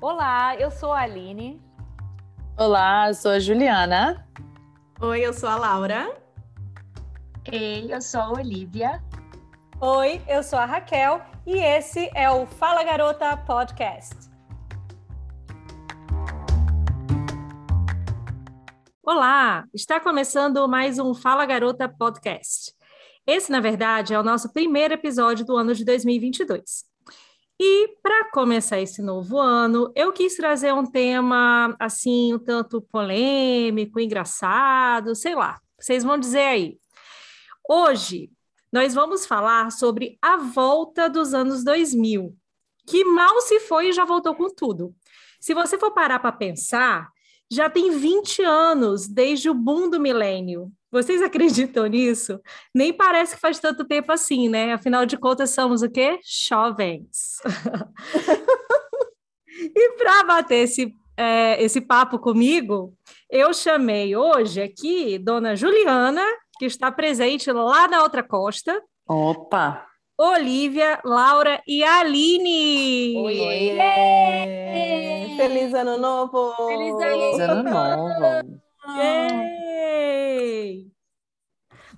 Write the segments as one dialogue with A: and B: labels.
A: Olá, eu sou a Aline.
B: Olá, eu sou a Juliana.
C: Oi, eu sou a Laura.
D: Ei, eu sou a Olivia.
E: Oi, eu sou a Raquel e esse é o Fala Garota Podcast.
C: Olá, está começando mais um Fala Garota Podcast. Esse, na verdade, é o nosso primeiro episódio do ano de 2022. E para começar esse novo ano, eu quis trazer um tema assim, um tanto polêmico, engraçado, sei lá. Vocês vão dizer aí. Hoje nós vamos falar sobre a volta dos anos 2000, que mal se foi e já voltou com tudo. Se você for parar para pensar, já tem 20 anos desde o boom do milênio. Vocês acreditam nisso? Nem parece que faz tanto tempo assim, né? Afinal de contas, somos o quê? Jovens. e para bater esse, é, esse papo comigo, eu chamei hoje aqui Dona Juliana, que está presente lá na outra costa.
B: Opa!
C: Olivia, Laura e Aline!
B: Oi! Oi.
E: Yay! É, Feliz ano novo!
C: Feliz ano
B: Feliz ano novo!
E: "É,
C: Yay!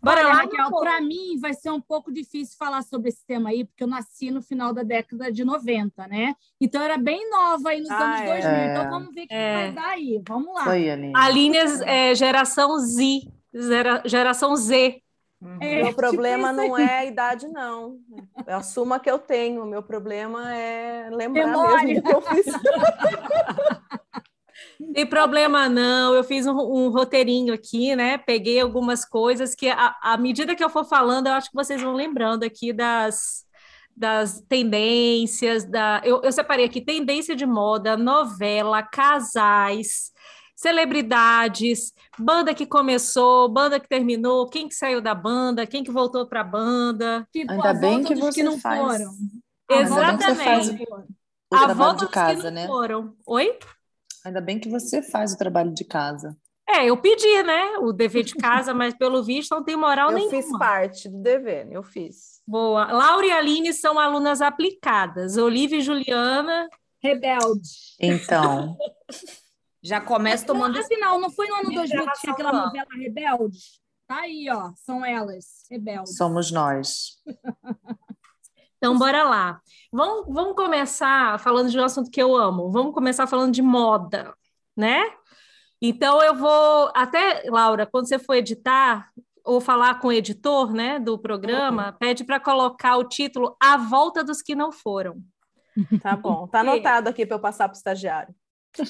C: Bora
F: Olha,
C: lá,
F: "É, Raquel, para mim vai ser um pouco difícil falar sobre esse tema aí, porque eu nasci no final da década de 90, né? Então eu era bem nova aí nos
E: Ah,
F: anos
E: é.
F: 2000.
B: É.
F: Então vamos ver o que
C: É.
F: vai dar aí. Vamos lá.
B: Oi, Aline.
C: Aline é é, geração Z, zera- geração Z.
F: É,
E: Meu
F: tipo
E: problema
F: isso
E: não
F: aí.
E: é a idade, não. Eu assumo a que eu tenho. Meu problema é lembrar
F: Memória.
E: mesmo do que eu fiz.
C: Não tem problema, não. Eu fiz um, um roteirinho aqui, né? Peguei algumas coisas que, a- à medida que eu for falando, eu acho que vocês vão lembrando aqui das, das tendências. Da... Eu, eu separei aqui tendência de moda, novela, casais, celebridades, banda que começou, banda que terminou, quem que saiu da banda, quem que voltou para a banda.
F: Tipo,
B: Ainda
F: a
B: bem
F: volta
B: que
F: dos
B: você
F: que não
B: faz.
F: foram.
B: Ah, ainda bem que você faz
C: Exatamente.
B: o o
C: A
B: trabalho
C: volta
B: de
C: dos que
B: casa,
C: não
B: né?
C: foram. Oi?
B: Ainda bem que você faz o trabalho de casa.
C: É, eu pedi, né? O dever de casa, mas pelo visto não tem moral
E: Eu
C: nenhuma.
E: fiz parte do dever, eu fiz.
C: Boa. Laura e Aline são alunas aplicadas. Olivia e Juliana.
F: Rebelde.
B: Então,
D: Já começa tomando esse
F: Afinal, não foi no ano 2000 que tinha aquela
C: Não.
F: novela Rebelde? Tá aí, ó. São elas, rebeldes.
B: somos nós.
C: Então, bora lá. Vamos, vamos começar falando de um assunto que eu amo. Vamos começar falando de moda, né? Então, eu vou. Até, Laura, quando você for editar ou falar com o editor né, do programa, pede para colocar o título A Volta dos Que Não Foram.
E: Tá bom. Tá anotado aqui para eu passar para o estagiário.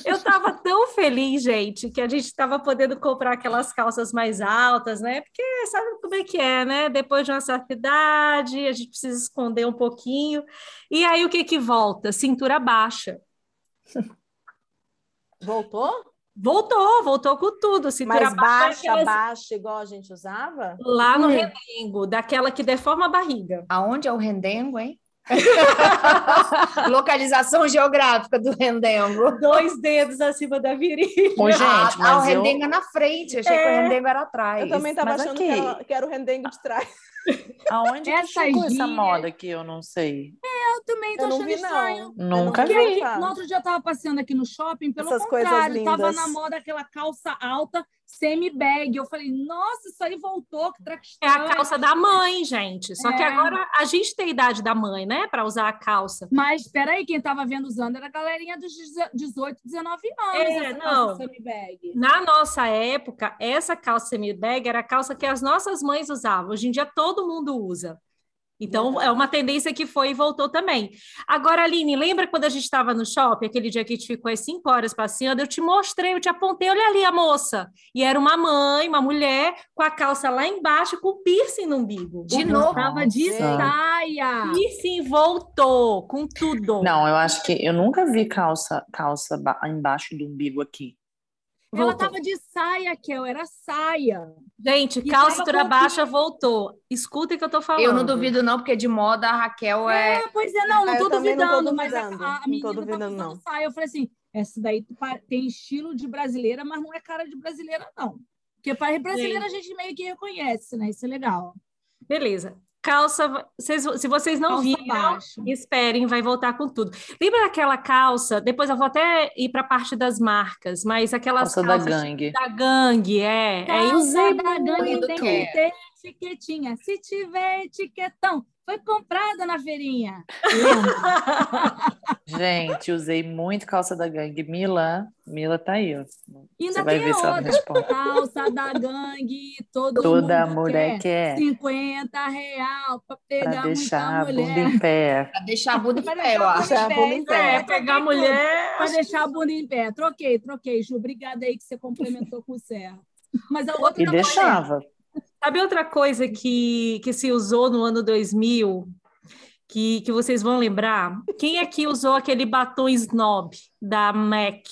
C: Eu tava tão feliz, gente, que a gente tava podendo comprar aquelas calças mais altas, né? Porque sabe como é que é, né? Depois de uma certa idade, a gente precisa esconder um pouquinho. E aí o que que volta? Cintura baixa.
E: Voltou?
C: Voltou, voltou com tudo. Cintura
E: Mas baixa,
C: aquelas-
E: baixa, igual a gente usava?
C: Lá no redengo, daquela que deforma a barriga.
D: Aonde é o rendengo, hein? Localização geográfica do rendengo.
C: Dois dedos acima da virilha.
B: Ô, gente,
D: ah, ah, o
B: mas eu...
D: rendengo é na frente. Achei que o rendengo era atrás.
E: Eu também estava
B: É mas
E: achando
B: aqui-
E: que, era, que era o rendengo de trás.
B: Aonde que
F: Essa
B: chegou essa
F: gíria-
B: moda que eu não sei?
F: Eu também tô
E: Eu não
F: achando
E: vi,
F: estranho.
E: não.
B: Nunca
E: eu
B: vi.
E: não vi.
F: No outro dia eu tava passeando aqui no shopping, pelo
E: Essas coisas
F: contrário, tava
E: lindas.
F: na moda aquela calça alta semi-bag. Eu falei, nossa, isso aí voltou, que
C: É
F: traquistão.
C: a calça da mãe, gente. Só que
F: É.
C: agora a gente tem idade da mãe, né? Para usar a calça.
F: Mas peraí, quem tava vendo usando era a galerinha dos 18, 19 anos.
C: É,
F: essa
C: não.
F: calça semi-bag.
C: Na nossa época, essa calça semi-bag era a calça que as nossas mães usavam. Hoje em dia todo mundo usa. Então, é uma tendência que foi e voltou também. Agora, Aline, lembra quando a gente estava no shopping, aquele dia que a gente ficou às cinco horas passeando? Eu te mostrei, eu te apontei, olha ali a moça. E era uma mãe, uma mulher, com a calça lá embaixo, com piercing no umbigo.
D: De
F: Eu
D: novo.
F: Tava de
E: Nossa.
F: saia.
C: O piercing voltou com tudo.
B: Não, eu acho que eu nunca vi calça calça ba- embaixo do umbigo aqui.
F: Ela
C: Voltou.
F: tava de saia, Kel, era saia.
C: tá Gente,
F: E
C: calça
F: tava
C: cintura
F: com
C: baixa voltou. Escutem o que eu tô falando.
D: Eu não duvido, não, porque de moda a Raquel é.
F: Ah, pois é, não, não
E: Ah, eu
F: tô
E: também não tô
F: duvidando, mas a,
E: duvidando,
F: a
E: não tô
F: menina tava
E: duvidando,
F: usando
E: não.
F: saia. Eu falei assim, essa daí pa- tem estilo de brasileira, mas não é cara de brasileira, não. Porque para brasileira a gente meio que reconhece, né? Isso é legal.
C: Beleza. calça. Vocês, se vocês não
F: Calça
C: viram,
F: baixa.
C: esperem, vai voltar com tudo. Lembra daquela calça? Depois eu vou até ir para a parte das marcas, mas aquelas
B: Calça da
C: calças
B: gangue.
C: da gangue, é. é isso.
F: Calça da gangue
D: muito
F: tem
D: que
F: que ter etiquetinha. Se tiver etiquetão, foi comprada na feirinha. Lembra?
B: Gente, usei muito calça da gangue. Mila, Mila tá aí, ó.
F: E ainda
B: Você vai
F: tem
B: ver se ela
F: outra.
B: responde.
F: Calça da gangue, todo
B: Toda
F: mundo
B: mulher quer
F: 50 real pra
B: pra
F: pegar
B: deixar a
F: muita mulher.
B: bunda em pé.
D: Pra deixar a bunda de
F: Pra
D: pé, eu
F: deixar a
D: acho.
F: bunda
E: Deixar a bunda em pé.
C: É, pegar a mulher.
F: Pra deixar a bunda em pé. Troquei, troquei, Ju. Obrigada aí que você complementou com o Serra. Mas a outra
B: E
F: da mulher.
B: deixava.
C: Sabe outra coisa que, que se usou no ano 2000? Que, que vocês vão lembrar? Quem aqui usou aquele batom snob da MAC?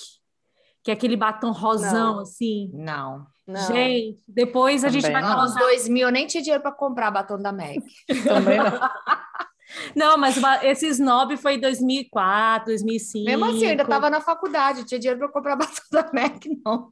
C: Que é aquele batom rosão,
E: Não.
C: assim.
D: Não.
E: Não.
C: Gente, depois a gente vai
B: Também.
D: Não,
C: falar.
D: os 2000 eu nem tinha dinheiro pra comprar batom da MAC.
B: Também não.
C: Não, mas o ba- esse snob foi em 2004, 2005.
D: Mesmo assim, eu ainda tava na faculdade, tinha dinheiro pra comprar batom da MAC, não.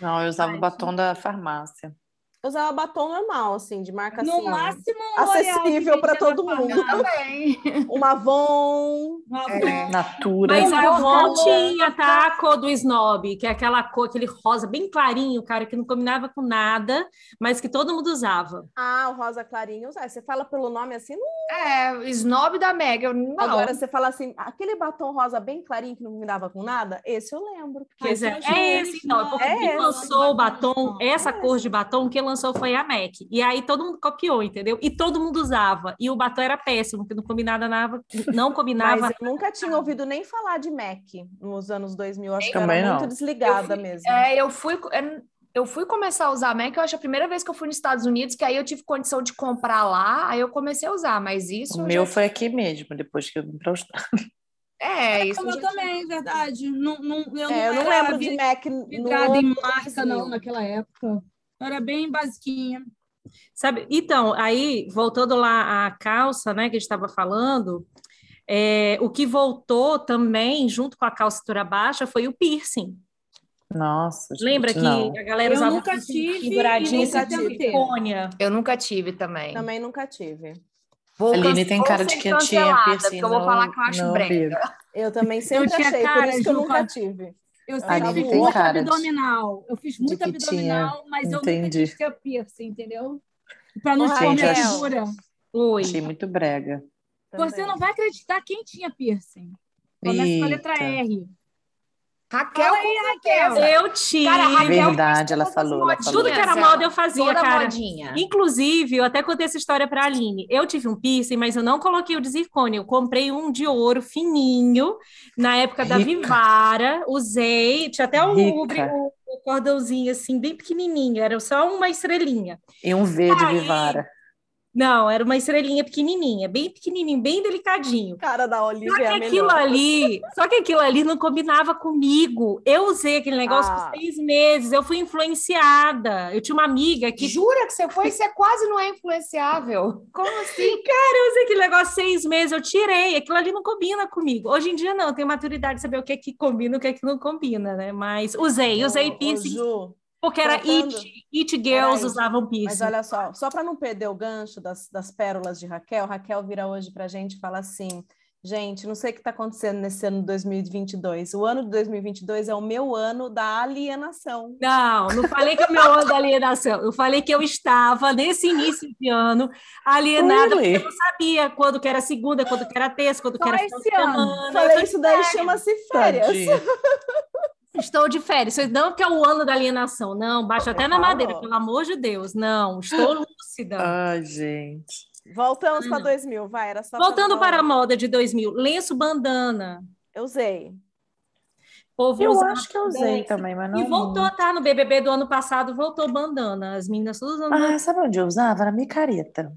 B: Não, eu usava o
C: né?
B: batom da farmácia.
E: Eu usava batom normal, assim, de marca
F: No
E: assim.
F: máximo, um
E: Acessível
F: L'Oreal que
E: pra
F: vendia
E: todo
F: na
E: mundo.
F: farmácia.
D: Também.
E: Uma Um Avon.
F: Uma
D: É.
F: boa.
B: Natura. assim,
C: Mas a Avon
E: Calma.
C: tinha, tá? A cor do snob, que é aquela cor, aquele rosa bem clarinho, cara, que não combinava com nada, mas que todo mundo usava.
E: Ah, o rosa clarinho. Usar. Você fala pelo nome assim, não.
D: É, snob da MAC, eu não.
E: Agora você fala assim, aquele batom rosa bem clarinho que não me dava com nada, esse eu lembro. porque
C: Pois
E: esse
C: é,
E: eu tinha.
C: é esse então, é porque
E: É
C: quem
E: esse.
C: lançou o batom, essa
E: É
C: cor de batom, quem lançou foi a MAC. E aí todo mundo copiou, entendeu? E todo mundo usava. E o batom era péssimo, porque não combinava nada, não combinava.
E: Mas eu nunca tinha ouvido nem falar de Mac nos anos 2000. Acho que eu
B: Também
E: era
B: não.
E: muito desligada
D: Eu fui-
E: mesmo.
D: É, eu fui. eu- Eu fui começar a usar MAC, eu acho a primeira vez que eu fui nos Estados Unidos, que aí eu tive condição de comprar lá, aí eu comecei a usar, mas isso.
B: O
D: eu
B: meu
D: já-
B: foi aqui mesmo, depois que eu vim pra Austrália.
D: É, isso.
F: Como
D: eu
F: eu
D: já-
F: também, verdade. Não, não, eu,
E: É, eu não
F: era
E: lembro de
F: vi-
E: Mac no
F: vidrada em
E: ano
F: marca,
E: 2000.
F: não, naquela época. Eu era bem basiquinha.
C: Sabe? Então, aí, voltando lá à calça, né, que a gente estava falando, é, o que voltou também, junto com a calça cintura baixa, foi o piercing.
B: Nossa, gente,
C: Lembra que
B: não.
C: a galera
F: Eu
C: usava
F: nunca tive.
E: figuradinha
F: e nunca
E: sativa.
F: tentei.
C: colônia?
D: Eu nunca tive também.
E: Também nunca tive.
D: Vou
B: Aline
D: canc-
B: tem
D: vou
B: cara de
D: ser
B: que é tinha
D: cancelada,
B: piercing
D: Porque eu vou
B: no-
D: falar que eu acho
B: no
D: brega.
B: ouvido.
E: Eu também sempre
F: tinha
E: achei, por
F: cara,
E: isso que eu
F: Ju,
E: nunca
F: cara.
E: tive.
F: Eu
E: Ah,
F: sempre
E: não
F: fiz
E: tem
F: muito
B: cara de-
F: abdominal. Eu fiz muito
B: que tinha.
F: abdominal, mas eu nunca
B: Entendi.
F: quis ter piercing, entendeu? Pra não
E: Ô,
F: ter minha
B: Raquel.
F: figura.
C: Oi.
B: Achei muito brega.
F: Você não vai acreditar quem tinha piercing. Começa com a letra
B: Eita.
F: R.
D: Raquel, com certeza.
C: Eu tive.
D: é. Cara, a Raquel
B: Verdade, ela
D: todas
B: falou. Ela
D: as
B: falou.
C: Tudo que era
D: Essa-
C: moda eu fazia,
D: Toda
C: cara.
E: É.
D: modinha.
C: Inclusive, eu até contei essa história para a Aline. Eu tive um piercing, mas eu não coloquei o de zircônia. Eu comprei um de ouro fininho, na época da
B: Rica.
C: Vivara. Usei, tinha até um, um,
B: Rica.
C: um cordãozinho assim, bem pequenininho. Era só uma estrelinha.
B: E um V de
C: Aí-
B: Vivara.
C: Não, era uma estrelinha pequenininha, bem pequenininho, bem delicadinho.
E: Cara da
C: Só que
E: Olivia é a
C: aquilo
E: melhor.
C: ali, só que aquilo ali não combinava comigo. Eu usei aquele negócio
E: Ah.
C: por seis meses, eu fui influenciada. Eu tinha uma amiga que
D: Jura que você foi? Você quase não é influenciável. Como assim?
C: Mas aquele negócio seis meses, eu tirei, aquilo ali não combina comigo. Hoje em dia não, eu tenho maturidade de saber o que é que combina e o que é que não combina, né? Mas usei, usei
E: Ô, ô,
C: piercing,
E: Ju,
C: porque era
E: voltando.
C: it, it girls
E: Peraí.
C: usavam
E: Mas
C: piercing.
E: olha só, só para não perder o gancho das, das pérolas de Raquel, Raquel vira hoje para a gente e fala assim: gente, não sei o que está acontecendo nesse ano de 2022. O ano de 2022 é o meu ano da alienação.
C: Não, não falei que é o meu ano da alienação. Eu falei que eu estava, nesse início de ano, alienada.
B: Really?
C: Eu não sabia quando que era segunda, quando que era terça, quando que
F: Só
C: era
F: esse
C: final de semana.
E: Falei, isso daí chama-se férias.
B: Tadinha.
C: Estou de férias. Vocês Não que é o ano da alienação. Não, baixa até na
E: falo.
C: madeira, pelo amor de Deus. Não, estou lúcida.
B: Ai, gente.
E: Voltamos
C: Ah,
E: para
C: não.
E: 2000, vai, era só. pra
C: Voltando
E: falar.
C: para a moda de 2000, lenço bandana.
E: Eu usei.
C: O povo
B: Eu
C: usava
B: acho que eu usei
C: bandana.
B: também, mas não.
C: E voltou, tá? No BBB do ano passado, voltou bandana. As né? meninas todas usando.
B: Ah, sabe onde eu usava? Era micareta.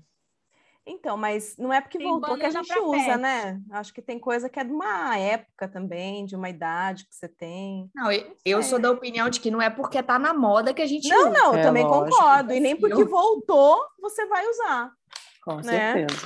E: Então, mas não é porque
F: Tem
E: voltou que a
F: banana
E: gente
F: pra
E: usa,
F: pet.
E: né? Acho que tem coisa que é de uma época também, de uma idade que você tem.
D: Não, eu, eu sou da opinião de que não é porque tá na moda que a gente
E: Não, não, eu
B: É
E: também
B: lógico,
E: concordo. E nem
D: Brasil.
E: porque voltou você vai usar.
B: Com
E: Né?
B: certeza.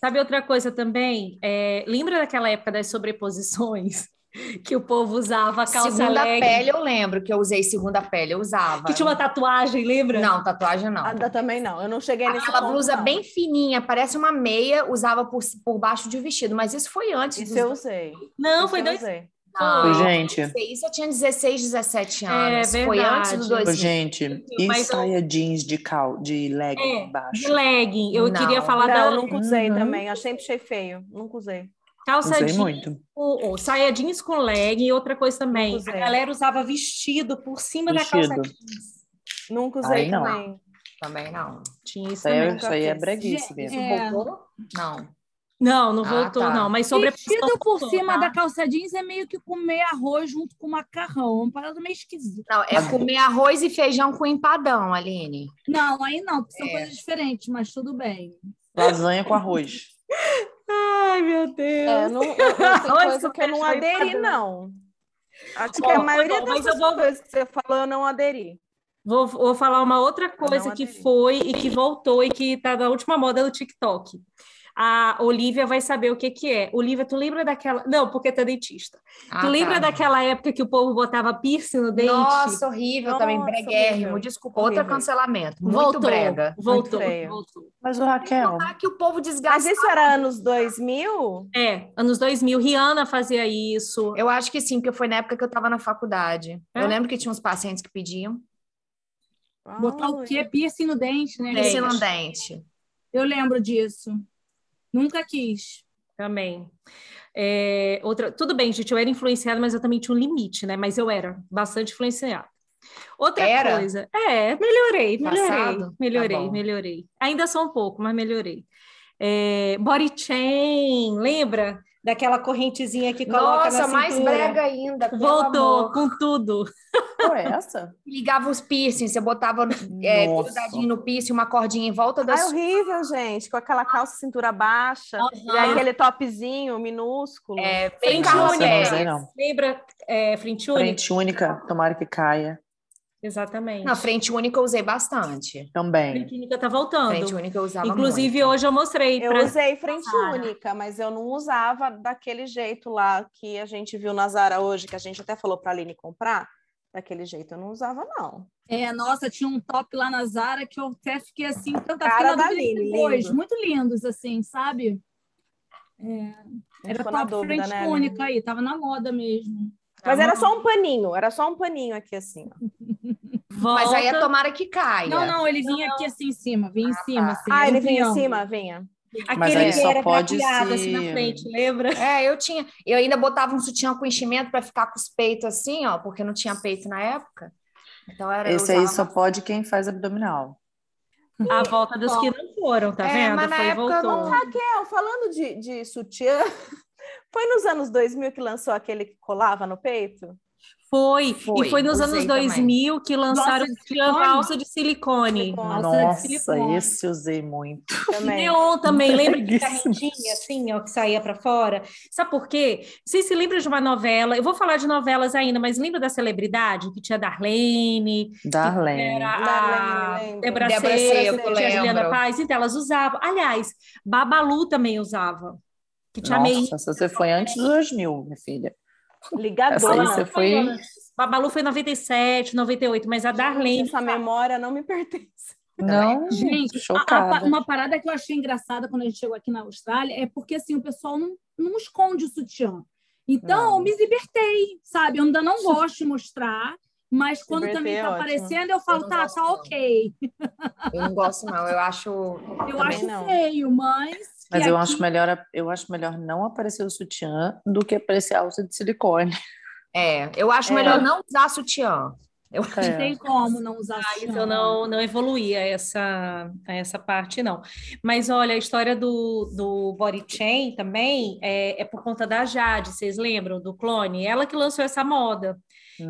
C: Sabe outra coisa também? É, lembra daquela época das sobreposições? que o povo usava calça
D: segunda
C: leg,
D: pele, eu lembro que eu usei segunda pele, eu usava.
C: que tinha uma tatuagem, lembra?
D: Não, tatuagem não.
E: Ada também não, eu não cheguei nesse
D: Aquela
E: ponto,
D: blusa
E: não.
D: bem fininha, parece uma meia, usava por, por baixo de um vestido, mas isso é foi antes.
E: Isso
D: dos-
E: eu usei.
C: Não,
E: Isso
C: foi
E: eu
C: dois.
E: usei.
B: Ô,
C: Não,
B: gente,
D: Isso eu tinha 16, 17
C: É,
D: anos. foi
C: verdade.
D: antes do
C: Ô,
B: ô,
D: 2000.
B: gente, e
C: é assim, Mas eu-
B: saia jeans de cal, de leg
C: É, de
B: embaixo?
C: legging. Eu
D: Não.
C: queria falar
E: Não, eu
C: da
E: nunca usei
B: Uhum.
E: também. Eu sempre achei feio. Nunca usei.
C: calça
B: Usei
C: jeans,
B: muito.
C: ou- ou saia jeans com legging e outra coisa também.
E: Nunca
C: A
E: usei.
C: galera usava vestido por cima da calça
B: Vestido.
C: jeans.
E: Nunca usei
B: Aí não.
E: também.
D: Também não.
C: Tinha isso
B: Isso aí, é-
C: também.
E: nunca
B: isso aí é
E: fiz.
B: breguice
F: Gente,
B: mesmo.
F: É.
D: Voltou? Não.
C: Não, não
D: Ah,
C: voltou,
D: tá.
C: não. Mas sobre
F: Vestido por cima da calça jeans é meio que comer arroz junto com macarrão. Uma parada meio esquisita.
D: Não,
B: Ah,
D: é comer arroz e feijão com empadão, Aline.
F: Não, aí não, porque são
D: É.
F: coisas diferentes, mas tudo bem.
B: Lasanha com arroz.
C: Ai, meu Deus.
E: É, não, eu, eu, tem
C: Onde
E: coisa
C: tu
E: que eu não
C: quer chegar,
E: aderi,
C: Fernanda?
E: não. Acho
C: Bom,
E: que a
C: tá
E: maioria
C: bom,
E: das
C: mas eu
E: dessas
C: vou-
E: coisas que você falou, eu não aderi.
C: Vou, vou falar uma outra coisa
E: não
C: que
E: aderi.
C: foi e que voltou e que tá na última moda do TikTok. A Olivia vai saber o que que é. Olivia, tu lembra daquela... Não, porque tu é dentista.
D: Ah,
C: tu lembra
D: tá.
C: daquela época que o povo botava piercing no dente?
D: Nossa, horrível também,
E: Nossa,
D: breguérrimo.
E: horrível.
D: Desculpa, outro
E: Horrível.
D: cancelamento. Muito
C: voltou,
D: brega.
C: Voltou,
E: feio.
C: voltou.
B: Mas o Raquel,
D: Ah, que o povo
E: Mas
D: desgasta.
E: isso era anos 2000?
C: É, anos 2000, Rihanna fazia isso.
D: Eu acho que sim, porque foi na época que eu tava na faculdade.
C: É?
D: Eu lembro que tinha uns pacientes que pediam.
F: Botar o quê? Piercing no dente,
C: É
F: né?
E: É.
D: Piercing
F: gente?
D: no dente.
F: Eu lembro disso. Nunca quis.
C: Também. É, outra, tudo bem, gente, eu era influenciada, mas eu também tinha um limite, né? Mas eu era bastante influenciada. Outra
D: Era?
C: coisa, é, melhorei, melhorei,
D: Passado? Tá
C: melhorei,
D: bom.
C: melhorei. Ainda sou um pouco, mas melhorei. É, body chain, lembra daquela correntezinha que coloca
D: Nossa,
C: na
D: mais
C: cintura?
D: brega ainda. pelo
C: Voltou
D: amor.
C: com tudo.
B: qual é essa?
D: Ligava os piercings, você botava é,
B: Nossa.
D: grudadinho no piercing, uma cordinha em volta da
E: Ah, é
D: sua.
E: horrível, gente, com aquela calça cintura baixa, e aí aquele topzinho minúsculo.
D: É,
C: Frente
D: bem Carla
B: Nossa, eu não
D: Pérez.
B: usei, não.
C: Lembra é, frente única?
B: Frente única, tomara que caia.
C: Exatamente.
D: Na frente única eu usei bastante.
B: Também.
C: frente única tá voltando.
D: Frente única eu usava
C: Inclusive,
D: muito.
C: hoje eu mostrei
E: Eu
C: pra
E: usei frente
C: Zara.
E: única, mas eu não usava daquele jeito lá que a gente viu na Zara hoje, que a gente até falou para a Aline comprar. Daquele jeito eu não usava, não.
F: É, nossa, tinha um top lá na Zara que eu até fiquei assim, tanta
E: Cara
F: fila
E: da
F: do
E: Lili,
F: depois.
E: lindo.
F: Muito lindos, assim, sabe?
E: A gente
F: Era
E: ficou na
F: top
E: dúvida,
F: frente
E: né? Aline?
F: única aí, tava na moda mesmo.
E: Mas era só um paninho, era só um paninho aqui assim. ó.
C: volta.
D: Mas aí é tomara que caia.
F: Não, não, ele vinha aqui assim em cima, vinha em cima. Assim,
E: Ah,
F: era
E: ele
F: um
E: vinha em
F: triângulo.
E: cima, vinha.
B: Mas
C: Aquele
B: aí
C: que
B: só
C: era
B: pode
C: prateado,
B: se-
C: assim na frente, lembra?
D: É, eu tinha. Eu ainda botava um sutiã com enchimento para ficar com os peitos assim, ó, porque não tinha peito na época. Então era. eu
B: Esse aí
D: usava-
B: só pode quem faz abdominal.
C: A volta dos que não foram, tá
D: É,
C: vendo?
D: mas na
C: Foi e voltou.
D: época não-
E: Raquel, É, falando de, de sutiã, foi nos anos 2000 que lançou aquele que colava no peito?
C: Foi.
D: Foi,
C: E foi nos
D: usei
C: anos
D: também.
C: 2000 que lançaram
F: Nossa, de
C: o
F: silicone?
C: calça de silicone.
E: Silicone.
F: Calça de
B: Nossa,
F: silicone.
B: esse usei muito.
E: Também.
C: Neon também, lembra de
B: Preguiça.
C: carretinha assim, ó, que saía pra fora? Sabe por quê? Vocês se lembram de uma novela? Eu vou falar de novelas ainda, mas lembra da celebridade? Que tinha Darlene,
B: Darlene.
C: era a
E: Darlene, lembro.
C: Débora
D: Débora
C: Seco,
D: Seco,
C: tinha a Juliana
D: lembro.
C: Paz, então elas usavam. Aliás, Babalu também usava, que tinha meio.
B: Nossa, você foi antes dos 2000, minha filha. Essa aí
E: Ligador.
B: você foi...
C: Babalu foi em 97, 98, mas a Darlene.
E: Essa memória não me pertence.
B: Não,
F: Gente, a- a pa-
B: chocada.
F: uma parada que eu achei engraçada quando a gente chegou aqui na Austrália é porque assim, o pessoal não, não esconde o sutiã. Então,
B: Não.
F: eu me libertei, sabe? Eu ainda não gosto de mostrar, mas quando
E: Libertei
F: também
E: é
F: tá
E: ótimo.
F: aparecendo, eu
D: Eu
F: falo,
D: não
F: tá,
D: gosto,
F: tá
D: não.
F: ok.
D: Eu não gosto, não. Eu acho.
F: Eu
D: também
F: acho
E: não.
F: feio, mas.
B: Mas
F: que
B: eu
F: aqui-
B: acho, melhor, a- eu acho melhor não aparecer o sutiã do que aparecer a alça de silicone.
D: É, eu acho
E: É.
D: melhor não usar sutiã. Eu
B: É.
F: Não tem como não usar sutiã.
C: Eu não, não evoluía essa, a essa parte, não. Mas olha, a história do, do Body Chain também é, é por conta da Jade, vocês lembram do clone? Ela que lançou essa moda.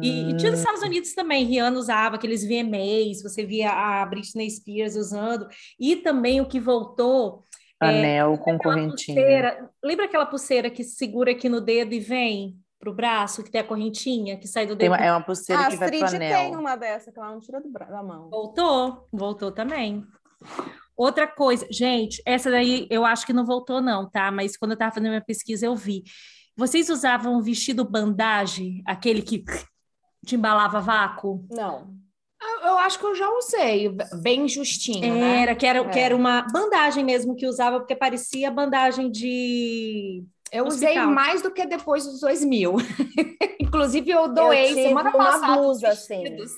C: E, e tinha nos
B: Hum.
C: Estados Unidos também, Rihanna usava aqueles VMAs, você via a Britney Spears usando. E também o que voltou,
B: Anel com
C: aquela
B: correntinha.
C: pulseira. Lembra aquela pulseira que se segura aqui no dedo e vem pro braço, que tem a correntinha, que sai do
B: Tem
C: dedo?
B: uma- é uma pulseira
E: A
B: que vai pro
E: Ah, Astrid tem um
B: anel.
E: uma dessa, que ela não tira do bra- da mão.
C: Voltou, voltou também. Outra coisa, gente, essa daí eu acho que não voltou não, tá? Mas quando eu tava fazendo minha pesquisa eu vi. Vocês usavam o vestido bandagem, aquele que te embalava vácuo?
E: Não.
D: Eu, eu acho que eu já usei, bem justinho, né?
C: Era, que era, que
D: É.
C: era uma bandagem mesmo que usava, porque parecia bandagem de.
D: Eu usei
C: Hospital.
D: mais do que depois dos 2000. Inclusive, eu doei
E: Eu tive
D: semana
E: uma
D: passada os
E: blusa assim.
D: vestidos.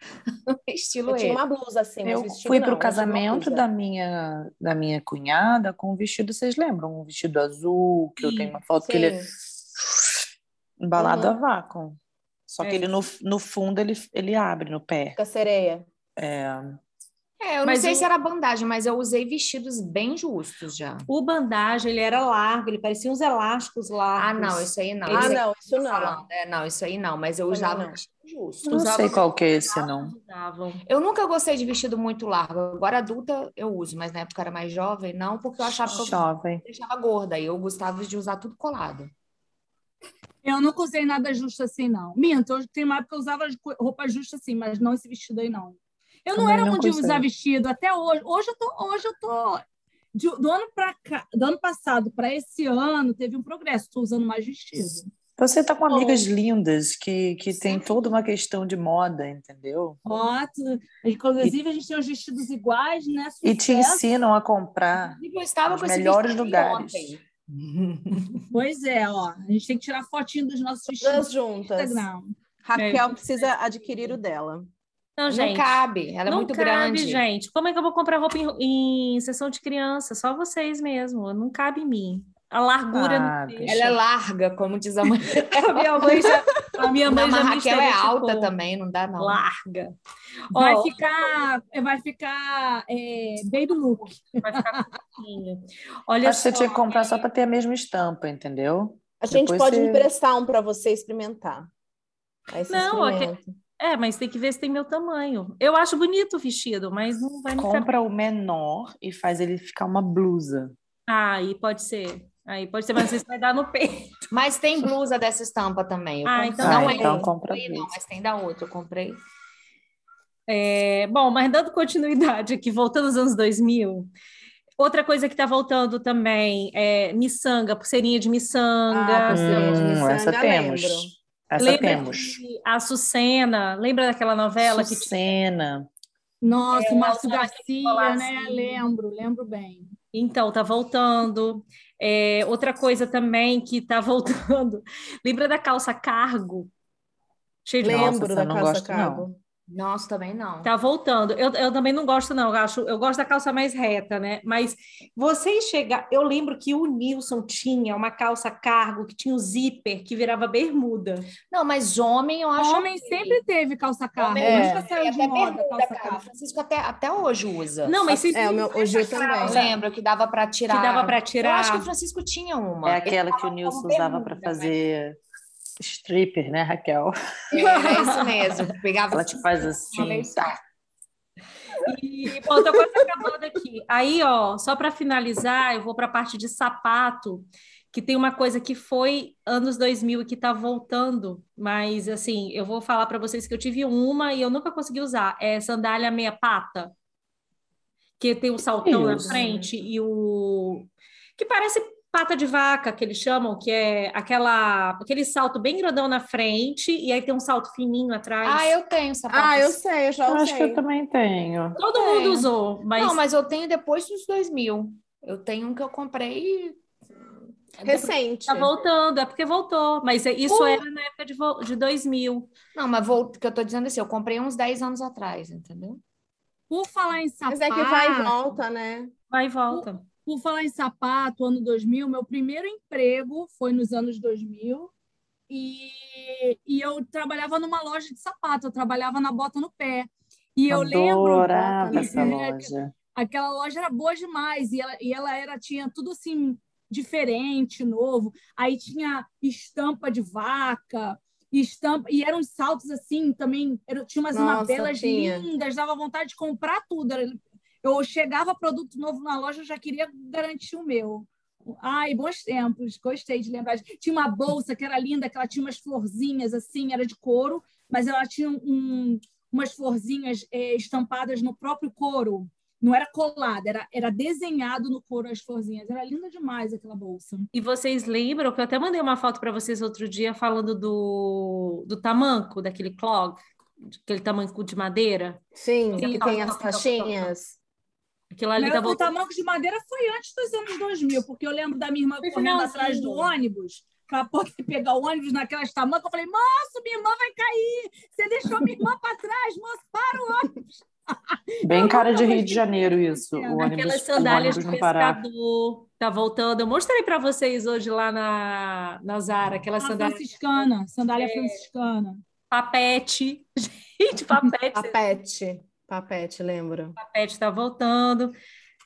D: Estilo
E: Eu tinha
D: ele.
E: uma blusa assim, mas
B: Eu
E: vestido
B: fui
E: não,
B: para o
E: eu tinha uma
B: casamento
E: blusa.
B: da minha, da minha cunhada com um vestido, vocês lembram? Um vestido azul, que eu tenho uma foto que ele é embalado a vácuo. Só que
C: É.
B: ele no, no fundo ele, ele abre no pé.
E: Com a sereia.
B: É,
D: É, eu
C: Mas
D: não sei
C: o-
D: se era bandagem, mas eu usei vestidos bem justos já.
C: O bandagem, ele era largo, ele parecia uns elásticos
D: Ah,
C: largos.
D: não, isso aí não.
E: Ah,
D: Isso aí
E: não, isso
D: que eu tô
E: não.
D: falando, é, não, isso aí não, mas eu
E: Também
D: usava
E: não.
D: vestido justo.
B: não
D: usava-
B: sei qual que é esse, não.
C: Usavam.
D: Eu nunca gostei de vestido muito largo. Agora adulta eu uso, mas na época eu era mais jovem, não, porque eu achava que eu me
B: Jovem.
D: deixava gorda e eu gostava de usar tudo colado.
F: Eu nunca usei nada justo assim, não. Minto, eu tenho uma época que eu usava co- roupa justa assim, mas não esse vestido aí, não. Eu não
B: Também
F: era
B: não
F: muito de
B: gostei.
F: usar vestido até hoje. Hoje eu tô. Hoje eu tô de- do, ano pra cá, do ano passado para esse ano, teve um progresso. Estou usando mais vestido.
B: Você tá com amigas lindas que, que tem toda uma questão de moda, entendeu?
F: Foto. Inclusive, a gente tem os vestidos iguais, né?
B: E te
F: Sucesso.
B: ensinam a comprar.
D: Inclusive, Eu estava
B: Os
D: com esse
B: melhores
D: vestido
B: lugares.
D: ontem.
F: Pois é, ó. A gente tem que tirar fotinho dos nossos
E: Todas
F: vestidos no
E: juntas.
F: Instagram.
E: Raquel precisa adquirir o dela.
C: Não,
D: Não
C: Então, gente.
D: cabe, ela é
C: não
D: muito
C: cabe,
D: grande.
C: gente. Como é que eu vou comprar roupa em, em sessão de criança? Só vocês mesmo. Não cabe em mim. A largura
B: Ah,
C: não deixa.
D: Ela é larga, como diz a mãe.
C: A minha mãe já, a minha
D: Não,
C: mãe
D: mas
C: já
D: a
C: me
D: Raquel é alta
C: estereotipou.
D: também, não dá não.
C: Larga.
F: Vai
C: Ó,
F: ficar, vai ficar é, baby look.
C: vai ficar curtinho. Olha
B: Acho que
C: só.
B: você tinha que comprar só para ter a mesma estampa, entendeu?
E: A gente
B: Depois
E: pode
B: você-
E: emprestar um para você experimentar. Aí você
C: Não, ok.
E: experimenta.
C: É, mas tem que ver se tem meu tamanho. Eu acho bonito o vestido, mas não é vai me caber.
B: Compra o menor e faz ele ficar uma blusa.
C: Ah, aí pode ser. Aí pode ser, mas vocês vai dar no peito.
D: Mas tem blusa dessa estampa também. Eu
C: Ah,
D: comprei-
C: então
D: não
B: ah,
D: é
B: então
D: essa,
B: compra a
D: não,
B: blusa.
D: mas tem da outra, eu comprei.
C: É, bom, mas dando continuidade aqui, voltando aos anos 2000, outra coisa que está voltando também é miçanga, pulseirinha de miçanga.
E: Ah, pulseirinha de
B: Hum,
E: miçanga,
B: essa temos.
E: lembro.
B: Essa
C: lembra
B: temos.
C: de a Sucena, lembra daquela novela que tinha?
B: Sucena.
F: Nossa,
E: É,
F: o Márcio
C: usava
F: Garcia, né?
C: colarzinho.
E: assim.
F: Lembro, lembro bem.
C: Então, tá voltando. É, outra coisa também que tá voltando, lembra da calça cargo? Cheio de
B: Nossa,
E: Lembro
B: essa
E: da
B: eu não
E: calça
B: gosto,
E: cabo.
D: Nossa, também não.
C: Tá voltando. Eu, eu também não gosto, não. Eu, acho, eu gosto da calça mais reta, né? Mas vocês chegar. Eu lembro que o Nilson tinha uma calça cargo que tinha um zíper que virava bermuda.
D: Não, mas homem eu acho.
F: Homem sempre teve calça carro.
D: Homem
E: É.
F: Nunca saiu de
D: até
F: moda
D: bermuda,
F: calça
D: cara. O
F: carro.
D: Francisco até, até hoje usa.
C: Não, mas vocês
E: É, o meu, o Gil também.
D: Eu lembro É. que dava pra tirar.
C: que dava para
D: Eu acho que o
C: tirar.
D: Francisco tinha
B: É
D: uma.
B: aquela que o Nilson usava para fazer stripper, né, Raquel?
D: Era É, isso mesmo. Pegava
B: Ela te faz
D: uma vez
B: assim.
D: só.
C: E, bom, então, tô quase acabando aqui. Aí, ó, só para finalizar, eu vou para a parte de sapato, que tem uma coisa que foi anos 2000 e que tá voltando, mas assim, eu vou falar para vocês que eu tive uma e eu nunca consegui usar. É sandália meia pata, que tem um saltão na
B: Isso.
C: frente e o que parece pata de vaca, que eles chamam, que é aquela aquele salto bem grandão na frente e aí tem um salto fininho atrás.
D: Ah, eu tenho sapato.
E: Ah, eu sei, eu já
B: Eu acho que
E: usei.
B: eu também tenho.
C: Todo mundo
D: tenho.
C: usou, mas
D: Não, mas eu tenho depois dos 2000. Eu tenho um que eu comprei.
E: Recente.
C: Tá voltando, é porque voltou. Mas é-
B: Uh!
C: isso era na época de, vo- de 2000.
D: Não, mas vou, que eu tô dizendo assim, eu comprei uns 10 anos atrás, entendeu?
F: Por falar em sapato.
E: Mas é que vai
F: Ah.
E: e volta, né?
C: Vai e volta.
F: Por falar em sapato, ano 2000, meu primeiro emprego foi nos anos 2000 e, e eu trabalhava numa loja de sapato, eu trabalhava na Bota no Pé. E eu lembro
B: Adorava essa
F: É,
B: loja.
F: aquela loja era boa demais e ela, e ela era tinha tudo assim diferente, novo. Aí tinha estampa de vaca, estampa e eram saltos assim também. Era, tinha umas
E: Nossa,
F: mapelas
E: tinha.
F: lindas, dava vontade de comprar tudo. Era- Eu chegava produto novo na loja, eu já queria garantir o meu. Ai, bons tempos, gostei de lembrar. Tinha uma bolsa que era linda, que ela tinha umas florzinhas assim, era de couro, mas ela tinha um- umas florzinhas eh, estampadas no próprio couro. Não era colada, era, era desenhado no couro as florzinhas. Era linda demais aquela bolsa.
C: E vocês lembram que eu até mandei uma foto para vocês outro dia falando do, do tamanco, daquele clog, aquele tamanco de madeira?
E: Sim, que
C: Então, então,
E: tem as
C: então,
E: taxinhas.
C: Aquilo ali
F: Mas
C: tá
F: o
C: voltando.
F: tamanco de madeira foi antes dos anos 2000, porque eu lembro da minha irmã
C: Foi
F: correndo
C: finalzinho.
F: atrás do ônibus para poder pegar o ônibus naquelas tamancas. Eu falei, moço, minha irmã vai cair! Você deixou minha irmã para trás, moço, para!
B: Bem cara de
F: nunca
B: Rio de
F: vi
B: Janeiro isso.
F: Aquelas
B: O ônibus,
C: Aquelas
B: o
C: sandálias
B: ônibus
C: de
B: não parar.
C: pescador tá voltando. Eu mostrei para vocês hoje lá na, na Zara, aquelas
F: A
C: sandálias
F: franciscana, sandália
E: É.
F: franciscana.
C: papete. Gente, papete, vocês
E: Papete. Papete, lembro.
C: Pet está tá voltando.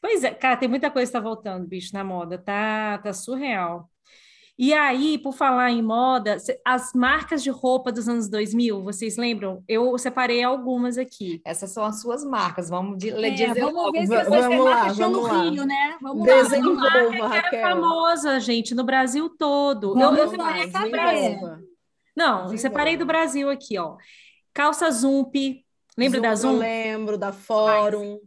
C: Pois é, cara, tem muita coisa que está voltando, bicho, na moda. Tá, tá surreal. E aí, por falar em moda, cê- as marcas de roupa dos anos 2000, vocês lembram? Eu separei algumas aqui.
D: Essas são as suas marcas. Vamos de,
F: É,
D: dizer
F: vamos
D: logo.
F: ver se
E: va-
F: essas
E: vamos lá,
F: marcas estão no
E: vamos lá.
F: Rio, né? Vamos lá.
E: Desenvolva,
C: Era
E: Raquel.
C: famosa, gente, no Brasil todo. Eu,
F: Vamos
C: eu
F: lá,
C: separei aqui do
F: desenvolva.
C: Brasil. Não, eu
E: Desenvolva.
C: separei do Brasil aqui, ó. Calça Zump, lembra da
E: Eu
C: Zump?
E: lembro da Fórum.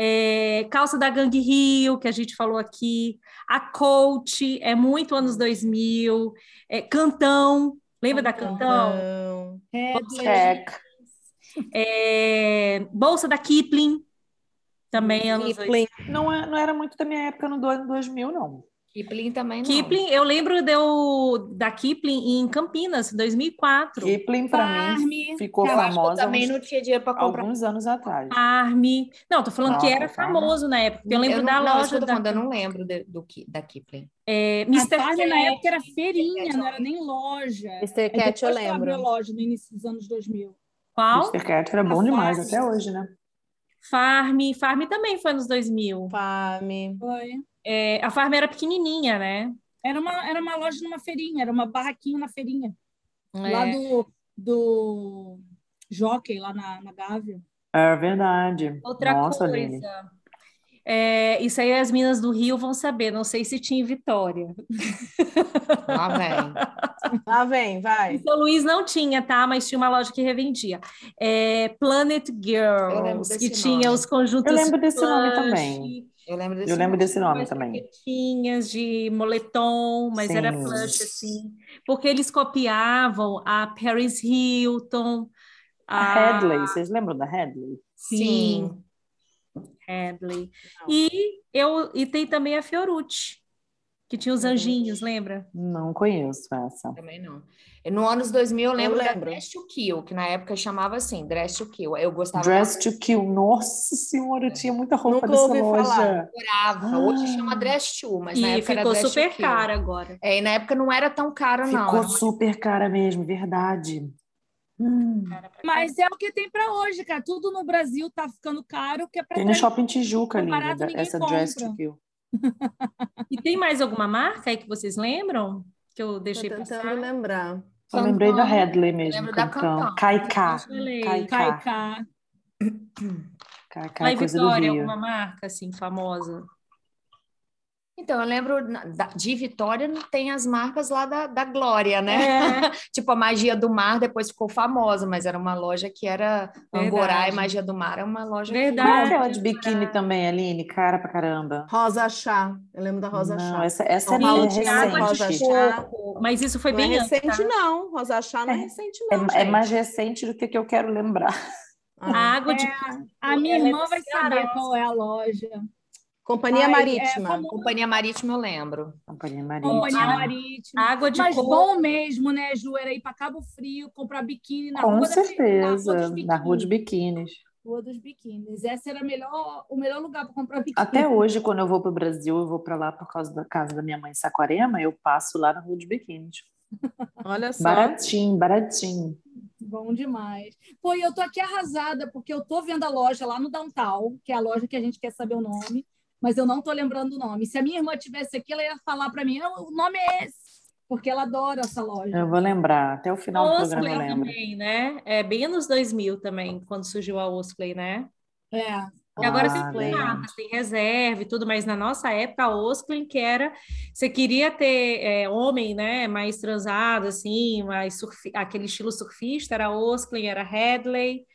C: É, calça da Gangue Rio, que a gente falou aqui, a Coach, é muito anos 2000, é, Cantão, lembra da Cantão?
E: Então,
F: É, do-
B: Check.
C: É, Bolsa da Kipling, também anos 2000.
E: Kipling.
B: Não, é- não era muito da minha época no do ano 2000, não.
D: Kipling também não.
C: Kipling, eu lembro de eu- da Kipling em Campinas, em 2004.
B: Kipling, pra mim,
F: Farm.
B: ficou
D: Ah, Eu acho que eu
B: famosa
D: também
B: uns-
D: não tinha dinheiro para comprar.
B: alguns anos atrás.
C: Arme. Não, tô falando que
B: Nossa,
C: era
B: cara.
C: famoso na época. porque Eu lembro
D: não,
C: da
D: não, isso que
C: loja
D: eu tô
C: da
D: falando, eu não lembro de- do, Ki- da Kipling.
C: é,
F: A
C: Mr.
F: Farm na
C: Cat.
F: época era feirinha, não era nem loja.
E: Mr. Cat,
F: É
E: eu
F: depois que ela abriu a
E: lembro.
F: loja no início dos anos 2000.
C: Qual?
B: Mr. Cat era
F: A
B: bom demais
F: Farm.
B: até hoje, né?
C: Farm. Farm também foi nos 2000.
E: Fame.
F: Foi.
C: É, a Farm era pequenininha, né?
F: Era uma, era uma loja numa feirinha, era uma barraquinha na feirinha.
C: É.
F: Lá do, do Jockey, lá na, na Gávea.
B: É verdade.
C: Outra
B: Nossa,
C: coisa.
B: Aline.
C: É, isso aí as minas do Rio vão saber. Não sei se tinha em Vitória.
D: Lá vem.
E: Lá vem,
C: Em
E: vai.
C: São Luís não tinha, tá? Mas tinha uma loja que revendia. É, Planet
D: Eu lembro
C: Girls,
D: desse
C: que tinha
D: nome.
C: os conjuntos.
B: Eu lembro desse nome
C: plush,
B: também.
D: Eu lembro desse
B: Eu lembro
D: nome.
B: desse nome
C: umas
B: também.
C: jaquetinhas de moletom, mas era
B: Sim.
C: plush, assim. Porque eles copiavam a Paris Hilton,
B: A
D: Ah.
C: a
B: Hadley, vocês lembram da Hadley?
D: Sim.
C: Hadley. E, eu, e tem também a Fiorucci, que tinha os anjinhos, lembra?
B: Não conheço essa.
D: Também não. E No anos 2000, eu lembro, da
E: lembro.
D: Dress to Kill, que na época chamava assim, Dress to Kill. Eu gostava
B: Dress to Kill. Nossa senhora, eu tinha muita roupa
E: Nunca
B: dessa
E: ouvi
B: loja.
E: falar.
D: adorava. Hoje chama Dress to, mas na
C: E
D: época
C: ficou
D: era Dress
C: super
D: to Kill.
C: cara agora.
D: É, e na época não era tão caro, Ah, não.
B: Ficou
D: Era uma-
B: super cara mesmo, verdade. Hum.
F: Mas é o que tem para hoje, cara. Tudo no Brasil tá ficando caro, que é para
B: Tem no shopping Tijuca, linda,
F: Comparado, ninguém
B: essa Dress
F: compra.
B: to Kill.
C: E tem mais alguma marca aí que vocês lembram? Que eu
E: Tô
C: deixei
E: tentando
C: passar?
E: lembrar.
B: Só lembrei da
D: Cantão.
B: Hadley mesmo,
D: lembro da
B: Cantão.
D: Cantão.
B: Kaiká.
C: Falei.
B: Kaiká.
F: Caicar.
B: Kaiká
C: Lá
B: é
C: em
B: coisa do
C: Vitória,
B: Rio.
C: alguma marca assim famosa?
D: Então, eu lembro na- da- de Vitória, tem as marcas lá da, da Glória,
C: É.
D: né? Tipo, a Magia do Mar depois ficou famosa, mas era uma loja que era Angorá
C: Verdade.
D: e Magia do Mar, é uma loja
B: Não é
D: que-
C: Verdade.
B: aquela de biquíni também, Aline? Cara pra caramba.
E: Rosa Chá. Eu lembro da Rosa
B: Não,
E: Chá.
B: essa, essa
E: São
B: é
E: Paulo
B: é
E: tinha uma
B: recente.
E: Rosa
C: de
E: Chá.
C: coco, mas isso foi
E: Não é
C: bem antes. tá?
E: recente, não. Rosa Chá não é
B: É-
E: recente, não.
B: É, é
E: gente.
B: mais recente do que que eu quero lembrar.
E: Ah.
C: A água de
F: A minha
C: Ela é
F: irmã
C: do
F: vai
C: Ceará.
F: saber qual é a loja.
E: Companhia
F: Ai, é
E: Marítima.
F: famoso.
D: Companhia Marítima, eu lembro.
B: Companhia Marítima.
F: Companhia Marítima.
C: água de
F: Mas
C: coco.
F: bom mesmo, né, Ju? Era ir para Cabo Frio, comprar biquíni na
B: Com
F: rua da-
B: certeza, na rua
F: biquínis.
B: de biquínis.
F: Rua dos Biquínis. Esse era a melhor, o melhor lugar para comprar biquíni.
B: Até hoje, quando eu vou para o Brasil, eu vou para lá por causa da casa da minha mãe em Saquarema, eu passo lá na rua de biquínis. é
E: Olha só.
B: Baratinho, baratinho.
F: Bom demais. Pô, e eu tô aqui arrasada, porque eu tô vendo a loja lá no Downtown, que é a loja que a gente quer saber o nome, mas eu não tô lembrando o nome. Se a minha irmã tivesse aqui, ela ia falar para mim, "Ah, o nome é esse, porque ela adora essa loja.
B: Eu vou lembrar, até o final do programa eu
C: Osplay
B: lembro.
C: também, né? É bem anos 2000 também, quando surgiu a Osplay, né?
F: É,
C: E agora tem
B: Ah,
C: tem
B: lembro.
C: marcas, tem reserva e tudo, mas na nossa época a Osplay que era, você queria ter é, homem, né, mais transado assim, mais surfi- aquele estilo surfista, era Osplay, era Hadley,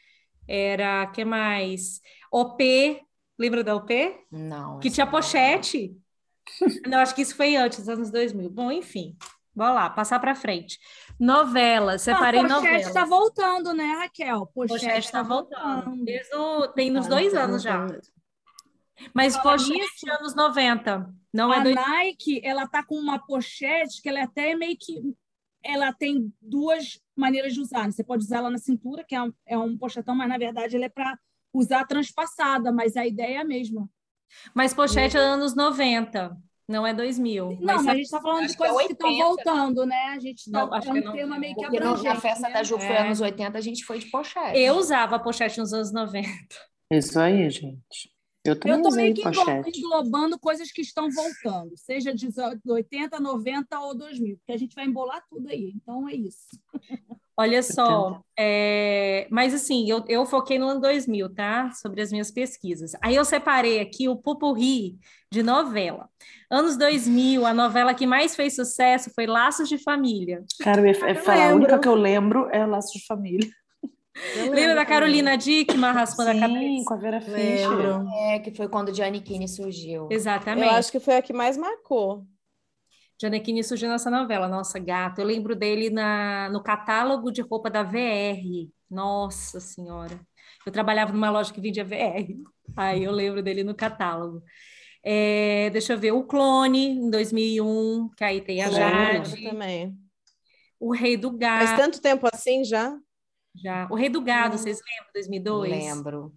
C: era que mais? OP, Lembra da UP?
D: Não.
C: Que tipo
D: essa
C: tinha
D: não.
C: pochete. Não, acho que isso foi antes, dos anos 2000. Bom, enfim. Bora lá, passar para frente. Novelas, separei
F: a
C: novelas.
F: Pochete tá voltando, né, Raquel? tá
C: Pochete está voltando. Desde o- tem
E: tá?
C: uns
D: Ah,
C: dois
D: então,
C: anos já.
D: então.
C: Mas
F: Fala
C: Pochete é anos 90. Não é
F: a
C: dois...
F: Nike, ela tá com uma pochete que ela é até meio que ela tem duas maneiras de usar. né? Você pode usar ela na cintura, que é um, é um pochetão, mas na verdade ela é para usar transpassada, mas a ideia é a mesma.
C: Mas Pochete é anos 90. Não é 2000.
F: Uhum. Não, mas,
C: é-
F: a gente está falando de
B: acho que é
F: coisas que estão
B: 80.
F: voltando, né? A gente tá,
C: Não, acho
F: é
C: que
F: um
C: não.
F: tema meio que
D: Porque não,
F: abrangente.
D: na festa
F: né?
D: da Ju foi
C: É.
D: anos 80, a gente foi de pochete.
C: Eu usava Pochete nos anos 90.
B: Isso aí, gente. Eu também
F: Eu tô
B: usei
F: meio que englo-
B: pochete.
F: englobando coisas que estão voltando, seja de 80, 90 ou 2000, porque a gente vai embolar tudo aí. Então é isso.
C: Olha só, é, mas assim, eu, eu foquei no ano 2000, tá? Sobre as minhas pesquisas. Aí eu separei aqui o pupurri de novela. Anos 2000, a novela que mais fez sucesso foi Laços de Família.
B: Cara, eu ia é
E: Eu
B: falar, a
E: lembro.
B: única que eu lembro é Laço de Família.
C: Lembra da Carolina Dickman raspando a
B: Sim,
C: cabeça?
B: com a Vera Fischer.
E: Lembro.
D: É, que foi quando Gianni Kini surgiu.
C: Exatamente.
E: Eu acho que foi a que mais marcou.
C: Gianecchini surgiu nessa novela, nossa gata. Eu lembro dele na, no catálogo de roupa da VR. Nossa Senhora. Eu trabalhava numa loja que vendia VR. Aí eu lembro dele no catálogo. É, deixa eu ver, o Clone, em 2001, que aí tem a
E: Eu
B: Claro.
C: Jade.
E: lembro também.
C: O Rei do
E: Faz
C: Gado.
E: tanto tempo assim já?
C: já. O Rei do Gado, vocês lembram? 2002?
D: Lembro.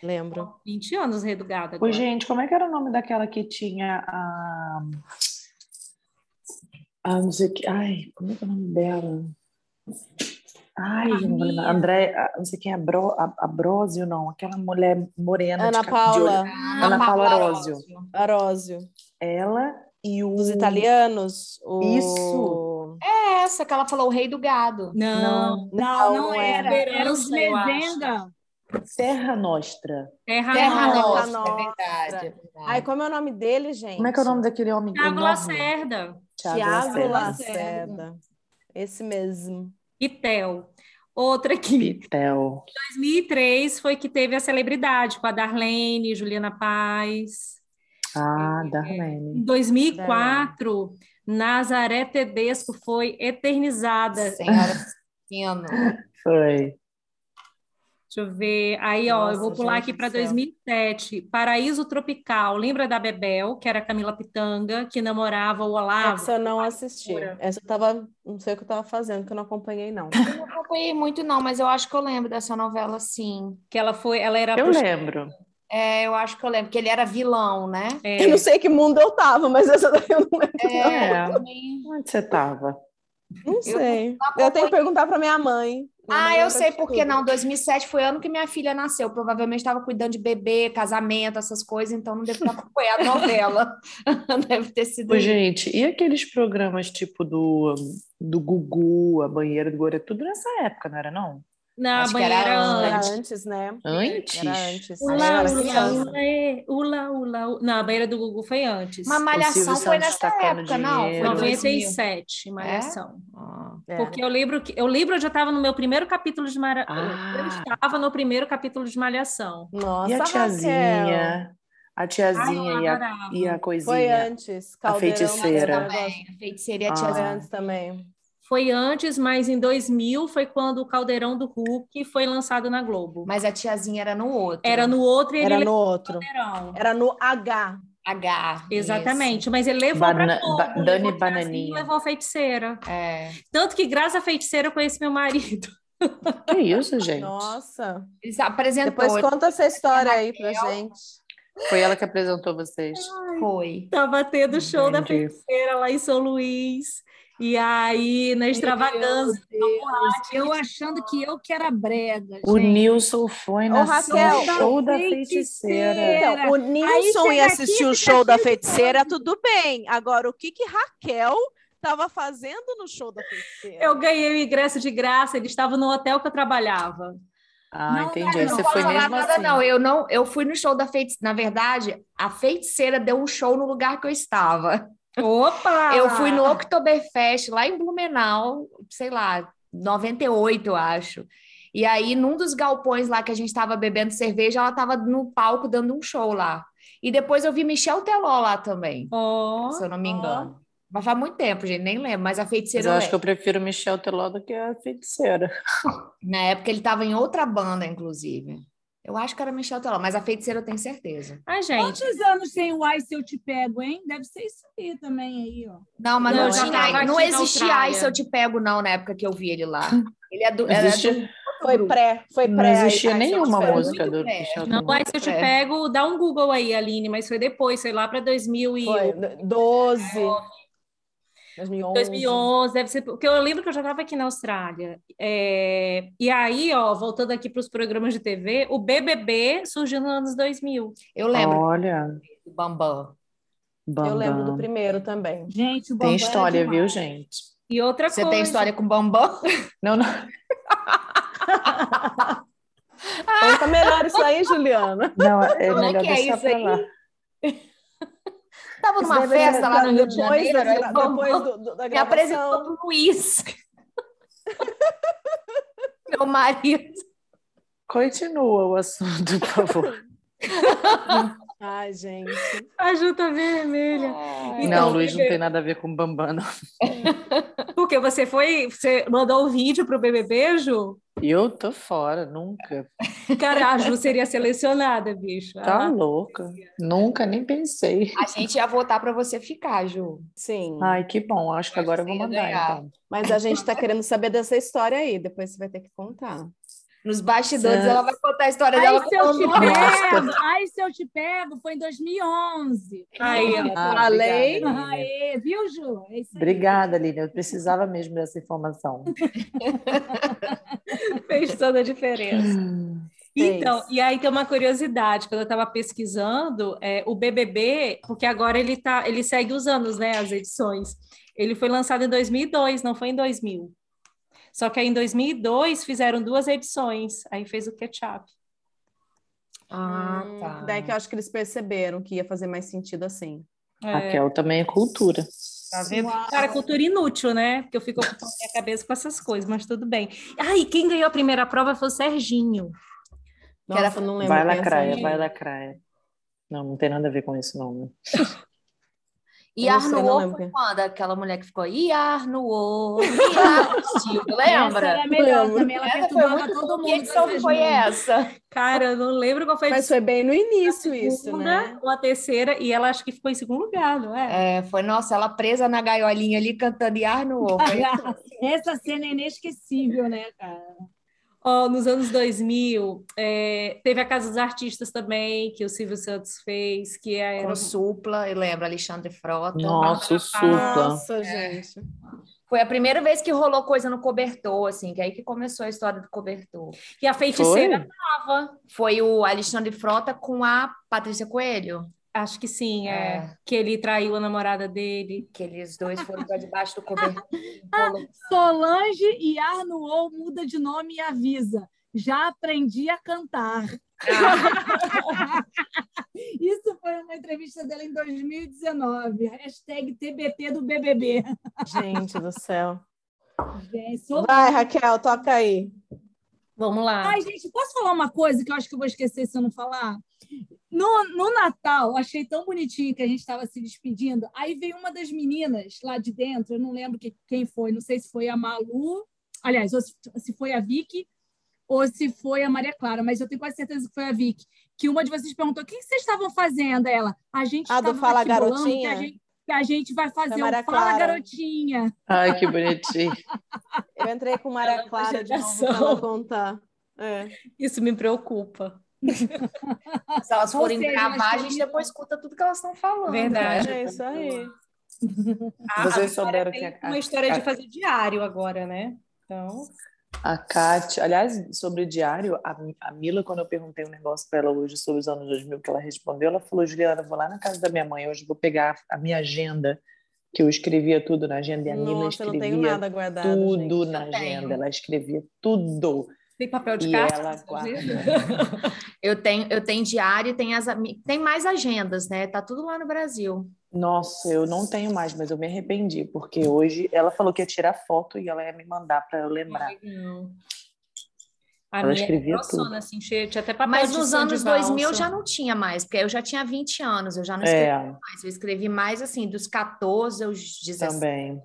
E: Lembro.
C: 20 anos o Rei do Gado
B: Ô,
C: agora.
B: gente, como é que era o nome daquela que tinha a. A não sei que. Ai, como é que é o nome dela? Ai, eu não vou lembrar. André, a- não sei quem é, Bro, a, a Brósio, não, aquela mulher morena
E: Ana
B: de cap- de olho-
E: Paula,
D: Ah,
B: Ana Paula Arósio.
E: Arósio.
B: Ela e o.
E: Os italianos. O...
B: Isso.
D: É essa que ela falou, o rei do gado.
C: Não,
F: Não, não,
E: não
F: era.
C: era.
F: Era os
C: É Eu acho.
F: Mezenga.
B: Terra Nostra.
C: Terra,
D: Terra
C: Nova.
D: Nossa,
E: Nossa.
D: é verdade. é verdade.
E: Ai, como é o nome dele, gente?
B: Como é que é o nome daquele homem?
C: Tiago
B: enorme?
C: Lacerda.
B: Thiago
E: Tiago
B: Lacerda.
E: Lacerda. Esse mesmo.
C: E Theo. Outra que
B: Pitel.
C: 2003 foi que teve a celebridade com a Darlene, Juliana Paz.
B: Ah,
C: É.
B: Darlene.
C: Em 2004, Nazaré Tedesco foi eternizada.
D: Senhora Sino.
B: Foi.
C: Deixa eu ver. Aí, ó, eu vou
E: Nossa,
C: pular
E: gente
C: aqui
E: do
C: para
E: céu.
C: 2007. Paraíso Tropical. Lembra da Bebel, que era a Camila Pitanga, que namorava o Olavo?
E: Essa eu
C: ah,
E: não assisti. Essa eu tava. Não sei o que eu tava fazendo, que eu não acompanhei, não.
D: Eu não acompanhei muito, não, mas eu acho que eu lembro dessa novela, sim.
C: Que ela foi, ela
E: Tá
C: era
B: Eu
C: pros-
B: lembro.
D: É, eu acho que eu lembro, que ele era vilão, né?
C: é,
E: Eu não sei que mundo eu tava, mas essa daí eu não lembro.
B: É.
D: eu também-
B: Onde você estava?
E: Não sei.
D: acompanhei.
E: Eu tenho que perguntar pra minha mãe. Minha
D: Ah,
E: mãe tipo,
D: eu
E: lembra
D: sei
E: de
D: porque
E: tudo.
D: não. 2007 foi ano que minha filha nasceu. Provavelmente estava cuidando de bebê, casamento, essas coisas, então não devo ter acompanhado a novela. Deve ter sido.
B: Ô, gente, e aqueles programas tipo do, do Gugu, a banheira do Goré, tudo nessa época, não era não?
C: na
D: Acho que era
C: banheira
E: Era
C: antes.
E: antes, né?
B: Antes?
E: Era antes.
C: Ula,
E: Eu era
D: Acho que era
C: ula,
E: criança.
C: ula, é, ula, ula, ula. Não, a banheira do Gugu foi antes.
D: Uma malhação
B: é, Silvio
D: foi
B: Santos
D: nessa
B: tacando
D: época, não? Foi É?
B: dinheiro.
D: 2000.
C: 97, Malhação.
D: Ah.
E: É.
C: Porque eu lembro que eu lembro onde eu estava no meu primeiro capítulo de Mara...
B: Ah.
C: Eu estava no primeiro capítulo de Malhação.
E: É. Nossa,
B: e a
E: Raquel.
B: tiazinha? A tiazinha
C: Ai,
B: e,
C: eu
B: a,
C: adorava.
B: e a
E: Foi
B: coisinha.
E: antes.
B: A
E: Caldeirão,
B: feiticeira.
E: mas eu gosto.
D: Feiticeira e a
B: Ah.
E: Foi
D: tiazinha.
E: antes também.
C: Foi antes, mas em 2000 foi quando o Caldeirão do Hulk foi lançado na Globo.
D: Mas a tiazinha era no outro.
C: Era no outro e ele
E: Era
C: levou
E: no outro.
C: o Caldeirão.
E: Era no H.
D: H.
C: Exatamente, mas ele levou
B: Bana-
C: pra Globo,
B: ba- Dani
C: levou Tiazinha,
B: Bananinha.
C: levou a feiticeira.
D: isso. É.
C: Tanto que graças à feiticeira eu conheci meu marido.
B: Que isso, gente?
E: Nossa.
D: Eles apresentou. né?
E: Depois conta essa história aí pra gente.
B: Foi ela que apresentou vocês.
D: Foi.
C: Tava tendo show da
B: Entendi.
C: feiticeira lá em São Luís. E aí, na extravagança,
F: Eu achando que eu que era brega,
B: O
F: gente.
B: Nilson foi
E: Ô,
B: na
E: Raquel,
B: show da
F: feiticeira.
B: feiticeira.
E: Então, o Nilson
F: chega
E: ia
F: aqui,
E: assistir o
F: fica
E: show da
F: aqui,
E: feiticeira, tudo bem. Agora, o que que Raquel estava fazendo no show da feiticeira?
C: eu ganhei o ingresso de graça, ele estava no hotel que eu trabalhava.
B: Ah,
F: Não,
B: entendi.
F: não,
B: Aí
F: não
B: Você
D: Não
B: foi
D: posso falar
B: mesmo
D: nada,
B: assim.
D: não. Eu não. Eu fui no show da feiticeira. Na verdade, a feiticeira deu um show no lugar que eu estava.
C: Opa!
D: Eu fui no Oktoberfest, lá em Blumenau, sei lá, 98, eu acho. E aí, num dos galpões lá que a gente estava bebendo cerveja, ela estava no palco dando um show lá. E depois eu vi Michel Teló lá também,
C: Ó,
D: se eu não me engano. Mas faz muito tempo, gente, nem lembro. Mas a
B: Mas
D: feiticeira. é.
B: eu
D: eu
B: acho que eu
D: lembro.
B: prefiro Michel Teló do que a feiticeira.
D: Na época ele estava em outra banda, inclusive. Eu acho que era Michel Teló, mas a feiticeira eu tenho certeza.
C: Ai, gente.
F: Quantos anos tem o Ai Se Eu Te Pego, hein? Deve ser isso aí também, aí, ó.
D: Não, mas
C: Não,
D: não,
C: já
D: tinha,
C: tava
D: não
C: aqui na
D: existia ai
C: Austrália.
D: se eu te pego, não, na época que eu vi ele lá. Ele é do. era
B: Existe-
D: do
E: Foi pré, foi pré.
B: não existia
E: aí- tá, aí são
B: nenhuma
E: os fãs.
B: música do
D: muito pré.
B: Michel
C: Não,
B: Teló.
C: mas se eu te
D: É.
C: pego, dá um Google aí, Aline, mas foi depois, foi lá para 2000 e
E: Foi 12. 2011.
C: 2011, deve ser, porque eu lembro que eu já estava aqui na Austrália. É, e aí, ó, voltando aqui para os programas de TV, o BBB surgiu nos anos 2000.
D: Eu lembro
B: Olha,
D: do Bambam.
B: Bambam.
E: Eu lembro do primeiro também.
F: Gente, o
B: Tem
F: Bambam é
B: história, viu,
F: demais.
B: gente?
C: E outra
D: Você
C: coisa,
D: tem história com Bambam?
B: Não, não.
E: Conta melhor isso aí, Juliana.
B: Não, é
D: Como é
B: melhor
D: que é
B: deixar
D: isso
B: pra
D: aí?
B: lá.
D: Tava numa festa lá no Rio de
E: Depois
D: Janeiro,
E: da
D: aí
E: gra-
D: o Bambam
E: depois do- do- da
D: me apresentou
E: gravação.
D: pro Luiz. Meu marido.
B: Continua o assunto, por favor.
E: Ai, gente.
C: a Juta Vermelha.
B: não,
C: Então,
B: Luiz não
C: BBB.
B: tem nada a ver com Bambam, não.
C: Porque você foi, você mandou o vídeo pro BBB, Ju?
B: Eu tô fora, nunca.
C: Cara, a Ju seria selecionada, bicho.
B: Tá
C: Ah,
B: louca. Nunca nem pensei.
D: A gente ia votar pra você ficar, Ju.
E: Sim.
B: Ai, que bom. Tipo, Acho que agora eu vou
D: Você ia
B: mandar,
D: ganhar.
B: então.
E: Mas a gente tá querendo saber dessa história aí. Depois você vai ter que contar.
D: Nos bastidores,
B: Certo.
D: ela vai contar a história
F: Ai,
D: dela.
F: se eu te
D: falando-
F: pego, ai, se eu te pego, foi em 2011.
C: Aí, ó.
B: Ah,
E: Falei.
B: obrigada, Lívia.
F: Aê, viu, Ju? É isso aí.
B: Obrigada, Lívia. Eu precisava mesmo dessa informação.
C: fez toda a diferença.
E: Fez.
C: Então, e aí tem uma curiosidade, quando eu estava pesquisando, é, o BBB, porque agora ele tá, ele segue os anos, né, as edições. Ele foi lançado em 2002, não foi em 2000. Só que aí em 2002 fizeram duas edições, aí fez o ketchup.
D: Ah, tá.
E: Daí que eu acho que eles perceberam que ia fazer mais sentido assim.
C: É,
B: Raquel também é cultura.
C: tá vendo?
F: Uau.
C: Cara, cultura inútil, né? Porque eu fico ocupando minha cabeça com essas coisas, mas tudo bem. Ah, e quem ganhou a primeira prova foi o Serginho.
E: Nossa,
D: era-
E: não lembro.
B: Vai
E: quem é
B: lacraia,
E: essa
B: vai lacraia. Não, não tem nada a ver com isso, não. né?
D: E
E: Eu não
D: ar
E: sei,
D: no
E: não
D: O
E: lembro
D: foi
E: quem.
D: quando? Aquela mulher que ficou, e ar no O, e ar no estilo",
F: Essa
D: lembra?
F: era É melhor
E: Lembro.
F: também, ela
D: Essa foi
F: perturbava
D: muito
F: todo mundo.
D: Que edição
F: vocês
D: foi
F: lembram?
D: essa?
C: Cara, eu não lembro qual foi a
E: Mas foi bem no início isso,
C: segunda
E: né?
C: ou a terceira, e ela acho que ficou em segundo lugar, não é?
D: É, foi, nossa, ela presa na gaiolinha ali, cantando e ar no O. Foi-
F: Essa cena é inesquecível, né, cara?
C: Ó, nos anos 2000, é, teve a Casa dos Artistas também, que o Silvio Santos fez, que é,
D: Era
C: era...
D: o Supla, eu lembro, Alexandre Frota.
C: Então,
B: Nossa, o supla.
E: Nossa, gente.
D: Foi a primeira vez que rolou coisa no cobertor, assim, que aí que começou a história do cobertor.
C: E é a
B: Foi?
C: Feiticeira tava,
D: Foi o Alexandre Frota com a Patrícia Coelho,
C: acho que sim, é,
D: É.
C: que ele traiu a namorada dele.
D: que eles dois foram para debaixo do cobertor. Rolou-
F: Solange e Arnold muda de nome e avisa. Já aprendi a cantar. Isso foi uma entrevista dela em 2019. Hashtag TBT do BBB.
E: Gente do céu.
F: Gente, sou-
E: Vai, Raquel, toca aí.
C: Vamos lá.
F: Ai, gente, posso falar uma coisa que eu acho que eu vou esquecer se eu não falar? No, no Natal, achei tão bonitinho que a gente estava se despedindo. Aí veio uma das meninas lá de dentro, eu não lembro que- quem foi, não sei se foi a Malu, aliás, ou se, se foi a Vicky, ou se foi a Maria Clara, mas eu tenho quase certeza que foi a Vicky. Que uma de vocês perguntou: o que que vocês estavam fazendo? Ela, a gente
E: A Ah, do
F: estava
E: Fala
F: aqui bolando
E: Garotinha?
F: Que a gente, que a gente vai fazer o
E: Maria
F: Fala
E: Clara.
F: Garotinha.
B: Ai, que bonitinho.
E: Eu entrei com Maria Clara de novo pra
C: geração.
E: ela contar. É.
C: Isso me preocupa.
D: Se elas
F: Ou
D: forem
F: seja,
D: gravar, a
F: elas
D: gente
F: tão-
D: depois escuta tudo que elas estão falando. né?
C: Verdade.
E: É isso aí.
B: Vocês souberam que a-
C: Ah, Uma história de fazer diário agora, né? Então,
B: A Kátia, aliás, sobre diário, a, a Mila, quando eu perguntei um negócio para ela hoje sobre os anos 2000, que ela respondeu, ela falou, Juliana, eu vou lá na casa da minha mãe, hoje vou pegar a minha agenda, que eu escrevia tudo na agenda, e a Mila
E: Nossa, eu não tenho
B: escrevia
E: nada guardado. gente.
B: tudo na agenda,
D: tenho.
B: ela escrevia tudo,
C: tem papel de
B: e
C: carta?
B: ela
C: essas coisas?
B: guarda.
D: Eu tenho, eu tenho diário e tem as ami- tem mais agendas, né? Tá tudo lá no Brasil.
B: Nossa, eu não tenho mais, mas eu me arrependi, porque hoje ela falou que ia tirar foto e ela ia me mandar para eu lembrar.
C: A
B: Ela
C: minha era
B: escrevia
C: grossona,
B: tudo.
C: assim, tinha, tinha até papel
D: Mas
C: de
D: nos
C: som de
D: anos 2000
C: valsa.
D: já não tinha mais, porque eu já tinha 20 anos, eu já não escrevi
B: É,
D: mais. Eu escrevi mais assim, dos 14 aos 17.
B: também.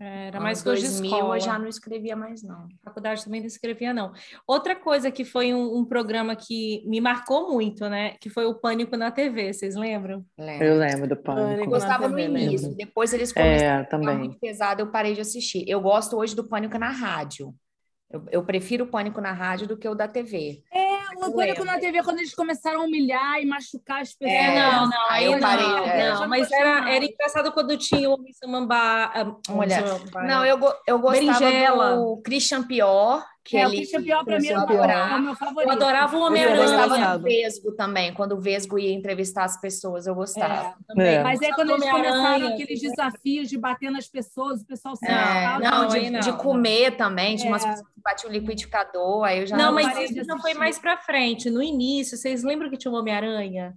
C: Era
D: Anos
C: mais coisa de
D: 2000
C: escola.
D: eu já não escrevia mais, não.
C: faculdade também não escrevia, não. Outra coisa que foi um, um programa que me marcou muito, né? Que foi o Pânico na TV, vocês lembram?
D: Lembro.
B: Eu lembro do Pânico.
D: Eu gostava no
E: TV, lembro.
D: início, depois eles começaram
B: É,
D: a ficar
B: também.
D: muito pesado, eu parei de assistir. Eu gosto hoje do Pânico na rádio. Eu, eu prefiro o Pânico na rádio do que o da TV.
F: O Pânico na TV, quando eles começaram a humilhar e machucar as pessoas.
D: É,
C: não, não,
D: aí
C: aí
D: eu
C: não,
D: parei,
C: não,
D: é.
C: não, mas era, era engraçado quando tinha o Homem Samambá. ah, Homem
D: Olha,
C: Samambá,
D: Não,
C: né?
D: eu, go- eu gostava
C: Berinjela.
D: do Christian Pior, que
F: É, o
D: ele...
F: Christian Pior, pra mim,
D: eu
F: era o meu-
D: adorava.
F: era o meu favorito.
C: eu adorava o
D: Eu
E: Era
D: gostava
C: Homem-Aranha.
E: engraçado.
D: do Vesgo também, quando o Vesgo ia entrevistar as pessoas, eu gostava.
C: também.
B: É.
F: Mas aí, quando eles
C: Homem-Aranha,
F: começaram aqueles desafios de bater nas pessoas, o pessoal se
D: É,
F: matava.
D: não,
C: não,
D: de,
C: aí não.
D: de comer também, tinha umas
F: É.
D: pessoas que batiam liquidificador, aí eu já
C: Não, mas
F: parei de
C: isso não foi
F: assistir.
C: mais pra frente. No início, vocês lembram que tinha o Homem-Aranha?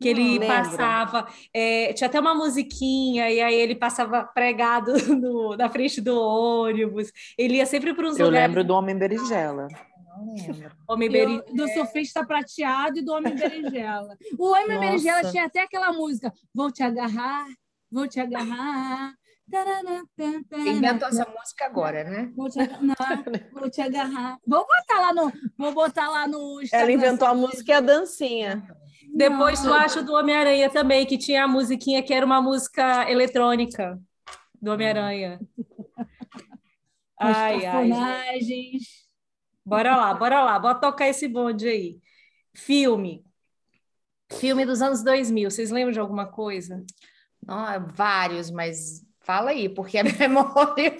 C: Que
E: Não,
C: ele
E: lembro.
C: passava, é, tinha até uma musiquinha, e aí ele passava pregado no- na frente do ônibus. Ele ia sempre para uns
B: Eu
C: lugares.
B: lembro do Homem Berinjela.
D: não lembro.
C: Homem
F: E
C: Beri...
F: o- do surfista prateado e do Homem Berinjela. O Homem
E: Nossa.
F: Berinjela tinha até aquela música: Vou te agarrar, vou te agarrar. Tarará, tan, tan,
D: Inventou essa música agora, né?
F: Vou te agarrar, vou te agarrar. Vou botar lá no. Vou botar lá no
E: Ela
F: Instagram.
E: inventou a música e a dancinha.
C: Depois tu acha do Homem-Aranha também, que tinha a musiquinha que era uma música eletrônica do Homem-Aranha.
F: As
C: Ai, ai. gente.
F: personagens.
C: Bora lá, bora lá, bora tocar esse bonde aí. Filme. Filme dos anos 2000, vocês lembram de alguma coisa?
D: Não, é vários, mas fala aí, porque a memória.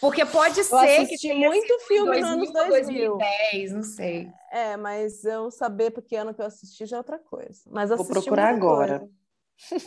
D: Porque pode
E: Eu
D: ser que
E: assisti
D: tenha
E: muito
D: sido
E: filme nos anos 2000.
D: 2010, não sei.
E: É, mas eu saber porque ano que eu assisti já é outra coisa. Mas assisti
B: procurar
E: muita
B: agora.
E: coisa.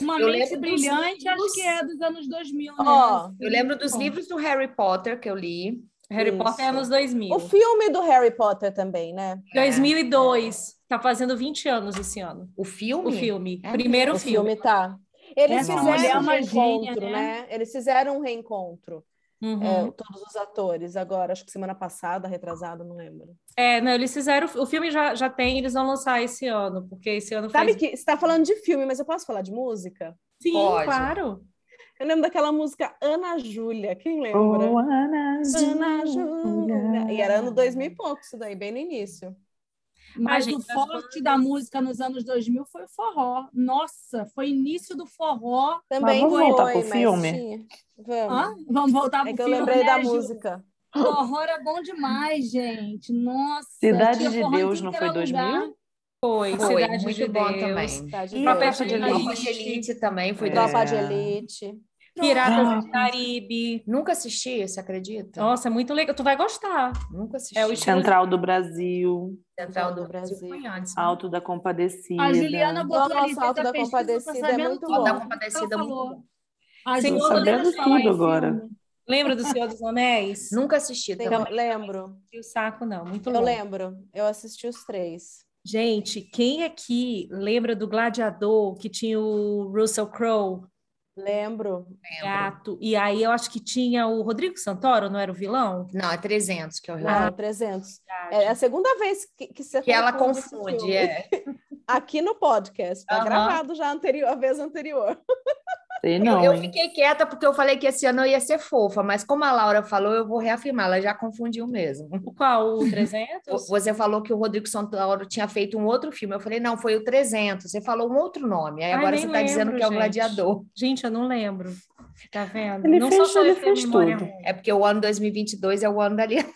F: Uma
D: Eu
F: mente
D: lembro dos
F: brilhante, acho
D: livros.
F: que é dos anos 2000, né?
E: Ó,
D: Eu lembro dos livros do Harry Potter que eu li.
C: Harry
E: Isso.
C: Potter é anos 2000.
E: O filme do Harry Potter também, né?
C: 2002, tá fazendo 20 anos esse ano.
D: O filme?
C: O filme,
D: É.
C: primeiro
E: O
C: filme.
E: filme tá. Eles
F: Essa mulher é
E: fizeram um
F: uma
E: reencontro,
F: gênia, né?
E: né? Eles fizeram um reencontro,
C: Uhum.
E: é, todos os atores. Agora, acho que semana passada, retrasada, não lembro.
C: É, não, eles fizeram. O filme já, já tem, eles vão lançar esse ano, porque esse ano
E: Sabe
C: faz.
E: que você está falando de filme, mas eu posso falar de música?
C: Sim,
D: Pode.
C: claro.
E: Eu lembro daquela música Ana Júlia, quem lembra?
B: Oh, Ana
E: Ana
B: Júlia.
E: Júlia. E era ano 2000 e pouco isso daí, bem no início.
F: Mas
C: Ah, gente,
F: o
C: das
F: forte da música nos anos 2000 foi o forró. Nossa, foi início do forró.
E: Também
B: vamos
E: foi,
B: voltar pro
E: mas
B: filme?
E: tinha. Vamos.
F: Hã? Vamos voltar
E: É
F: pro
E: que eu
F: filme,
E: lembrei da
F: né, Ju?
E: música.
F: Forró era bom demais, gente. Nossa.
B: Cidade
F: tinha
B: de
F: forró em
B: Deus
F: tudo
B: não
F: que
B: foi
F: era
B: 2000?
F: lugar.
C: Foi,
D: Foi,
C: Cidade
D: muito
C: de
D: bom
C: Deus.
D: também.
E: Deus.
B: E Tropa de
C: Elite.
D: Tropa de Elite também foi
B: É.
D: do
E: Tropa de Elite.
C: Piratas
B: Ah.
C: do Caribe.
D: Nunca assisti, você acredita?
C: Nossa, é muito legal. Tu vai gostar.
D: Nunca assisti.
C: É o
B: Central do Brasil,
D: Central do
E: do
D: Brasil.
E: Brasil.
D: Foi antes. né?
B: Alto da Compadecida.
F: A
B: né?
F: Juliana botou
E: Nossa,
F: a lista
E: Alto
F: da
E: da
F: pesquisa,
E: Compadecida
F: tá
E: é
F: sabendo
E: muito
F: tudo.
E: bom.
D: Alto da
E: Ela
D: Compadecida, muito
F: falou.
D: bom.
F: A
C: Sim,
F: Ju
C: tô
F: adorando
B: sabendo
F: falar
B: tudo
F: em
B: agora.
F: filme.
C: Lembra do Senhor dos Anéis?
D: Nunca assisti
E: Tem-
D: também.
E: eu lembro,
C: E o saco, não. Muito
E: eu
C: bom.
E: lembro. Eu assisti os três.
C: Gente, quem aqui lembra do Gladiador que tinha o Russell Crowe,
E: Lembro.
D: Lembro.
C: gato? E aí eu acho que tinha o Rodrigo Santoro, não era o vilão?
D: Não, é 300 que eu
E: Não, 300. É a segunda vez que, que você
D: Ah. Que ela
E: confunde esse
D: confunde,
E: filme.
D: é.
E: Aqui no podcast. Tá
C: Aham.
E: gravado já anterior, a vez anterior.
B: Sei não,
D: Eu, eu
B: hein?
D: fiquei quieta porque eu falei que esse ano eu ia ser fofa, mas como a Laura falou, eu vou reafirmar, ela já confundiu mesmo.
C: O Tipo, qual? O 300?
D: Vo- Você falou que o Rodrigo Santoro tinha feito um outro filme. Eu falei, não, foi o 300. Você falou um outro nome. Aí
C: Ai,
D: agora
C: nem
D: você está dizendo
C: lembro,
D: que é o
C: gente.
D: Gladiador.
C: Gente, eu não lembro. Tá vendo?
B: Ele
C: não
B: fez-
C: só
B: ele
C: eu tenho
B: fez
C: memória
B: tudo.
C: ruim.
D: É porque o ano 2022 é o ano da aliança.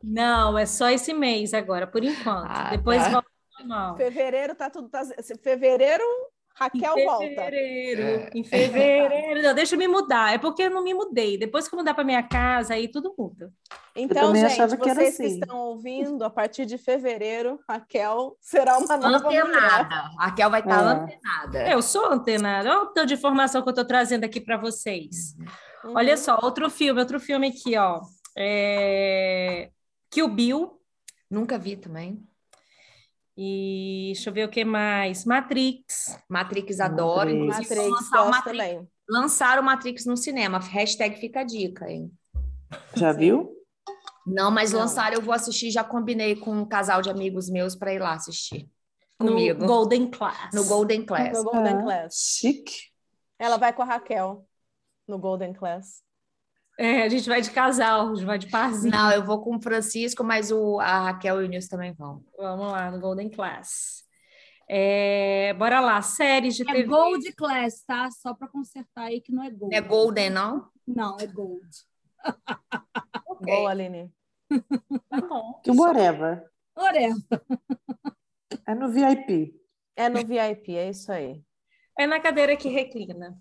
C: Não, é só esse mês agora, por enquanto.
D: Ah,
C: Depois
D: tá.
C: volta ao normal.
E: Fevereiro tá tudo. Tá... Fevereiro,
C: Em
E: Raquel volta.
C: fevereiro,
D: É.
C: em fevereiro. Não, deixa eu me mudar. É porque eu não me mudei. Depois que eu mudar para minha casa, aí tudo muda.
E: Então,
B: também
E: gente,
B: achava que
E: vocês
B: era
E: que
B: assim.
E: estão ouvindo, a partir de fevereiro, Raquel será uma nova mulher.
D: Antenada. A Raquel vai tá estar
B: É.
D: antenada.
C: Eu sou antenada. Olha o tanto de informação que eu estou trazendo aqui para vocês.
E: Uhum.
C: Olha só, outro filme, outro filme aqui, ó. É... Kill Bill
D: Nunca vi também.
C: e deixa eu ver o que mais. Matrix.
D: Matrix adoro.
B: Matrix.
D: Inclusive,
E: Matrix,
D: vão lançar o
E: gosto
D: Matrix.
E: também.
D: Lançaram o Matrix no cinema. Hashtag fica a dica, hein?
B: Já viu?
D: Não, mas
E: Não.
D: lançaram, eu vou assistir, já combinei com um casal de amigos meus para ir lá assistir.
C: No
D: Comigo.
C: Golden Class.
D: No Golden
E: No
D: Class.
E: Golden
B: Ah.
E: Class.
B: Chique.
E: Ela vai com a Raquel no Golden Class.
C: É, a gente vai de casal, a gente vai de parzinho.
D: Não, eu vou com o Francisco, mas o, a Raquel e o Nilson também vão.
C: Vamos lá, no Golden Class. É, bora lá, séries de
F: É
C: TV.
F: gold class, tá? Só pra consertar aí que não é gold.
D: Não é Golden, não?
F: Não, é gold.
D: Ok.
E: Boa, Aline.
C: Tá bom.
B: Que whatever.
F: Orel.
B: É no VIP.
E: É no VIP, é isso aí.
C: É na cadeira que reclina.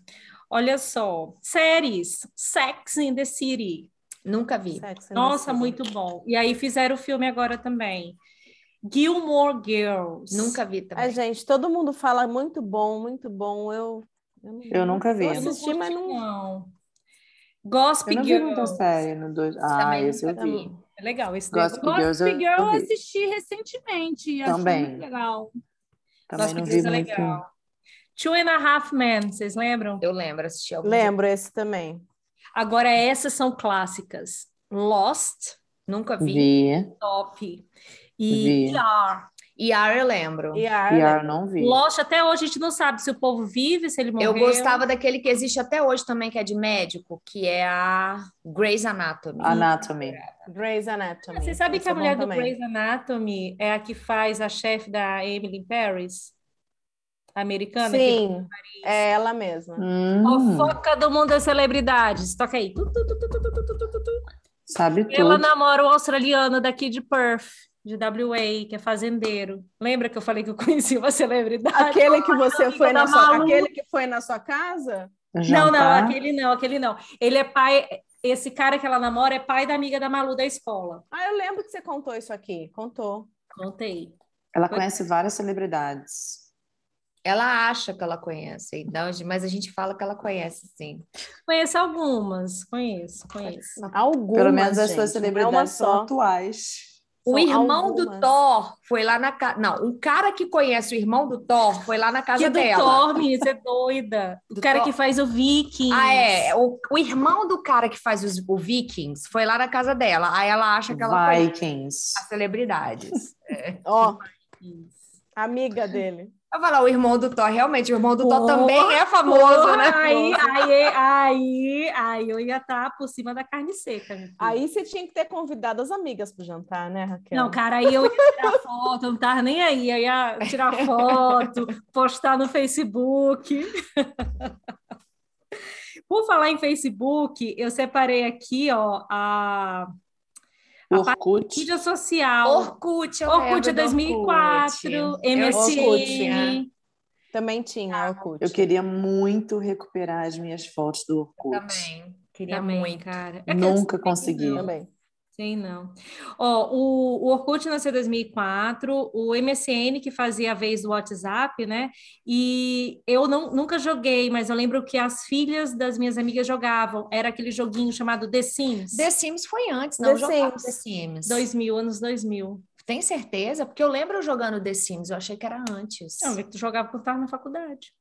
C: Olha só, séries, Sex in the City.
D: Nunca vi.
E: Sex and the
C: Nossa,
E: City.
C: muito bom. E aí fizeram o filme agora também. Gilmore Girls.
D: Nunca vi
E: Ai,
B: Ah,
D: também.
E: gente, todo mundo fela muito bom, muito bom. Eu, eu, não-
B: Eu nunca vi.
E: Eu
C: Eu não
E: assisti, mas
C: curti,
E: não.
C: não. Gossip
B: Eu não vi muita
C: Girls.
B: série no dois. Ah,
D: também
B: esse eu
D: nunca
B: vi.
D: vi.
C: É legal esse
B: Gossip
C: daí.
B: Girls
F: Gossip
B: eu-
F: Girl
B: eu
F: eu
B: vi. Então.
F: assisti recentemente e achei
B: Também.
F: muito legal.
B: Também
C: Gossip
B: não vi
C: Girls é
B: muito.
C: legal. Two and a Half Men, vocês lembram?
D: Eu lembro, assisti algum.
E: Lembro esse também.
C: Agora essas são clássicas. Lost,
D: Nunca vi.
B: Vi.
C: top.
B: Vi.
C: E ER.
D: E Ar eu lembro.
E: E a Arlen,
B: PR não vi.
C: Lost, até hoje a gente não sabe se o povo vive, se ele morreu.
D: Eu gostava daquele que existe até hoje também, que é de médico, que é a Grey's Anatomy.
B: Ah, Anatomy.
E: Grey's Anatomy.
C: Você sabe que
E: Esse é
C: a
E: bom
C: mulher do
E: também.
C: Grey's Anatomy é a que faz a chefe da Emily in Paris? A americana? que-
E: Sim, é ela mesma.
B: Hum,
C: Fofoca do mundo das celebridades. Toca aí. Tu, tu, tu, tu, tu, tu, tu, tu, tu, tu.
B: sabe tudo.
C: Ela namora o australiano daqui de Perth, de WA, que é fazendeiro. Lembra que eu falei que eu conheci uma celebridade?
E: Aquele que você
C: amiga
E: foi na
C: da
E: sua,
C: Malu.
E: aquele que foi na sua casa?
C: Não, não,
B: Jantar.
C: aquele não, aquele não. Ele é pai. Esse cara que ela namora é pai da amiga da Malu da escola.
E: Ah, eu lembro que você contou isso aqui. Contou.
C: Contei.
B: Ela conhece várias celebridades.
D: Ela acha que ela conhece, então, mas a gente fala que ela conhece, sim.
C: Conheço algumas, conheço, conheço.
E: Algumas,
B: Pelo menos as
E: gente,
B: suas
E: não é
B: celebridades
E: uma
B: são
E: só.
B: atuais.
D: O
E: São
D: irmão do
E: algumas.
D: Thor foi lá na casa. Não, um cara que conhece o irmão do Thor foi lá na casa
C: Que do
D: dela.
C: Thor, menina, você é doida. O
D: Do
C: cara
D: Thor.
C: que faz o Viking.
D: Ah, é. O, o irmão do cara que faz os, o Vikings foi lá na casa dela. Aí ela acha que ela conhece
B: Vikings.
D: as celebridades.
E: Ó, amiga dele.
D: Eu falar, o irmão do Thor, realmente, o irmão do Thor
C: Porra,
D: também é famoso,
C: Porra,
D: né?
C: aí, aí, aí, aí eu ia estar por cima da carne seca. né? minha filha.
E: Aí você tinha que ter convidado as amigas pro jantar, né, Raquel?
C: Não, cara, aí eu ia tirar foto, eu não tava nem aí. Eu ia tirar foto, postar no Facebook. Por falar em Facebook, eu separei aqui, ó, a
B: Orkut.
C: mídia social.
D: Orkut, eu
C: Orkut
D: lembro
C: é
D: do
C: 2004,
D: É Orkut. né? Eu tinha.
C: MSN.
E: Também tinha, Orkut.
B: Eu queria muito recuperar as minhas fotos do Orkut.
D: Também. Queria
C: Também,
D: muito.
C: cara. É
B: Nunca consegui.
E: Também.
C: Sei não. Ó, o, o Orkut nasceu em 2004, o MSN que fazia a vez do WhatsApp, né? E eu não, nunca joguei, mas eu lembro que as filhas das minhas amigas jogavam. Era aquele joguinho chamado The Sims.
D: The Sims foi antes, não
E: The
D: jogava The
E: Sims.
D: Sims.
C: 2000, anos 2000.
D: Tem certeza? Porque eu lembro eu jogando The Sims, eu achei que era antes.
C: Não, é que tu jogava quando tava na faculdade.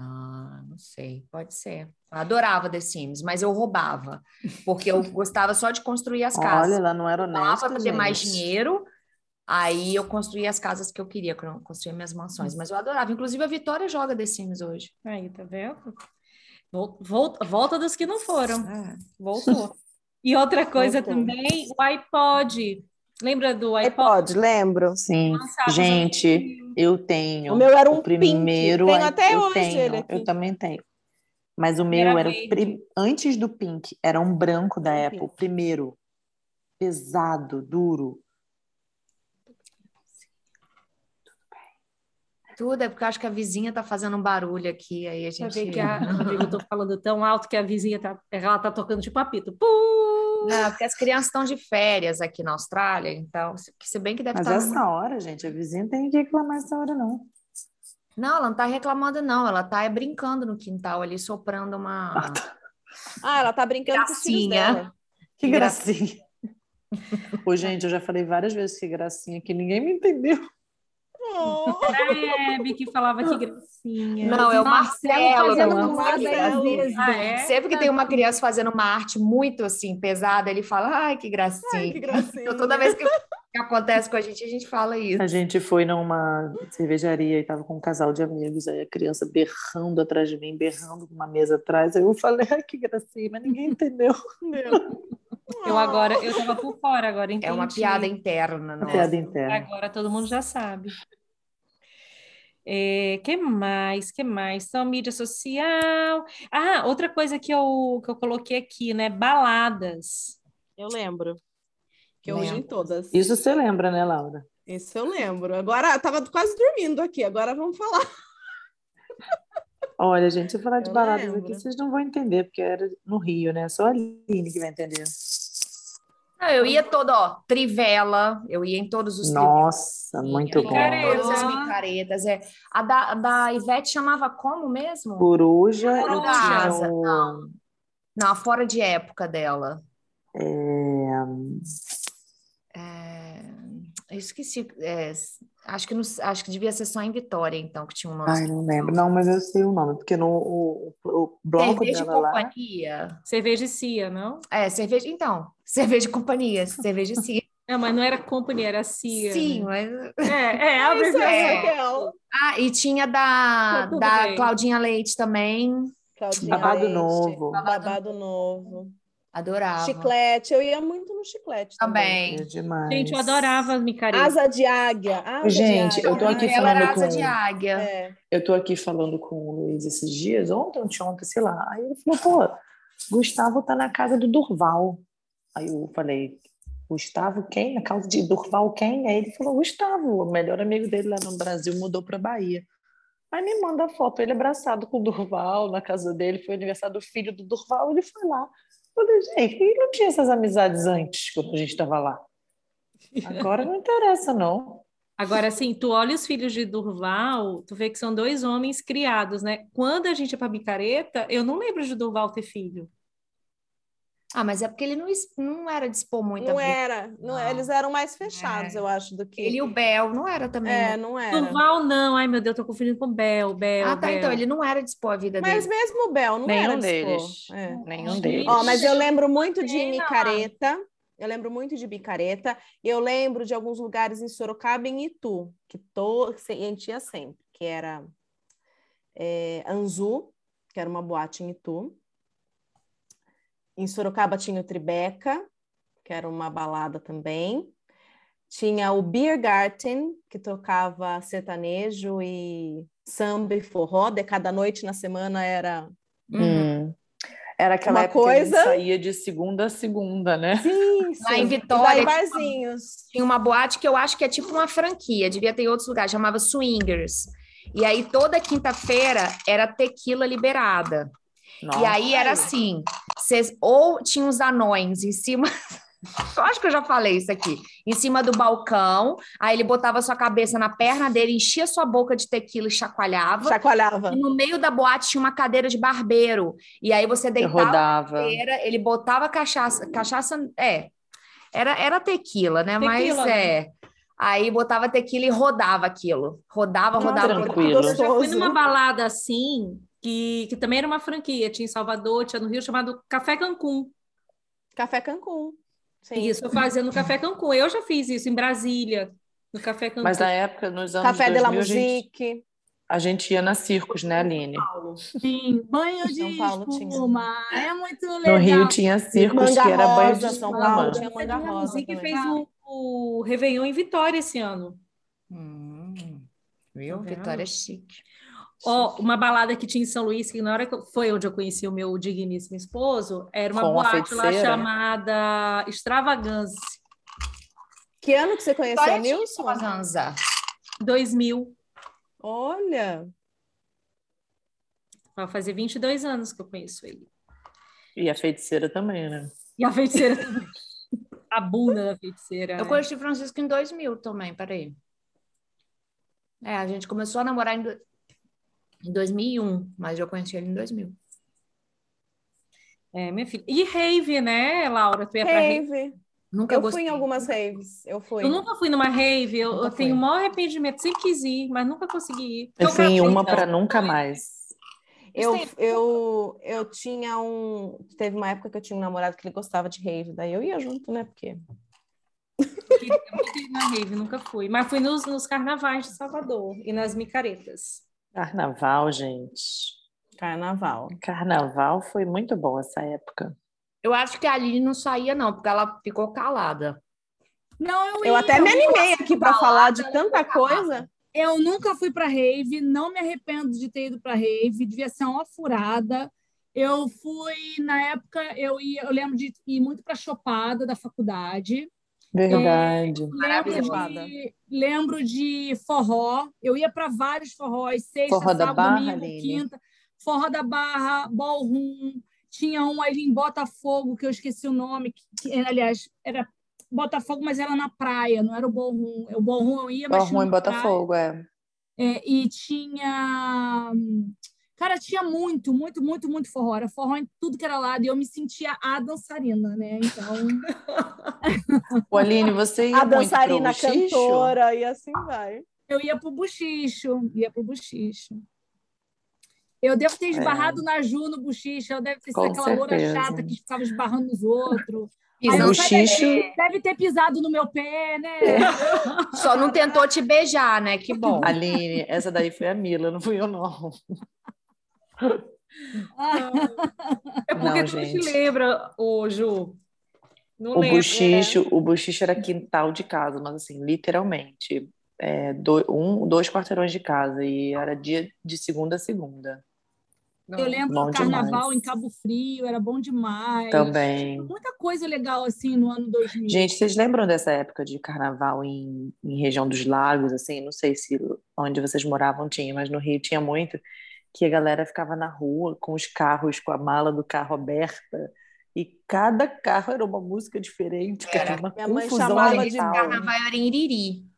D: Ah, não sei, pode ser. Eu adorava The Sims, mas eu roubava, porque eu gostava só de construir as
B: Olha,
D: casas.
B: ela não era
D: Eu roubava
B: honesta,
D: para ter mais
B: gente.
D: dinheiro, aí eu construía as casas que eu queria, que eu não construía minhas mansões, mas eu adorava. Inclusive, a Vitória joga The Sims hoje.
C: Aí, tá vendo? Vol- Volta, volta dos que não foram.
D: Ah,
C: Voltou. E outra coisa
E: Voltou.
C: também, o iPod. Lembra do iPod?
E: iPod, lembro.
B: Sim.
C: Lançava os
B: Gente, eu tenho.
E: O meu era um
B: o primeiro.
E: pink.
B: ai-
E: Tenho até
B: eu
E: hoje
B: tenho,
E: ele aqui.
B: Eu também tenho. Mas o meu
C: Era
B: era
C: verde.
B: pri- antes do pink, era um branco da
E: Era um
B: Apple,
E: pink.
B: primeiro. Pesado, duro.
D: Tudo é porque eu acho que a vizinha tá fazendo um barulho aqui, aí
C: Pra
D: a gente...
C: ver que a, eu tô falando tão alto que a vizinha tá, ela tá tocando tipo apito. Pum!
D: Não, Ah, porque as crianças estão de férias aqui na Austrália, então, se se bem que deve
B: Mas
D: estar...
B: essa hora, gente, a vizinha tem que reclamar essa hora, não.
D: Não, ela não tá reclamando, não. Ela tá é, brincando no quintal ali, soprando uma.
E: Ah, ela tá brincando com os filhos
D: Gracinha.
E: dela.
B: Que
D: Gracinha.
B: gracinha. Ô, gente, eu já falei várias vezes que gracinha, que ninguém me entendeu.
C: A É, Hebe que falava que gracinha.
D: Não, é o Marcelo.
F: fazendo
D: não,
F: com
D: Marcelo.
F: vezes.
C: Ah, é?
D: Sempre que tem uma criança fazendo uma arte muito assim pesada, ele fala: "Ai, que gracinha".
E: Ai, que gracinha.
D: Então, toda vez que, que acontece com a gente, a gente fala isso.
B: A gente foi numa cervejaria e tava com um casal de amigos, aí a criança berrando atrás de mim, berrando com uma mesa atrás. Aí eu falei, ai, que gracinha, mas ninguém entendeu.
C: Eu agora, eu tava por fora agora, entendi.
D: É uma piada interna, não é?
B: Piada interna.
C: Agora todo mundo já sabe. É, que mais? Que mais? Então, mídia social. Ah, outra coisa que eu, que eu coloquei aqui, né? Baladas.
E: Eu lembro. Que eu
D: Lembro.
E: hoje em todas.
B: Isso você lembra, né, Laura?
E: Isso eu lembro. Agora, eu tava quase dormindo aqui, agora vamos falar.
B: Olha, gente, se eu falar de
E: Eu
B: baladas
E: lembro.
B: aqui, vocês não vão entender, porque era no Rio, né? Só a Aline que vai entender.
D: Não, eu ia toda, ó, trivela, eu ia em todos os
B: Nossa, muito bom.
C: Cara,
D: trivelas, todas as
F: Careta.
D: micaretas, é. A da, a da Ivete chamava como mesmo?
B: Coruja e
D: Coruja.
B: tinha o...
D: Não, a fora de época dela.
B: é,
D: É, Eu esqueci. é, acho, que não- acho que devia ser só em Vitória, então, que tinha um nome.
B: Ai, não lembro. Não, mas eu sei o nome, porque no, o, o-
C: É,
B: o bloco
D: cerveja e
B: dela lá...
D: companhia.
C: Cerveja e Cia, não?
D: É, cerveja. Então, cerveja e companhia, cerveja e cia.
C: Não, mas não era Company, era Cia.
D: Sim, mas.
C: É, é, a
E: Isso
C: abreviação.
E: é,
D: é.
E: Raquel.
D: Ah, e tinha
C: Tá
D: da,
C: tudo
D: da
C: bem.
D: Claudinha Leite também.
E: Claudinha
B: Babado
E: Leite,
B: Novo.
E: Babado Novo.
D: Adorava.
E: Chiclete. Eu ia muito no chiclete também.
B: É
D: Também.
B: demais.
C: Gente, eu adorava as micaretas.
E: Asa de águia. Asa de
B: Gente,
E: águia.
B: eu tô aqui
E: Ai,
D: Ela era
B: falando
D: asa
B: com-
D: de águia.
E: É.
B: Eu tô aqui falando com o Luiz esses dias, ontem, ontem, ontem, sei lá. Aí ele falou, pô, Gustavo tá na casa do Durval. Aí eu falei, Gustavo quem? Na casa de Durval quem? Aí ele falou, Gustavo, o melhor amigo dele lá no Brasil mudou pra Bahia. Aí me manda a foto, ele abraçado com o Durval na casa dele, foi o aniversário do filho do Durval, ele foi lá. Eu falei, gente, por que não tinha essas amizades antes, quando a gente tava lá? Agora não interessa, não.
C: Agora, assim, tu olha os filhos de Durval, tu vê que são dois homens criados, né? Quando a gente é pra micareta, eu não lembro de Durval ter filho.
D: Ah, mas é porque ele não, es- não era de expor muito a
E: Não é.
D: vida.
E: era. Não,
D: Não.
E: Eles eram mais fechados,
B: é.
E: eu acho, do que.
D: Ele e o Bel não era também.
E: É,
D: né?
E: não era.
C: Durval, não. Ai, meu Deus, tô confundindo com Bel, Bel,
D: Ah, tá.
C: é Bel.
D: Então, ele não era de expor a vida
E: Mas
D: dele.
E: mesmo o Bel, não
B: Nenhum
E: era de
B: deles.
E: expor. É.
B: Nenhum deles.
E: Ó, mas eu lembro muito de
C: Pena.
E: micareta. Eu lembro muito de micareta. E eu lembro de alguns lugares em Sorocaba e em Itu, que to... que se- a gente ia sempre, que era é, Anzu, que era uma boate em Itu. Em Sorocaba tinha o Tribeca, que era uma balada também. Tinha o Beer Garden, que tocava sertanejo e samba e forró. De cada noite na semana era
D: Uhum.
B: Hum. Era aquela
E: Uma
B: época que a gente
E: coisa-
B: saía de segunda a segunda, né?
E: Sim,
D: Lá em
E: sim.
D: Vitória,
E: E daí, barzinhos.
D: Tinha uma boate que eu acho que é tipo uma franquia, devia ter em outros lugares, chamava Swingers. E aí toda quinta-feira era tequila liberada. E aí era assim, cês, ou tinha os anões em cima. Eu acho que eu já falei isso aqui. Em cima do balcão, aí ele botava sua cabeça na perna dele, enchia sua boca de tequila e chacoalhava.
E: Chacoalhava.
D: E no meio da boate tinha uma cadeira de barbeiro. E aí você
B: Eu
D: deitava
B: rodava.
D: inteira, ele botava cachaça, cachaça, é, era, era tequila, né? Mas
C: Tequila,
D: é. Aí botava tequila e rodava aquilo. Rodava, rodava, rodava.
B: tranquilo.
C: Eu já fui
E: Gostoso.
C: numa balada assim, que, que também era uma franquia, tinha em Salvador, tinha no Rio, chamado Café Cancún.
E: Café Cancún. Sim.
C: Isso, eu fazia no Café Cancún. Eu já fiz isso em Brasília, no Café Cancún.
B: Mas na época, nos anos
E: Café de la
B: 2000, a gente-
E: Musique. Ah,
B: a gente ia nas circos, né, Aline?
F: Sim, banho de
E: São Paulo tinha.
F: espuma. É muito
B: No
F: legal.
B: Rio tinha circos
E: Manga
B: que era banho de
E: Rosa, São
B: espuma.
E: Paulo tinha
C: Mas
E: manga
C: a
E: rosa.
C: Music
E: também.
C: fez o, o Réveillon em Vitória esse ano.
D: Hum, viu?
C: Tá vendo?
D: Vitória é chique.
C: Ó, uma balada que tinha em São Luís, que na hora que eu, foi onde eu conheci o meu digníssimo esposo, era uma
B: Com a
C: boate lá
B: feiticeira?
C: chamada Extravagance
E: Que ano que você conheceu o
D: Vitória
E: Nilson?
D: é chique, Zanza.
C: 2000.
E: Olha.
C: Vai fazer 22 anos que eu conheço ele.
B: E a feiticeira também, né?
C: E a feiticeira também. A bunda da feiticeira.
D: Eu
C: né?
D: conheci o Francisco em 2000 também, peraí. É, a gente começou a namorar em, do- em 2001, mas eu conheci ele em 2000.
C: É, minha filha. E rave, né, Laura? Tu ia pra rave.
E: Rave.
D: Nunca
E: Eu
D: gostei.
E: fui em algumas raves, eu fui.
C: Eu nunca fui numa rave, eu,
E: Nunca
C: eu tenho o
E: foi.
C: maior arrependimento, sempre quis ir, mas nunca consegui ir.
B: Eu
C: Então,
B: fui em
C: pra-
B: Assim, uma para nunca mais.
E: Eu,
C: Isso
E: eu, eu tinha um. Teve uma época que eu tinha um namorado que ele gostava de rave, daí eu ia junto, né? Porque.
C: Eu queria muito ir na rave, nunca fui. Mas fui nos, nos carnavais de Salvador e nas micaretas.
B: Carnaval, gente.
E: Carnaval.
B: Carnaval foi muito bom essa época.
D: Eu acho que a Aline não saía, não, porque ela ficou calada.
F: Não, eu,
E: Eu
F: ia,
E: até me animei aqui para
F: balada,
E: falar de tanta coisa.
F: Eu nunca fui para rave, não me arrependo de ter ido para rave, devia ser uma furada. Eu fui, na época, eu ia, eu lembro de ir muito para chopada da faculdade.
B: Verdade.
F: Lembro
E: Maravilhosa.
F: de, lembro de forró. Eu ia para vários forrós, sexta,
B: Forró da
F: sábado,
B: Barra,
F: domingo,
B: Aline?
F: quinta. Forró da Barra, ballroom. Tinha um ali em Botafogo, que eu esqueci o nome. Que, que, aliás, era Botafogo, mas era na praia, não era o ballroom. O ballroom eu
E: É.
F: ia, mas
B: Bom,
F: tinha
B: ruim
F: uma praia.
B: Botafogo, é.
F: É, e tinha. Cara, tinha muito, muito, muito, muito forró. Era forró em tudo que era lado. E eu me sentia a dançarina, né? Então.
B: Ô, Aline, você ia
E: A
B: muito pro
E: dançarina
B: bochicho?
E: cantora e assim vai.
F: Eu ia pro bochicho, ia pro bochicho. Eu devo ter esbarrado na Ju no bochicho, eu devo ter sido
B: É. Com
F: aquela loura
B: certeza.
F: chata que ficava esbarrando nos outros.
B: O
F: Aí eu saí
B: bochicho-
F: daqui, Deve ter pisado no meu pé, né?
D: Só não tentou te beijar, né? Que bom.
B: Aline, essa daí foi a Mila, não fui eu, não.
C: É porque
B: Não,
C: tu não te
B: gente.
C: lembra, ô, Ju. Não É.
B: O
C: lembro.
B: bochicho,
E: né?
B: o bochicho era quintal de casa, mas assim, literalmente. é, do- um, dois quarteirões de casa. E era dia de segunda a segunda
C: Não.
F: Eu lembro
B: É, Bom
F: do carnaval
B: demais.
F: em Cabo Frio, era bom
E: É
F: demais.
B: também.
F: Muita coisa legal assim no ano 2000.
B: Gente, vocês lembram dessa época de carnaval em, em região dos lagos, assim? Não sei se onde vocês moravam tinha, mas no Rio tinha muito, que a galera ficava na rua com os carros, com a mala do carro aberta, e cada carro era uma música diferente, cara, uma
E: Minha mãe
B: confusão
E: chamava de
D: Esse
B: mental.
D: carnaval era em Iriri.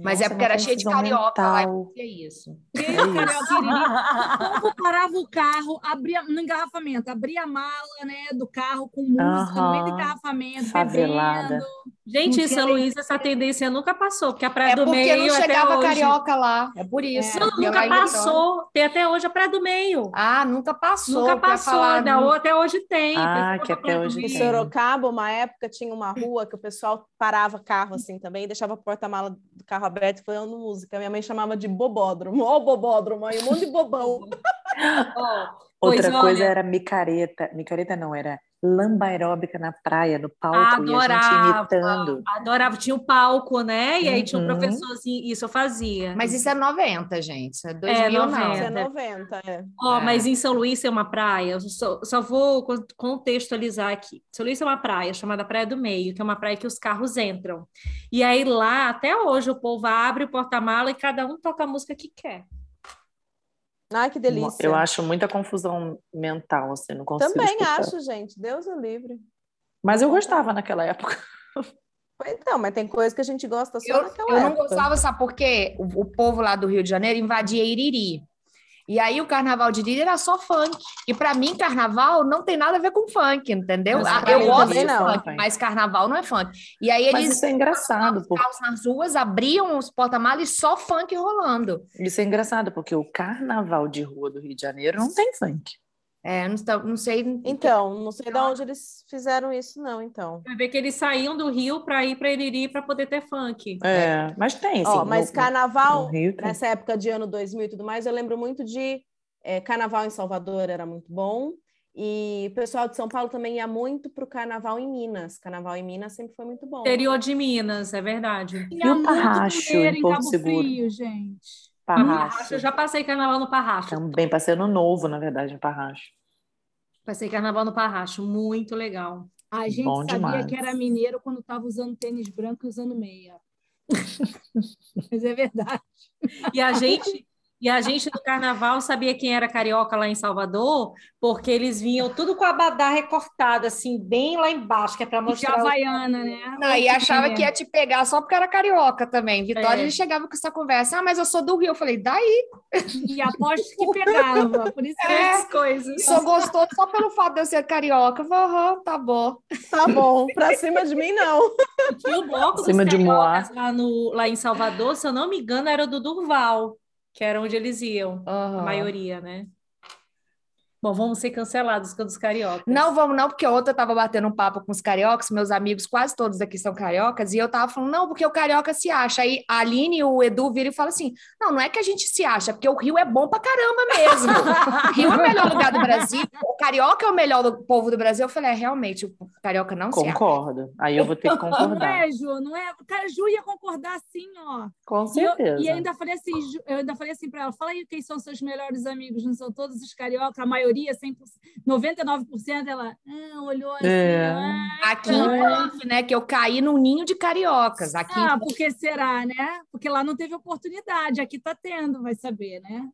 D: Mas
B: Nossa,
D: é porque era
B: uma
D: cheio de
B: confusão
D: carioca lá e
B: mental.
D: fazia isso.
B: É
F: Carioca,
B: isso.
F: Iriri. O povo parava o carro, abria no engarrafamento, abria a mala né, do carro com música no meio do
B: Aham.
F: engarrafamento,
B: Favelada.
F: bebendo.
C: Gente,
F: Não
C: em São
F: tinha-
C: Luís, essa tendência nunca passou, porque a Praia
D: É
C: do
D: porque
C: Meio
D: não
C: até
D: chegava
C: hoje...
D: carioca lá. É por isso.
F: É.
C: Não,
D: Porque lá
C: nunca
D: em Niterói-
C: passou. Tem até hoje a Praia do Meio.
D: Ah, nunca passou.
C: nunca
D: eu ia
C: passou.
D: falar,
F: né?
C: ainda
D: não.
C: hoje- até hoje tem.
B: Ah,
C: Pessoal
B: que
C: da
F: tá
B: até
C: Praia do
B: hoje
C: Meio.
E: Em
B: Sim.
E: Sorocaba, uma época, tinha uma rua que o pessoal parava carro assim também, e deixava a porta-mala do carro aberto e foi andando música. Minha mãe chamava de bobódromo. Ô, bobódromo, aí um monte de bobão.
C: Ó, Pois
B: Outra coisa
C: olha.
B: era micareta. Micareta não, era lamba aeróbica na praia, no palco, e a
C: Adorava.
B: gente imitando.
C: Adorava, tinha o palco, né? E aí tinha um
B: Uhum.
C: professorzinho, isso eu fazia.
D: Mas isso é 90, gente. Isso é 2000, não.
C: 90.
E: Isso é 90, é.
C: Ó,
D: É.
C: mas em São Luís é uma praia, eu só, só vou con- contextualizar aqui. São Luís é uma praia chamada Praia do Meio, que é uma praia que os carros entram. E aí lá, até hoje, o povo abre o porta-mala e cada um toca a música que quer.
E: Ai, que delícia.
B: Eu acho muita confusão mental, assim, não consigo
E: Também
B: escutar.
E: acho, gente. Deus o livre.
B: Mas eu gostava naquela época.
E: Pois Então, mas tem coisa que a gente gosta só
D: Eu,
E: naquela
D: eu não
E: época.
D: gostava, sabe por quê? O, o povo lá do Rio de Janeiro invadia Iriri. E aí o carnaval de Iriri era só funk. E pra mim, carnaval não tem nada a ver com funk, entendeu?
B: Mas
D: Ah,
B: pra
D: Eu
B: mim
D: gosto de
E: também não.
D: funk, mas carnaval não é funk. E aí
B: Mas
D: eles
B: isso é engraçado, porque
D: carros nas ruas, abriam os porta-malas e só funk rolando.
B: isso é engraçado, porque o carnaval de rua do Rio de Janeiro não tem funk.
D: É, não, sei- não sei.
E: Então, não sei de onde eles fizeram isso, não, então.
C: Vai ver que eles saíam do Rio para ir para Iriri para poder ter funk.
B: É, mas tem, sim.
E: Ó, mas
B: no-
E: carnaval,
B: no Rio tem.
E: nessa época de ano 2000 e tudo mais, eu lembro muito de eh, carnaval em Salvador era muito bom. E o pessoal de São Paulo também ia muito para o carnaval em Minas. Carnaval em Minas sempre foi muito bom.
C: Interior de Minas, é verdade.
F: Tinha
B: E o
F: muito
B: Parracho,
F: comer
B: em
F: em
B: Porto
F: Cabo
B: Seguro?
F: Frio, gente.
B: Parracho.
C: Eu já passei carnaval no Parracho.
B: Também passei no novo, na verdade, no Parracho.
C: Passei carnaval no Parracho, muito legal.
F: A gente
B: Bom
F: sabia
B: demais.
F: que era mineiro quando estava usando tênis branco e usando meia. Mas é verdade.
C: E a gente E a gente no carnaval sabia quem era carioca lá em Salvador, porque eles vinham tudo com a abadá recortada, assim, bem lá embaixo, que é para
F: De
C: mostrar. o-
F: Havaiana, né?
D: Não, e achava que ia te pegar só porque era carioca também. Vitória,
C: É.
D: ele chegava com essa conversa. Ah, mas eu sou do Rio. Eu falei, daí,
F: E aposto que pegava. Por isso que
D: É.
C: Essas coisas.
D: sou gostoso só pelo fato de eu ser carioca. Eu falei, aham, tá bom.
E: Tá bom, pra cima de mim não.
C: Tinha o bloco
B: Cima
C: dos
B: de
C: cariocas lá, no, lá em Salvador, se eu não me engano, era o do Durval, que era onde eles iam, a
D: Aham.
C: maioria, né? Bom, vamos ser cancelados com os cariocas.
D: Não vamos não, porque ontem eu tava batendo um papo com os cariocas, meus amigos quase todos aqui são cariocas, e eu tava falando, não, porque o carioca se acha. Aí a Aline e o Edu viram e falam assim, não, não é que a gente se acha, porque o Rio é bom pra caramba mesmo. O Rio é o melhor lugar do Brasil, o carioca é o melhor do- povo do Brasil. Eu falei, é, realmente, o carioca não se acha.
B: Concordo. Aí eu vou ter que
F: Não
B: concordar.
F: é, Ju, não é. Cara, Ju ia concordar assim, ó. E
B: Com
F: eu-
B: certeza.
F: E, ainda falei assim, Ju- eu ainda falei assim para ela, fala aí quem são seus melhores amigos, não são todos os carioca, a maioria, 100%, 99%, ela hum, olhou assim,
B: É.
F: ah,
D: Aqui
C: Então,
D: em
C: é
D: Banff, né, que eu caí num ninho de cariocas. Aqui em
F: ah, porque será, né? Porque lá não teve oportunidade, aqui tá tendo, vai saber, né?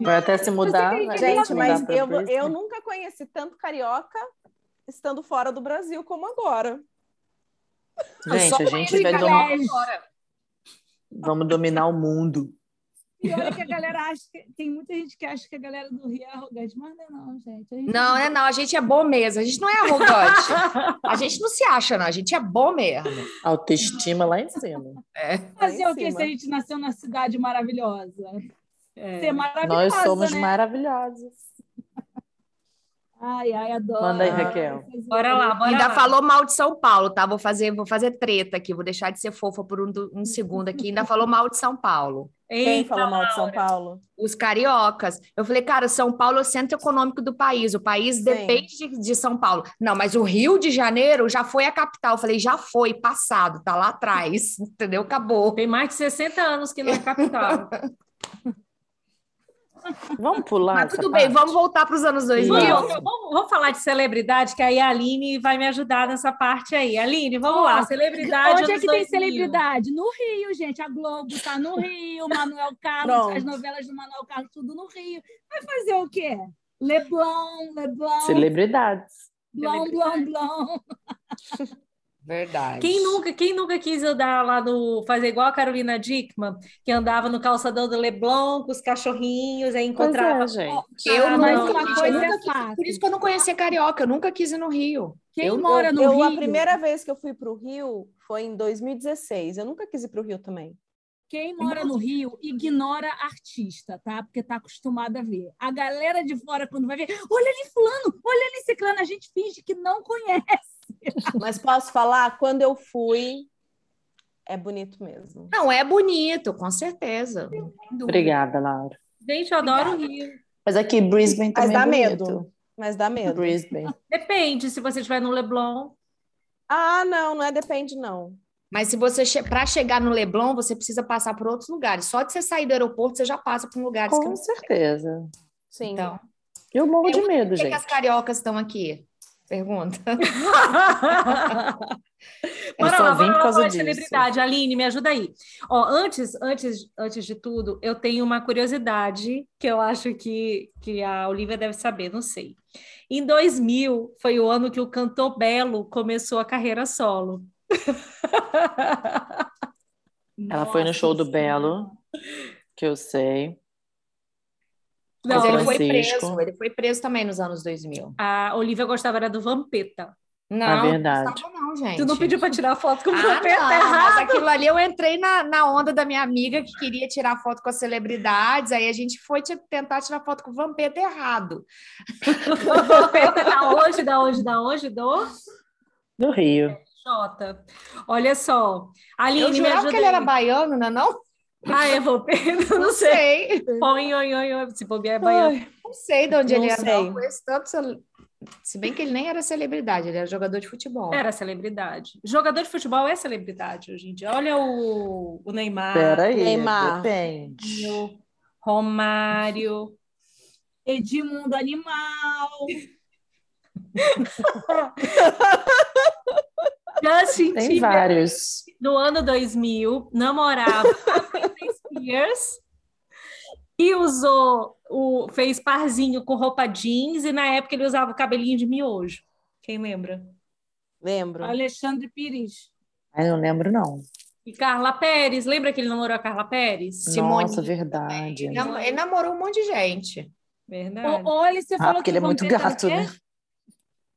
B: Vai até se mudar.
F: Você tem
B: vai
F: que-
B: até
E: Gente,
B: se
E: mas
B: mudar pra né?
E: eu,
B: Brisbane.
E: eu nunca conheci tanto carioca estando fora do Brasil como agora.
D: é
B: Gente, a gente vai
F: Privilégio.
C: É
B: dominar, vamos dominar o mundo.
F: E olha que a galera acha, que, tem muita gente que acha que a galera do Rio é arrogante, mas não é não, gente. A gente
D: Não, né? Não, a gente é bom mesmo. A gente não é arrogante. A gente não se acha, não. A gente é bom mesmo.
B: Autoestima lá em cima.
F: Fazer
E: Lá em
F: o que
E: cima.
F: se a gente nasceu na cidade maravilhosa?
C: É.
F: Ser maravilhosa,
B: Nós somos
F: né?
B: maravilhosos.
F: Ai, ai, adoro.
B: Manda aí, Raquel.
C: Bora lá, bora
D: Ainda
C: lá.
D: falou mal de São Paulo, tá? Vou fazer, vou fazer treta aqui, vou deixar de ser fofa por um, do- um segundo aqui. Ainda falou mal de São Paulo.
E: Quem
C: Eita,
E: falou mal de São Paulo?
D: Os cariocas. Eu falei, cara, São Paulo é o centro econômico do país. O país depende de, de São Paulo. Não, mas o Rio de Janeiro já foi a capital. Eu falei, já foi, passado, tá lá atrás. Entendeu? Acabou.
C: Tem mais de 60 anos que não é capital.
B: Vamos pular.
D: Mas
B: essa
D: tudo bem,
B: parte?
D: vamos voltar para os anos 2000.
C: vamos, vamos- vamos falar de celebridade, que aí a Aline vai me ajudar nessa parte aí. Aline, vamos lá. Celebridade.
F: Onde é
C: anos
F: que tem
C: 2000.
F: celebridade? No Rio, gente. A Globo tá no Rio, Manuel Carlos,
E: Pronto.
F: as novelas do Manuel Carlos, tudo no Rio. Vai fazer o quê? Leblon, Leblon,
B: Celebridades.
F: Blon, Blon, Blon.
D: Verdade.
C: Quem nunca, quem nunca quis andar lá no. fazer igual a Carolina Dickman, que andava no calçadão do Leblon com os cachorrinhos, aí
B: Pois
C: encontrava.
B: é, gente.
D: Eu
F: Ah,
D: nunca,
F: mas
D: gente,
F: uma
D: eu
F: coisa
D: nunca
F: é fato.
D: Por isso que eu não conhecia carioca, eu nunca quis ir no Rio.
F: Quem
D: eu-
F: mora no
E: eu,
F: Rio?
E: A primeira vez que eu fui para o Rio foi em 2016. Eu nunca quis ir para o Rio também.
F: Quem mora no Rio ignora artista, tá? Porque tá acostumada a ver. A galera de fora, quando vai ver, olha ali fulano, olha ali ciclano, a gente finge que não conhece.
E: Mas posso falar? Quando eu fui, é bonito mesmo.
D: Não, é bonito, com certeza. não tem dúvida.
B: Obrigada, Laura.
C: Gente, eu adoro o Rio.
B: Mas aqui, Brisbane
E: Mas
B: também
E: dá
B: é
E: medo.
B: bonito.
E: Mas dá medo.
B: Brisbane.
C: Depende se você estiver no Leblon.
E: Ah, não, não é depende, não.
D: Mas se você che para chegar no Leblon, você precisa passar por outros lugares. Só de você sair do aeroporto, você já passa por lugares que
B: Com
D: não
B: certeza.
E: Sim.
D: Então,
B: Eu morro de
D: Eu-
B: medo,
D: por que, que
B: gente.
D: as cariocas estão aqui? Pergunta.
B: Eu
C: Bora
B: só
C: lá,
B: vim
C: bora
B: por
C: lá
B: causa
C: falar de
B: disso.
C: celebridade. Aline, me ajuda aí. Ó, antes, antes, antes de tudo, eu tenho uma curiosidade que eu acho que, que a Olivia deve saber, não sei. Em 2000 foi o ano que o cantor Belo começou a carreira solo.
B: Ela foi no show do Belo, que eu sei.
D: Mas
C: Não,
D: ele foi
B: Francisco.
D: preso, ele foi preso também nos anos 2000.
C: a Olivia gostava era do Vampeta.
D: Não,
B: Na
D: não
B: verdade.
D: gostava não, gente.
C: Tu não pediu para tirar foto com o
D: Ah,
C: Vampeta?
D: não,
C: errado.
D: mas aquilo ali eu entrei na, na onda da minha amiga que queria tirar foto com as celebridades, aí a gente foi te- tentar tirar foto com o Vampeta errado.
C: O Vampeta é da hoje, da hoje, da hoje, do
B: Do Rio.
C: Jota. Olha só. Aline,
D: Eu
C: me
D: jurava
C: ajuda
D: que ele era
C: aí.
D: baiano, não é não?
C: Ah, é Vampeta? Não sei.
D: sei.
C: Põe, oi, oi, oi. Se bobear é baiano.
D: Não sei de onde
E: Não
D: ele era,
E: sei.
D: não. Conheço tanto cele- Se bem que ele nem era celebridade, ele era jogador de futebol.
C: Era celebridade. Jogador de futebol é celebridade hoje em dia. Olha o, o Neymar,
B: Peraí,
E: Neymar.
B: depende.
C: o Romário.
F: Edmundo Animal.
C: Justin
D: é.
B: Tem
C: Timberlake,
B: vários.
C: no ano 2000, namorava Britney Spears E usou, o, fez parzinho com roupa jeans e na época ele usava o cabelinho de miojo. Quem lembra?
E: Lembro.
F: Alexandre Pires.
B: Ai, não lembro, não.
C: E Carla Pérez, lembra que ele namorou a Carla Pérez?
D: Simone.
B: Nossa, verdade.
D: Ele nam- ele namorou um monte de gente. É.
C: Verdade.
F: O, olha, você
B: Ah,
F: falou
B: porque
F: que
B: ele é
F: o
B: muito
F: Vampeta era o
B: gato,
F: quê?
B: né?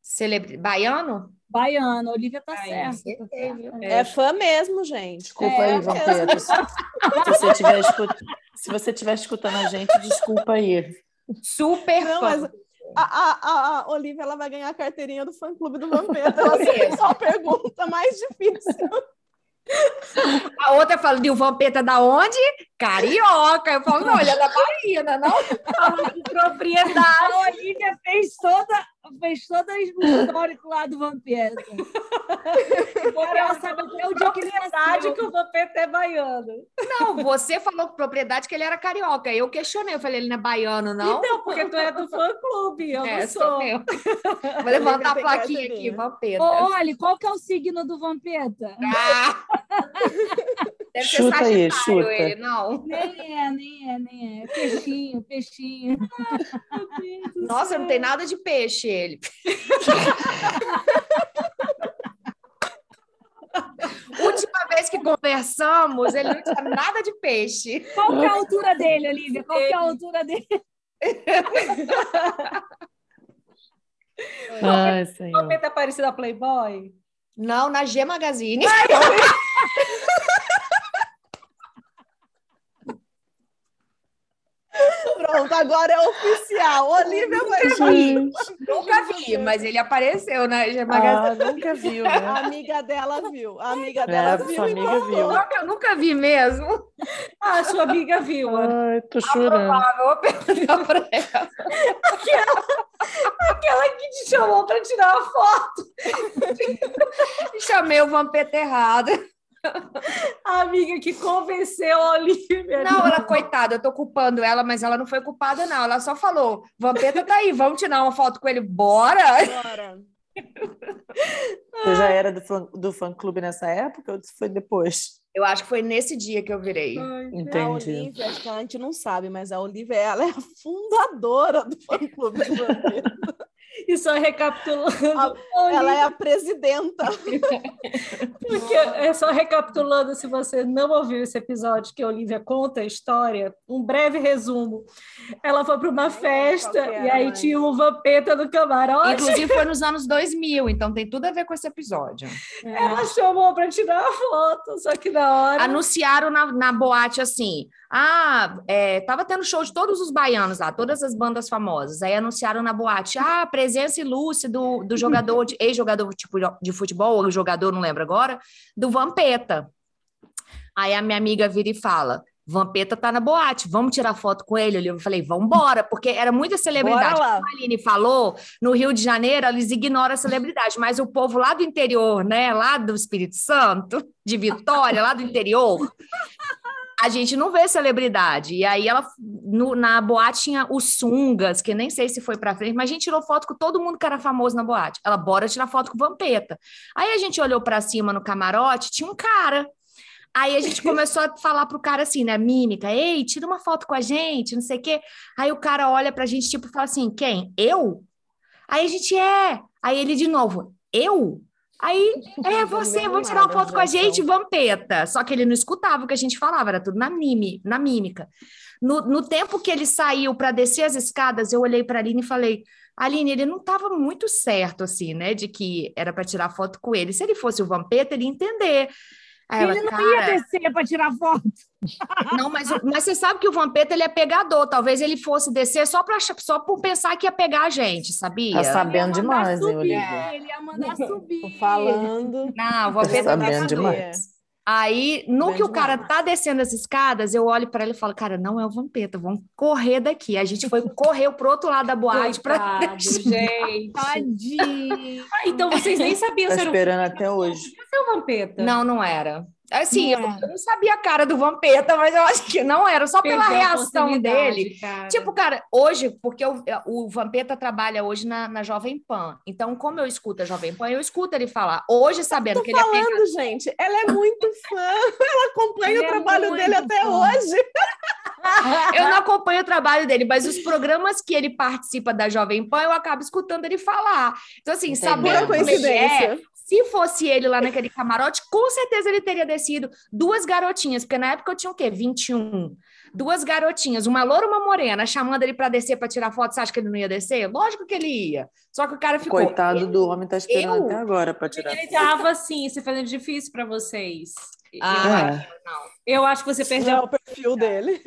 D: Celebre... Baiano?
F: Baiano, Olivia tá
C: Aí,
F: certa.
D: acertei, viu?
E: É fã mesmo, gente.
B: Desculpa
F: É,
B: aí, Vampeta. Se se você estiver escutando, se você tiver escutando a gente, desculpa aí.
D: Super
E: Não,
D: fã.
E: mas- A, a, a- a Olivia ela vai ganhar a carteirinha do fã clube do Vampeta. Ela
D: Beleza.
E: sempre só pergunta mais difícil.
D: A outra fala, de Vampeta da onde? Carioca. Eu falo, não, ele é da Bahia, não é não?
C: Falou com propriedade.
F: A Olivia fez toda, fez todo o histórico lá do Vampeta. Porque ela sabe até o dia que ele
C: Propriedade
F: nasceu.
C: que o Vampeta é baiano.
D: Não, você falou com propriedade que ele era carioca. Eu questionei, eu falei, ele não é baiano, não?
C: Então, porque tu é do fã-clube, Então, eu
D: é,
C: não
D: sou
C: sou.
D: eu. Vou levantar a
E: Tem
D: plaquinha
E: carteirinha.
D: aqui, Vampeta.
F: Ô, olha, qual que é o signo do Vampeta?
D: Ah! Deve ser
B: Chuta aí,
D: Sagitário,
B: chuta.
D: ele, não.
F: Nem é, nem é, nem é. Peixinho, peixinho.
D: Nossa, não tem nada de peixe ele. Última vez que conversamos, ele não tinha nada de peixe.
F: Qual que é a altura dele, Olivia? Qual que é a altura dele?
B: Ai,
C: O
B: senhor.
C: Vampeta é parecido a Playboy?
D: Não, na G Magazine.
E: Pronto, agora é oficial. Olivia vai vir.
D: Nunca vi, mas ele apareceu na G Magazine.
B: Ah, nunca viu,
E: A
B: né?
E: amiga dela viu. A amiga dela
B: É,
E: viu.
B: sua
E: e
B: amiga viu.
D: Nunca, nunca vi mesmo.
C: Ah, sua amiga viu.
B: Ai, tô chorando.
D: Ah, eu vou perguntar pra ela.
C: Aquela que te chamou pra tirar a foto.
D: Chamei o Vampeta errado.
C: A amiga que convenceu a Olivia.
D: Não, ela, coitada, eu tô culpando ela, mas ela não foi culpada, não. Ela só falou: Vampeta tá aí, vamos tirar uma foto com ele, bora!
E: Agora.
B: Você já era do fã, do fã clube nessa época ou foi depois?
D: Eu acho que foi nesse dia que eu virei.
E: A
B: Entendi.
E: Olivia, acho que a gente não sabe, mas a Olivia ela é a fundadora do fã clube do Vampeta.
C: E só recapitulando.
E: A- Ela é a presidenta.
C: Porque é só recapitulando, se você não ouviu esse episódio que a Olivia conta a história, um breve resumo. Ela foi para uma festa
E: qual que
C: e
E: era,
C: aí
E: mas-
C: tinha um vampeta no camarote.
D: Inclusive foi nos anos 2000, então tem tudo a ver com esse episódio.
C: Ela chamou para tirar a foto, só que na hora.
D: Anunciaram na, na boate assim: ah, é, tava tendo show de todos os baianos lá, todas as bandas famosas. Aí anunciaram na boate: ah, presença ilustre do, do jogador, de- ex-jogador tipo, de futebol, ou jogador, não lembro agora, do Vampeta. Aí a minha amiga vira e fala. Vampeta tá na boate, vamos tirar foto com ele. Eu falei, vambora, porque era muita celebridade.
E: Bora lá.
D: a Aline falou, no Rio de Janeiro eles ignoram a celebridade, mas o povo lá do interior, né, lá do Espírito Santo, de Vitória, lá do interior, a gente não vê celebridade. E aí ela no- na boate tinha os sungas, que nem sei se foi pra frente, mas a gente tirou foto com todo mundo que era famoso na boate. Ela bora tirar foto com o Vampeta. Aí a gente olhou pra cima no camarote, tinha um cara Aí a gente começou a falar pro cara assim, né, mímica, ei, tira uma foto com a gente, não sei o quê. Aí o cara olha pra gente, tipo, fala assim, quem? Eu? Aí a gente, é. Aí ele de novo, eu? Aí, é você, vamos tirar uma foto com a gente, vampeta. Só que ele não escutava o que a gente falava, era tudo na, mime, na mímica. No, no tempo que ele saiu para descer as escadas, eu olhei pra Aline e falei, Aline, ele não estava muito certo, assim, né, de que era para tirar foto com ele. Se ele fosse o vampeta, ele ia entender. Aí
F: Ele
C: tá
F: não ia
D: "Cara,
F: descer para tirar foto.
D: não, mas, o- mas você sabe que o Vampeta ele é pegador. Talvez ele fosse descer só, pra, ach- só por pensar que ia pegar a gente, sabia? "É,
B: Tá sabendo
F: Ele ia mandar
B: demais, hein,
F: subir, É,
B: Olivia?
F: Ele ia mandar subir.
E: Falando.
D: Não, o
B: Tá
D: Vampeta é
B: sabendo
D: pegador.
B: demais.
D: Aí, no
E: Grande
D: que o cara tá descendo as escadas, eu olho pra ele e falo: Cara, não é o Vampeta, vamos correr daqui. A gente foi correu pro outro lado da boate pra.
C: Coitado, gente.
F: Tadinho.
C: Ah, então vocês nem sabiam
B: Tá
C: se era um
B: esperando até hoje.
C: vampeta.
D: Não, não era. Assim,
F: Não
D: eu,
C: É.
F: era.
D: eu não sabia a cara do Vampeta, mas eu acho que não era, só pela
C: Perdeu a
D: reação
C: oportunidade,
D: dele.
C: cara.
D: Tipo, cara, hoje, porque o, o Vampeta trabalha hoje na, na Jovem Pan. Então, como eu escuto a Jovem Pan, eu escuto ele falar. Hoje, sabendo
E: Tô
D: que ele é pegado.
E: falando, gente. Ela é muito fã. Ela acompanha
C: Ele
E: o
C: é
E: trabalho
C: muito
E: dele até
C: fã.
E: hoje.
D: Eu não acompanho o trabalho dele, mas os programas que ele participa da Jovem Pan, eu acabo escutando ele falar. Então, assim,
B: Entendi.
D: sabendo
B: Pura
D: como ele é,
E: coincidência.
D: se fosse ele lá naquele camarote, com certeza ele teria descido duas garotinhas, porque na época eu tinha o quê? 21. Duas garotinhas, uma loura e uma morena, chamando ele para descer para tirar foto. Você acha que ele não ia descer? Lógico que ele ia. Só que o cara ficou.
B: Coitado do homem, tá esperando
D: tipo, eu-
B: até agora pra tirar.
C: Ele tava assim, se fazendo difícil para vocês.
D: Ah,
B: É.
C: Eu acho que você perdeu.
E: Não é o perfil dele.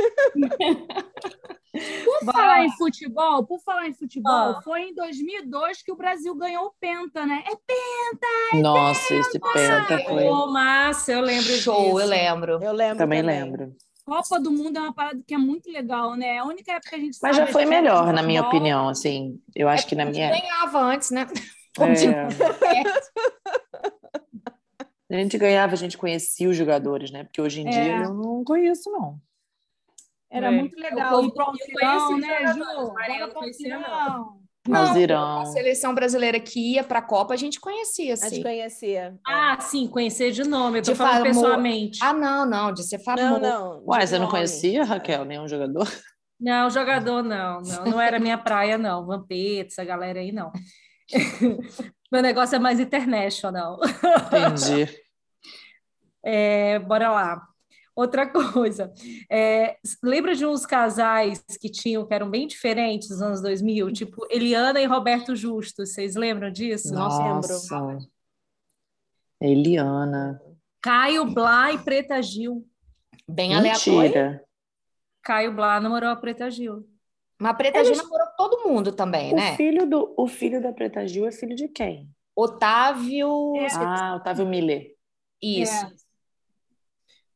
F: Por falar em futebol, por falar em futebol,
C: Ah.
F: foi em 2002 que o Brasil ganhou o Penta, né? É Penta.
B: Nossa, esse penta foi.
C: Ô, um massa, eu lembro
D: show,
C: disso.
D: eu lembro.
E: Eu lembro.
B: Também lembro.
F: Copa do Mundo é uma parada que é muito legal, né? É a única época que a gente
B: Mas já
F: sabe
B: foi
F: que é
B: melhor, na minha
F: futebol.
B: opinião, assim. Eu acho que na minha.
D: A gente ganhava antes, né?
B: É. A gente ganhava, a gente conhecia os jogadores, né? Porque hoje em
F: É.
B: dia eu não conheço, não.
F: Era
C: É.
F: muito legal.
C: Eu
F: O Palmeirão,
C: conheço os
F: né, Ju?
C: jogadores, Maria, eu não conhecia, não.
F: Palmeirão.
D: Não,
B: Alzirão.
D: A seleção brasileira que ia para a Copa, a gente conhecia, assim.
E: A gente
D: sim.
E: conhecia.
C: Ah, sim, conhecer de nome. Eu tô
D: De
C: falando
D: famoso.
C: pessoalmente.
D: Ah, não, não, de ser
E: Não,
D: famoso.
E: não.
B: Ué,
E: de
B: você não
E: nome.
B: conhecia, Raquel, nenhum jogador?
C: Não, jogador não, não, não era minha praia não, Vampeta, essa galera aí não. Meu negócio é mais international.
B: Entendi.
C: É, bora lá. Outra coisa, é, lembra de uns casais que tinham, que eram bem diferentes nos anos 2000? Tipo, Eliana e Roberto Justo, vocês lembram disso?
B: Nossa. Eliana.
C: Caio Blá e Preta Gil.
D: Bem aleatório.
B: Mentira.
C: Caio Blá namorou a Preta Gil.
D: Mas a Preta Gil namorou todo mundo também,
B: O
D: né?
B: filho, do, o filho da Preta Gil é filho de quem?
D: Otávio.
B: Ah, Otávio Miller.
D: Isso.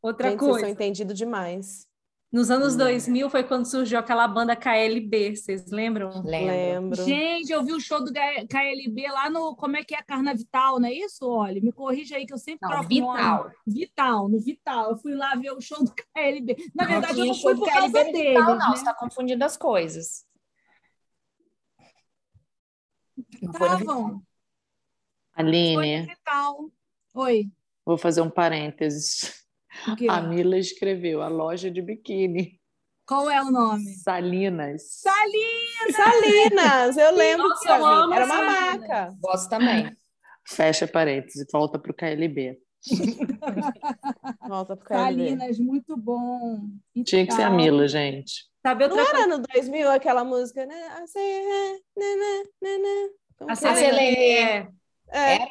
C: Outra
E: Gente, vocês
C: coisa,
E: são entendidos demais.
C: nos anos
B: Hum.
C: 2000 foi quando surgiu aquela banda KLB, vocês lembram?
D: Lembro.
E: Lembro.
F: Gente, eu vi o show do KLB lá no. Como é que é? Carnavital, não é isso? Olha, me corrija aí que eu sempre
D: Não,
F: troco o nome.
D: Vital.
F: Vital, no Vital. Eu fui lá ver o show do KLB. Na
D: Não
F: verdade, eu
D: tinha
F: não
D: show
F: fui
D: do
F: por causa
D: KLB no
F: dele.
D: Vital, não, você tá confundindo as coisas. Não foi no Vital.
F: Estavam. Foi no
B: Aline,
F: Vital. Oi.
B: vou fazer um parênteses.
F: o quê?
B: A Mila escreveu a loja de biquíni.
F: Qual é o nome?
B: Salinas.
E: Salinas, tá eu lembro
C: Nossa,
E: que eu
C: eu amo
E: vi. Era uma
C: Salinas.
E: marca.
D: Gosto também.
B: Fecha parênteses, volta pro KLB.
C: Tá
E: Volta pro KLB.
F: Salinas, muito bom.
B: Tinha que ser a
F: Vital.
B: Mila, gente.
C: Sabe outra
E: Não era no 2000 aquela música, né? Acelera, né, né, né, né. Como que era?
D: Acelera.
C: Acelera.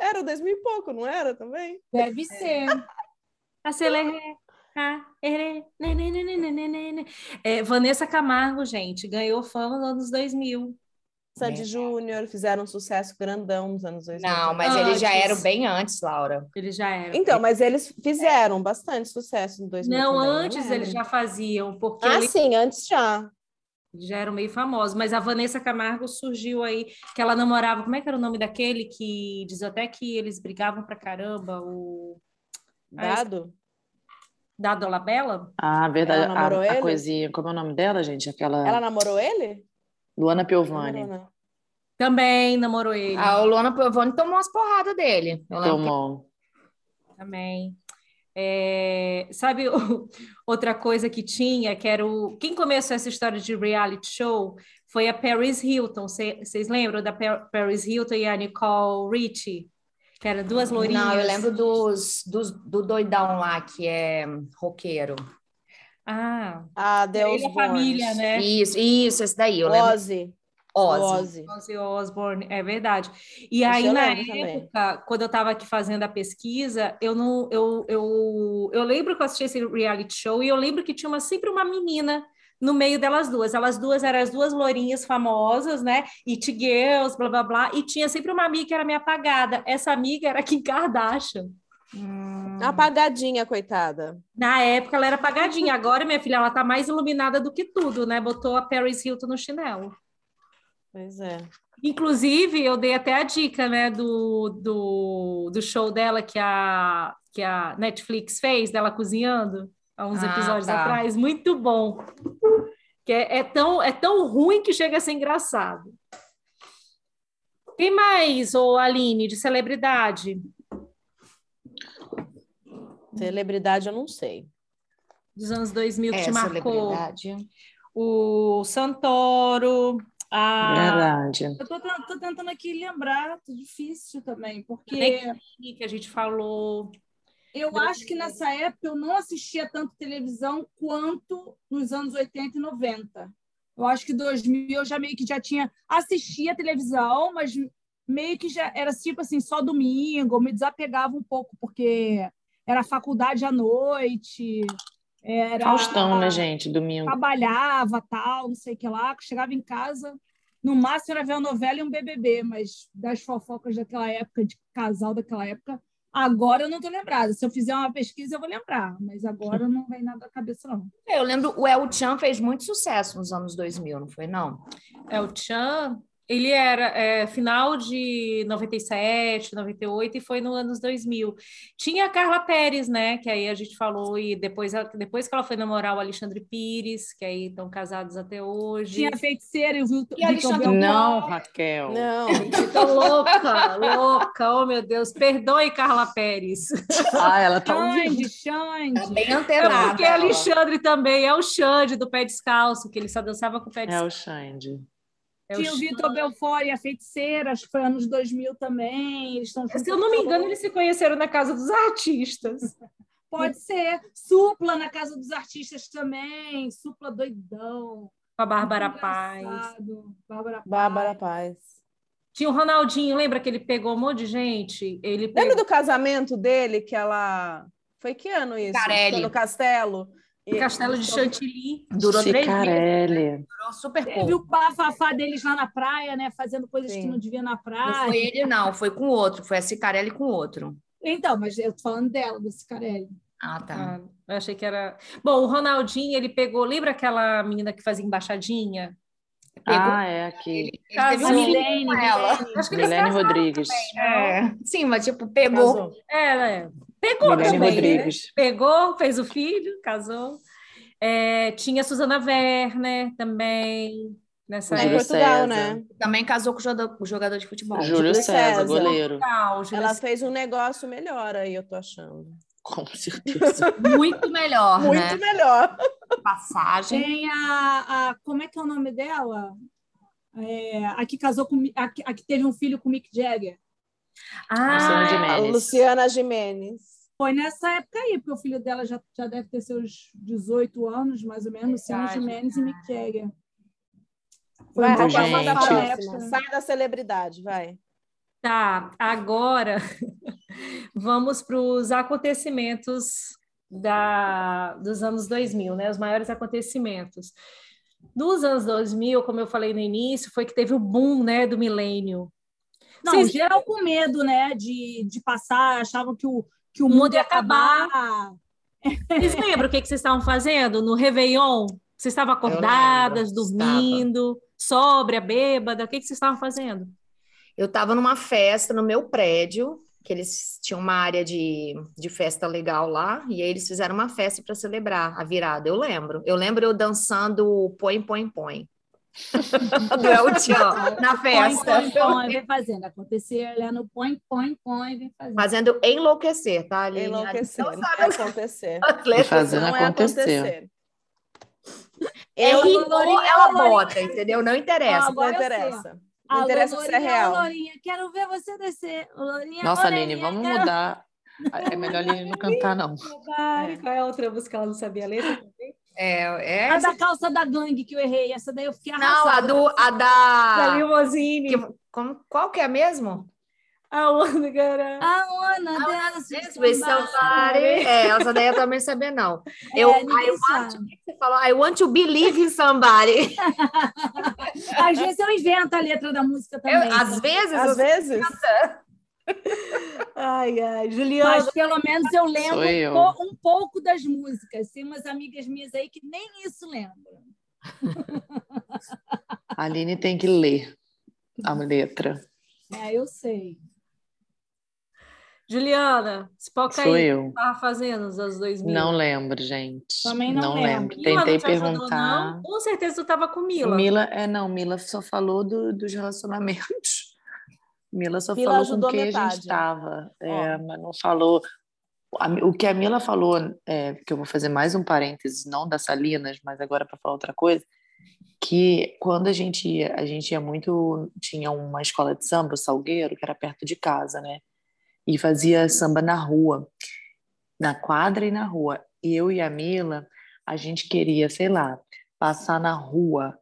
E: É. Era 2000 e pouco, não era também?
F: Deve ser.
C: Acelera. Ah, erê, né, né, né, né, né, né, né, né. É, Vanessa Camargo, gente, ganhou fama nos anos 2000.
E: Sandy Júnior fizeram um sucesso grandão nos anos 2000.
D: Não, mas
C: Antes.
D: eles já eram bem antes, Laura.
C: Eles já eram.
E: Então, mas eles fizeram bastante sucesso no 2000
C: não,
E: também,
C: antes
D: né?
E: é?
C: eles já faziam, porque
E: Ah,
C: eles
E: sim, antes já.
C: já eram meio famosos. Mas a Vanessa Camargo surgiu aí, que ela namorava. Como é que era o nome daquele que diz até que eles brigavam pra caramba? O
E: Dado?
C: Dado Labella?
B: Ah, verdade.
E: Ela
B: A-
E: namorou
B: A,
E: ele?
B: coisinha. Como é o nome dela, gente? Aquela.
E: Ela namorou ele?
B: Luana
E: Namorou,
B: Piovani.
E: não.
C: Também namorou ele.
D: A Luana Piovani tomou umas porradas dele. Eu lembro
B: Tomou.
C: Também. É, sabe o- outra coisa que tinha, que era o... Quem começou essa história de reality show foi a Paris Hilton. Vocês lembram da Pa- Paris Hilton e a Nicole Richie? Que eram duas lourinhas.
D: Não, eu lembro dos, dos- do doidão lá, que é roqueiro.
C: Ah,
E: Ah, Deus
C: ele e a família, né?
D: Isso, isso, esse daí, eu lembro.
E: Ozzy.
D: Ozzy.
E: Ozzy.
C: Ozzy Osbourne, é verdade. E
E: Esse
C: aí,
E: eu
C: na
E: lembro também.
C: época, quando eu estava aqui fazendo a pesquisa, eu não, eu, eu, eu lembro que eu assisti esse reality show e eu lembro que tinha uma- sempre uma menina no meio delas duas. Elas duas eram as duas loirinhas famosas, né? It Girls, blá blá blá. E tinha sempre uma amiga que era minha apagada. Essa amiga era a Kim Kardashian.
D: Hum.
E: Apagadinha, coitada.
C: Na época ela era apagadinha. Agora, minha filha, ela tá mais iluminada do que tudo, né? Botou a Paris Hilton no chinelo.
E: Pois é.
C: Inclusive, eu dei até a dica, né, do, do, do show dela que a, que a Netflix fez, dela cozinhando, há uns
D: Ah,
C: episódios
D: tá.
C: atrás. Muito bom. Que é, é tão, é tão ruim que chega a ser engraçado. Tem mais, ô Aline, de celebridade?
E: Celebridade eu não sei.
C: dos anos 2000 que
D: É,
C: te marcou?
D: celebridade.
C: O Santoro,
E: Ah,
C: a
B: Verdade.
F: Eu tô, ten- tô tentando aqui lembrar, tá difícil também, porque
C: Nick que a gente falou.
F: eu acho que nessa época eu não assistia tanto televisão quanto nos anos 80 e 90. Eu acho que 2000 eu já meio que já tinha assistia televisão, mas meio que já era tipo assim, só domingo, eu me desapegava um pouco porque era faculdade à noite, era
B: Faustão, né, gente? Domingo.
F: trabalhava, tal, não sei o que lá, chegava em casa, no máximo era ver uma novela e um BBB, mas das fofocas daquela época, de casal daquela época, agora eu não tô lembrada. Se eu fizer uma pesquisa, eu vou lembrar, mas agora não vem nada à cabeça, não.
D: É, Eu lembro, o El Chan fez muito sucesso nos anos 2000, não foi, não?
C: É o Chan. Ele era é, final de 97, 98 e foi no anos 2000. Tinha a Carla Pérez, né? Que aí a gente falou, e depois, a- depois que ela foi namorar o Alexandre Pires, que aí estão casados até hoje.
F: Tinha a feiticeira e o Vitor
D: E Alexandre
F: Belmonte.
B: Não, Raquel.
E: Não,
C: Tô Então, louca, louca, oh meu Deus, perdoe Carla Pérez.
B: Ah, ela tá ouvindo.
F: Xande, Xande.
D: Bem
C: É
D: antenado.
C: porque Alexandre também é o Xande do pé descalço, que ele só dançava com o pé
B: É
C: descalço.
B: o Xande.
C: É o
F: Tinha o
C: Xande.
F: Vitor Belfort e a feiticeira, acho que foi anos 2000 também. Eles estão
C: Se eu não me engano, eles se conheceram na casa dos artistas.
F: Pode ser. Supla na Casa dos Artistas também. Supla doidão.
C: Com a Bárbara Paz.
F: Engraçado. Bárbara Paz.
E: Bárbara Paz.
C: Tinha o Ronaldinho, lembra que ele pegou um monte de gente? Ele
E: Lembra
C: pegou...
E: do casamento dele que ela. Foi que ano isso?
D: Carelli.
E: Foi No castelo.
C: o Castelo de Chantilly.
D: Durou três dias,
B: Cicarelli.
D: durou super
F: Teve
D: pouco.
F: o bafafá deles lá na praia, né? Fazendo coisas que
E: Sim.
F: não devia na
D: Não
F: praia.
D: foi ele, não, foi com outro, foi a Cicarelli com outro.
F: Então, mas eu tô falando dela, desse Carelli.
D: Ah, tá.
C: Ah, eu achei que era. Bom, o Ronaldinho, ele pegou. Lembra aquela menina que fazia embaixadinha?
B: Ah, é aqui.
D: Ele teve
C: casou.
D: um filho com ela.
C: Acho que eles
B: Milene Rodrigues.
D: É. Sim, mas tipo, pegou.
C: Era, é. Pegou
B: Milene
C: também. né?
B: Rodrigues.
C: Pegou, fez o filho, casou. É, tinha a Suzana Werner também nessa
E: Tá em
B: Júlio
C: época.
E: Portugal,
B: César.
E: né?
D: Também casou com o jogador, com o jogador de futebol.
B: Júlio
E: Júlio
B: César,
E: César.
B: goleiro.
C: Portugal, Júlia
E: Ela fez um negócio melhor aí, eu tô achando.
B: Com certeza.
D: Muito melhor,
E: Muito
D: né?
E: melhor.
D: Passagem.
F: Tem a, a- Como é que é o nome dela? É, a que casou com. A, que- a que teve um filho com o Mick Jagger.
B: Luciana
C: Ah,
E: A
B: Gimenez.
E: Luciana Jimenez.
F: Foi nessa época aí, porque o filho dela já, já deve ter seus 18 anos, mais ou menos, Luciano
D: Verdade,
F: Jimenez e Mick Jagger.
E: Vai,
B: Muito
E: Raquel,
B: gente.
E: manda a próxima.
F: Gente.
E: Sai um da né? celebridade, vai.
C: tá. Agora vamos para os acontecimentos da, dos anos 2000, né? Os maiores acontecimentos. Dos anos 2000, como eu falei no início, foi que teve o boom, né, do milênio.
F: Não,
C: Vocês-
F: geral com medo, né? De, de passar, achavam que o, que o
C: mundo
F: mundo,
C: ia
F: ia acabar.
C: Vocês lembram o que, que vocês estavam fazendo no Réveillon? Vocês estavam acordadas,
D: Eu lembro,
C: dormindo, sóbria, bêbada? O que, que vocês estavam fazendo?
D: Eu estava numa festa no meu prédio, que eles tinham uma área de, de festa legal lá, e aí eles fizeram uma festa para celebrar a virada. Eu lembro. Eu lembro eu dançando o Põe, Põe, Põe. Do El Chan, É na
F: Põe,
D: festa.
F: põe, põe, vem fazendo acontecer. Lá no põe, põe, põe, vem fazendo.
D: Fazendo eu enlouquecer, tá, Aline?
E: Enlouquecer.
D: Não
E: Não
D: sabe
E: é acontecer.
D: as
B: E
D: letras.
B: fazendo
E: Não é
B: acontecer.
E: acontecer.
D: É
E: Eu
D: rimou,
F: Lourinha,
D: ela
F: Lourinha.
D: bota, entendeu? Não interessa.
E: não
F: Agora eu sei, ó.
E: interessa. Não interessa se é
F: Lourinha,
E: real.
F: ô, Lourinha, quero ver você descer. Ô, Lourinha,
B: Nossa,
F: ô,
B: Aline,
F: Lourinha,
B: vamos
F: quero-
B: mudar. É melhor a Aline não cantar, não.
C: Ai, Qual é a outra música? Ela não sabia a letra?
D: É, é
F: A
D: essa-
F: da calça da gangue que eu errei. Essa daí eu fiquei
D: Não, a
F: arrasada.
D: do, a da.
C: Da Limousine.
D: que- como- qual que é mesmo?
C: A onda, cara.
F: A Ana dança.
D: Dance with somebody. É, essa daí eu também sabia, não. Eu,
F: É,
D: I,
F: ninguém
D: want,
F: sabe.
D: o que você falou? I want to believe in somebody.
F: Às vezes eu invento a letra da música
D: Eu-
F: também.
D: às vezes,
E: Às
D: eu-
E: vezes.
C: Ai, ai, Juliana.
F: Mas pelo menos eu lembro
B: Sou eu.
F: um, po- um pouco das músicas. Tem umas amigas minhas aí que nem isso lembram.
B: A Aline tem que ler a letra.
F: É, eu sei.
C: Juliana, Spock aí, o
B: Sou
C: que
B: eu.
C: você estava fazendo nos anos 2000?
B: Não lembro, gente.
F: Também não lembro.
C: Mila não
B: Tentei
C: te ajudou,
B: perguntar.
C: não? Com certeza tu estava com Mila.
B: Mila. é não, Mila só falou do- dos relacionamentos. Mila só
E: Mila
B: falou com
E: ajudou
B: quem a gente
E: metade.
B: estava, é, mas não falou a- o que a Mila falou, é, que eu vou fazer mais um parênteses, não das Salinas, mas agora para falar outra coisa, que quando a gente ia, a gente ia muito, tinha uma escola de samba, o Salgueiro, que era perto de casa, né? E fazia samba na rua, na quadra e na rua. E eu e a Mila, a gente queria, sei lá, passar na rua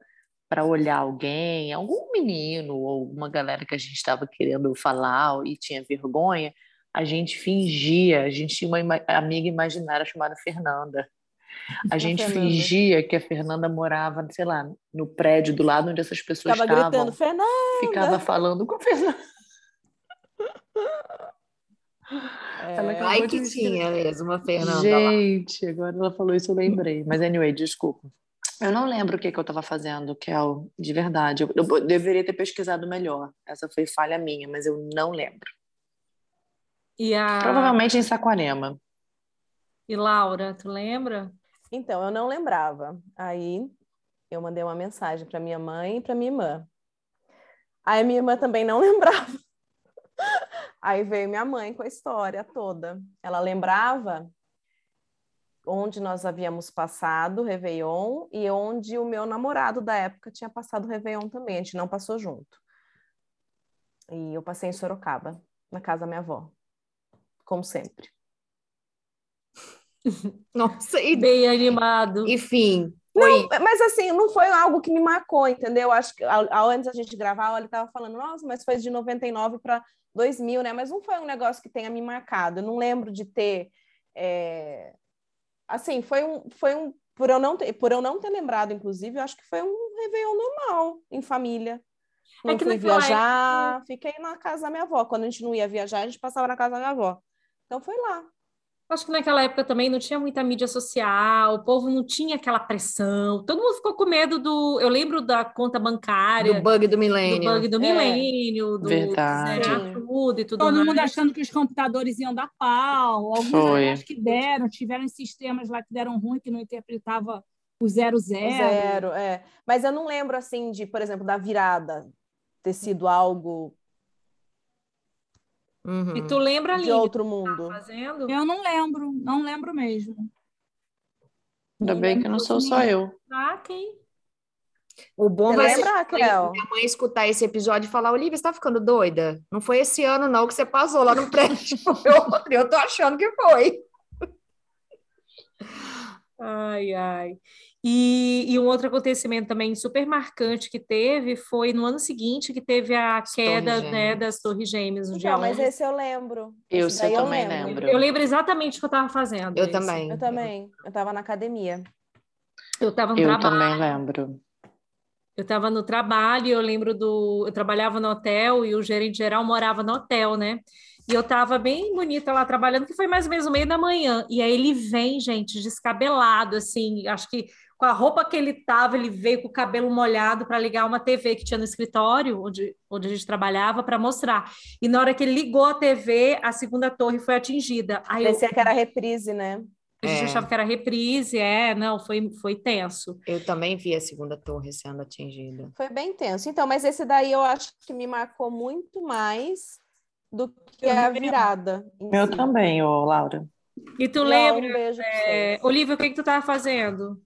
B: para olhar alguém, algum menino ou alguma galera que a gente estava querendo falar e tinha vergonha, a gente fingia, a gente tinha uma ima- amiga imaginária chamada Fernanda. A gente
E: Fernanda.
B: fingia que a Fernanda morava, sei lá, no prédio do lado onde essas pessoas
E: Ficava
B: estavam.
E: gritando, Fernanda!
B: ficava falando com a Fernanda. Ela
E: É,
B: acabou
D: Ai,
B: de
D: que
B: me
D: tinha mesmo uma Fernanda lá.
B: Gente, agora ela falou isso, eu lembrei. Mas anyway, desculpa. Eu não lembro o que, que eu estava fazendo, Kel, de verdade. Eu, eu deveria ter pesquisado melhor. Essa foi falha minha, mas eu não lembro.
C: E a
B: Provavelmente em Saquarema.
C: e Laura, tu lembra?
E: Então, eu não lembrava. Aí eu mandei uma mensagem para minha mãe e para minha irmã. Aí minha irmã também não lembrava. Aí veio minha mãe com a história toda. Ela lembrava onde nós havíamos passado o Réveillon e onde o meu namorado da época tinha passado o Réveillon também. A gente não passou junto. E eu passei em Sorocaba, na casa da minha avó. Como sempre.
D: Nossa, e,
C: Bem animado.
D: enfim, foi
E: Mas assim, não foi algo que me marcou, entendeu? Acho que ao- ao- antes da gente gravar, ele estava falando, nossa, mas foi de 99 para 2000, né? Mas não foi um negócio que tenha me marcado. Eu não lembro de ter. é, Assim, foi um, foi um por eu não ter, por eu não ter lembrado, inclusive, eu acho que foi um réveillon normal em família. Não
C: É que é,
E: fui
C: naquela
E: viajar,
C: hum.
E: fiquei na casa da minha avó. Quando a gente não ia viajar, a gente passava na casa da minha avó. Então foi lá.
C: Acho que naquela época também não tinha muita mídia social, o povo não tinha aquela pressão, todo mundo ficou com medo do. Eu lembro da conta bancária,
D: do
C: do
D: bug
C: bug
D: do
C: do,
D: milênio.
C: milênio, do
B: É. Verdade.
C: zerar tudo e tudo
F: Todo
C: mais.
F: mundo achando que os computadores iam dar pau. Alguns
B: Foi.
F: até acho que deram, tiveram esses sistemas lá que deram ruim, que não interpretava o zero zero.
E: Zero, é. Mas eu não lembro, assim, de, por exemplo, da virada ter sido algo
D: Uhum.
C: E tu lembra ali,
E: de outro mundo.
C: tá fazendo?
F: Eu não lembro, não lembro mesmo.
B: Ainda bem que não sou só eu.
C: Ah, quem?
D: O bom
E: Você
D: vai ser
E: lembra, Raquel?
D: minha mãe escutar esse episódio e falar, Olivia, você tá ficando doida? Não foi esse ano, não, que você passou lá no prédio. eu, eu tô achando que foi.
C: Ai, ai. E, e um outro acontecimento também super marcante que teve foi no ano seguinte que teve a queda,
D: Torres
C: né,
D: Gêmeas.
C: das Torres Gêmeas no dia
E: Então, mas
B: né?
C: 11.
E: esse eu lembro.
B: Eu,
E: Esse
B: se eu
E: daí
B: também lembro.
C: Eu lembro exatamente o que eu estava fazendo.
D: Eu
C: isso.
D: também.
E: Eu também. Eu estava na academia.
C: Eu estava no
B: Eu
C: trabalho.
B: também lembro.
C: Eu estava no trabalho, eu lembro do. Eu trabalhava no hotel e o gerente geral morava no hotel, né? E eu estava bem bonita lá trabalhando, que foi mais ou menos o meio da manhã. E aí ele vem, gente, descabelado, assim, acho que com a roupa que ele tava, ele veio com o cabelo molhado para ligar uma TV que tinha no escritório, onde, onde a gente trabalhava, para mostrar. E na hora que ele ligou a TV, a segunda torre foi atingida. Aí eu,
E: Parecia que era reprise, né?
C: a gente
D: É.
C: achava que era reprise, é, não, foi, foi tenso.
D: Eu também vi a segunda torre sendo atingida.
E: Foi bem tenso. Então, mas esse daí eu acho que me marcou muito mais do que
F: Eu
E: a
F: lembro.
E: virada. em
B: Eu
E: si.
B: também, ô Laura.
C: E tu
E: Não,
C: lembra,
E: Um beijo pra
C: é,
E: vocês.
C: Olivia, o que, que tu estava fazendo?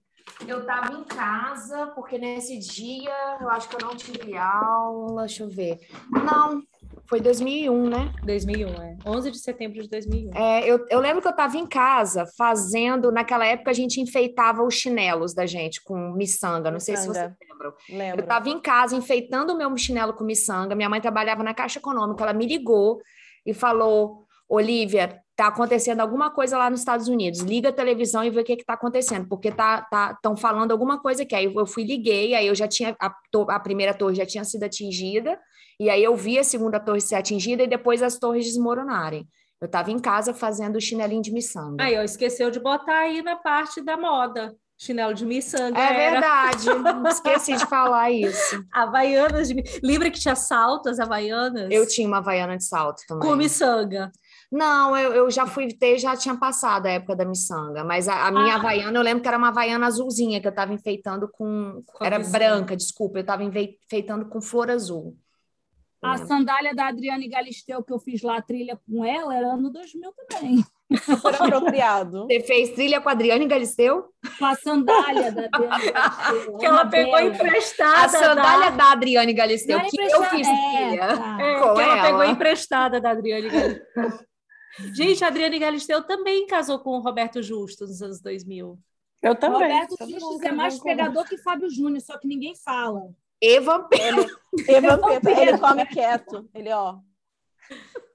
D: Eu tava em casa, porque nesse dia eu acho que eu não tive aula. Deixa eu ver. Não, foi 2001, né?
C: 2001, é. 11 de setembro de 2001.
D: É, eu, eu lembro que eu estava em casa fazendo. Naquela época a gente enfeitava os chinelos da gente com miçanga. Não sei se vocês
E: Miçanga.
D: lembram. Eu
E: Lembro.
D: estava em casa enfeitando o meu chinelo com miçanga. Minha mãe trabalhava na Caixa Econômica. Ela me ligou e falou: Olivia, tá acontecendo alguma coisa lá nos Estados Unidos. Liga a televisão e vê o que está acontecendo, porque tá tá tão falando alguma coisa que aí eu fui liguei. Aí eu já tinha a, to- a primeira torre já tinha sido atingida e aí eu vi a segunda torre ser atingida e depois as torres desmoronarem. Eu estava em casa fazendo o chinelinho de miçanga.
C: Aí, ó, esqueceu de botar aí na parte da moda. Chinelo de miçanga
D: é
C: era
D: verdade, esqueci de falar isso.
C: havaianas de... mi- Lembra que tinha salto as havaianas?
D: Eu tinha uma havaiana de salto também.
C: Com miçanga.
D: Não, eu, eu já fui ter, já tinha passado a época da miçanga, mas a, a minha
C: Ah.
D: havaiana, eu lembro que era uma havaiana azulzinha que eu tava enfeitando com.
C: Com a
D: era
C: miçanga.
D: branca, desculpa, eu tava enve- enfeitando com flor azul. Eu
F: A
D: lembro.
F: sandália da Adriane Galisteu que eu fiz lá a trilha com ela era ano 2000 também.
E: Por apropriado.
D: Você fez trilha com a Adriane Galisteu?
F: Com a sandália da Adriana.
C: Que ela pegou
D: A
C: emprestada.
D: sandália
C: da...
D: da Adriane Galisteu,
F: Ah, tá, Não
D: que
F: era
D: eu fiz
F: emprestada, é,
D: trilha.
F: tá.
C: É,
D: com
C: que ela,
D: ela.
C: pegou emprestada da Adriane Galisteu. Gente, a Adriane Galisteu também casou com o Roberto Justo nos anos 2000.
B: Eu também.
F: Roberto
B: Todo
F: Justus
B: mundo
F: é mais
B: casou com-
F: pegador que Fábio Júnior, só que ninguém fala.
D: Eva
E: Ele, um ele come quieto. Ele, ó,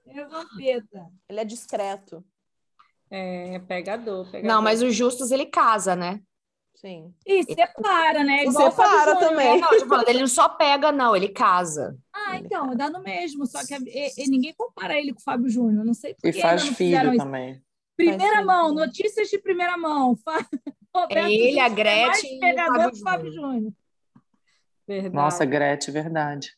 F: É vampeta.
E: ele é discreto.
C: É, pegador, pegador.
D: Não, mas o Justus ele casa, né?
E: Sim.
F: E separa, né?
E: E
F: Igual o Fábio
E: separa
F: Júnior.
E: também. É.
D: Não, eu tô falando, ele não só pega, não, ele casa.
F: Ah, então, dá no mesmo. Só que e- e ninguém compara ele com o Fábio Júnior. Não sei por
B: E
F: que
B: faz
F: ainda não fizeram
B: filho
F: isso.
B: também.
F: Primeira
E: filho
F: mão,
E: também.
F: notícias de primeira mão. Fa- Roberto
D: É ele,
F: Justus
D: a
F: é mais
D: Gretchen e o
F: pegador
D: Fábio
F: que o Fábio Júnior.
C: Verdade.
B: Nossa, Gretchen, verdade.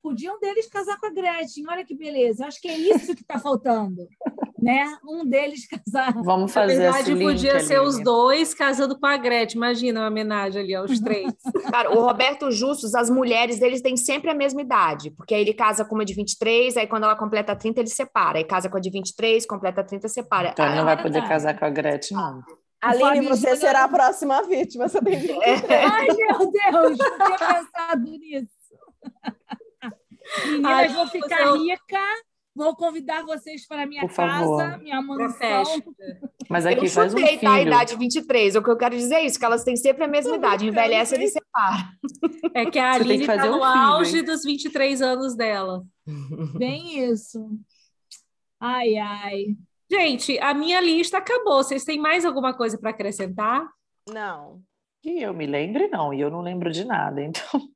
F: Podia um deles casar com a Gretchen. Olha que beleza. Acho que é isso que está faltando. né? Um deles casar.
B: Vamos
C: Na
B: fazer
C: verdade,
B: esse link
C: podia
B: ali,
C: ser os
B: né?
C: dois casando com a Gretchen. Imagina uma homenagem ali aos três.
D: Cara, o Roberto Justus, as mulheres deles têm sempre a mesma idade, porque aí ele casa com uma de 23, aí quando ela completa 30, ele separa. Aí casa com a de 23, completa 30, separa.
B: Então ele
D: Ah,
B: não vai poder
F: Ah.
B: casar com a Gretchen, não.
E: Aline,
F: Fábio
E: você
F: Júnior-
E: será a próxima vítima. Você tem que-
F: Ai, meu Deus, não tinha pensado nisso. Meninas,
C: Ai,
F: vou ficar
C: você-
F: rica. Vou convidar vocês para a minha
B: Por
F: casa,
B: favor.
F: minha
C: Pra
F: mansão.
C: festa.
B: Mas
D: eu
B: aqui faz um
D: chutei, tá? A
B: filho.
D: idade 23. O que eu quero dizer é isso, que elas têm sempre a mesma idade. Envelhece, eles separam.
C: É que a
B: Você tem que
C: Aline tá
B: fazer
C: no
B: um filho,
C: auge
B: hein?
C: dos 23 anos dela.
F: Bem isso. Ai, ai.
C: Gente, a minha lista acabou. Vocês têm mais alguma coisa para acrescentar?
E: Não.
B: Que eu me lembre, não. E eu não lembro de nada. Então,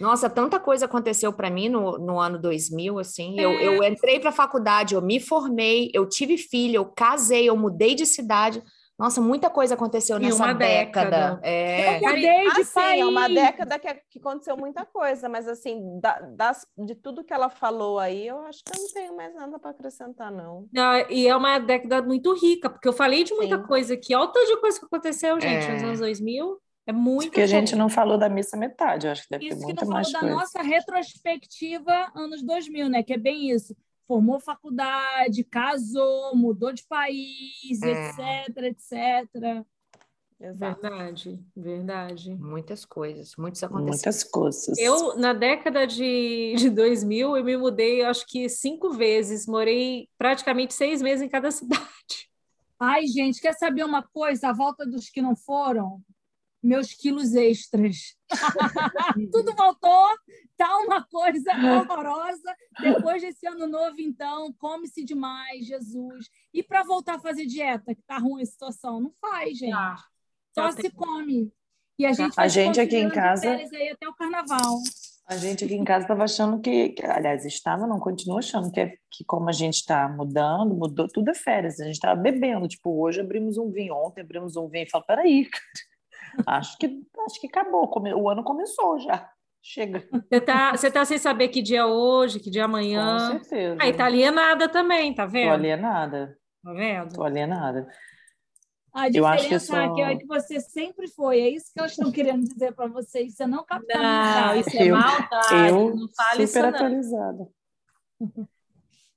D: Nossa, tanta coisa aconteceu para mim no, no ano 2000, assim. Eu, eu
C: É.
D: entrei para faculdade, eu me formei, eu tive filho, eu casei, eu mudei de cidade. Nossa, muita coisa aconteceu
C: Em
D: nessa
C: uma
D: década.
C: década.
D: É.
F: Eu mudei de
E: Ah, sim,
F: país.
E: é uma década que, que aconteceu muita coisa, mas assim, da- das, de tudo que ela falou aí, eu acho que eu não tenho mais nada para acrescentar, não.
C: Ah, E é uma década muito rica, porque eu falei de muita
E: Sim.
C: coisa aqui. Olha o tanto de coisa que aconteceu, gente,
D: É.
C: nos anos 2000. É muito.
B: porque a gente
C: coisa.
B: não falou da missa metade. Eu acho que deve ter
F: Isso que
B: muita
F: não falou
B: mais
F: da
B: coisa.
F: nossa retrospectiva anos 2000, né? Que é bem isso. Formou faculdade, casou, mudou de país,
D: É.
F: etc, etc.
E: Exato.
C: Verdade, verdade.
D: Muitas coisas, muitos acontecimentos.
B: Muitas coisas.
C: Eu, na década de, de 2000, eu me mudei, acho que cinco vezes. Morei praticamente seis meses em cada cidade.
F: Ai, gente, quer saber uma coisa? A volta dos que não foram? Meus quilos extras. Tudo voltou, tá uma coisa horrorosa. Depois desse ano novo, então, come-se demais, Jesus. E para voltar a fazer dieta, que tá ruim a situação? Não faz,
B: É.
F: gente.
B: Tá,
C: Tá
F: Só
C: Já
F: se
C: tem.
F: come. E a gente,
B: A
F: vai
B: gente aqui em
F: conciliando
B: casa-
F: férias Aí até o carnaval.
B: A gente aqui em casa estava achando que, que- aliás, estava, não continua achando que, é- que como a gente está mudando, mudou tudo é férias. A gente estava bebendo, tipo, hoje abrimos um vinho, ontem abrimos um vinho e fala, peraí, cara, acho que acho que acabou, come- o ano começou já. Chega.
C: Você tá, você tá sem saber que dia é hoje, que dia é
B: Com
C: amanhã.
B: certeza.
C: Aí tá alienada também, tá
B: Tô
C: vendo?
B: alienada.
C: Tá vendo?
B: Tô alienada.
F: A
B: Eu acho que
F: diferença,
B: eu sou-
F: Raquel, é que você sempre foi. É isso que elas estão querendo dizer para vocês. Você não
C: Não,
F: capitalizaram.
C: isso é
B: Eu-
C: maldade.
B: eu
C: não
F: Tá
C: fale isso,
B: Super
C: não.
B: atualizada.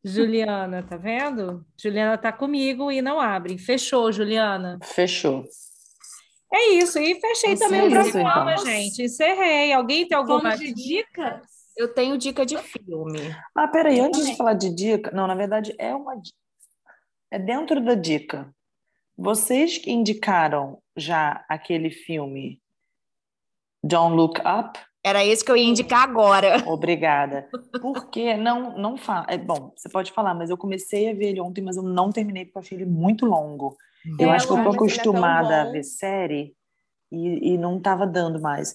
C: Juliana, tá vendo? Juliana tá comigo e não abre. Fechou, Juliana.
B: Fechou.
C: É isso, e fechei
D: Isso
C: também
D: é
C: o
D: isso,
C: programa,
B: então.
C: gente. Encerrei. Alguém tem alguma
F: Vamos de dicas?
D: Eu tenho dica de filme.
B: Ah, peraí, antes de
F: também.
B: falar de dica, não, na verdade é uma di- é dentro da dica. Vocês que indicaram já aquele filme Don't Look Up?
D: Era esse que eu ia indicar agora.
B: Obrigada. Porque não não fala, é bom, você pode falar, mas eu comecei a ver ele ontem, mas eu não terminei porque eu achei ele muito longo. Eu
E: É,
B: acho que eu tô
E: longo, mas ele é tão
B: acostumada a
E: bom.
B: ver série e, e não tava dando mais.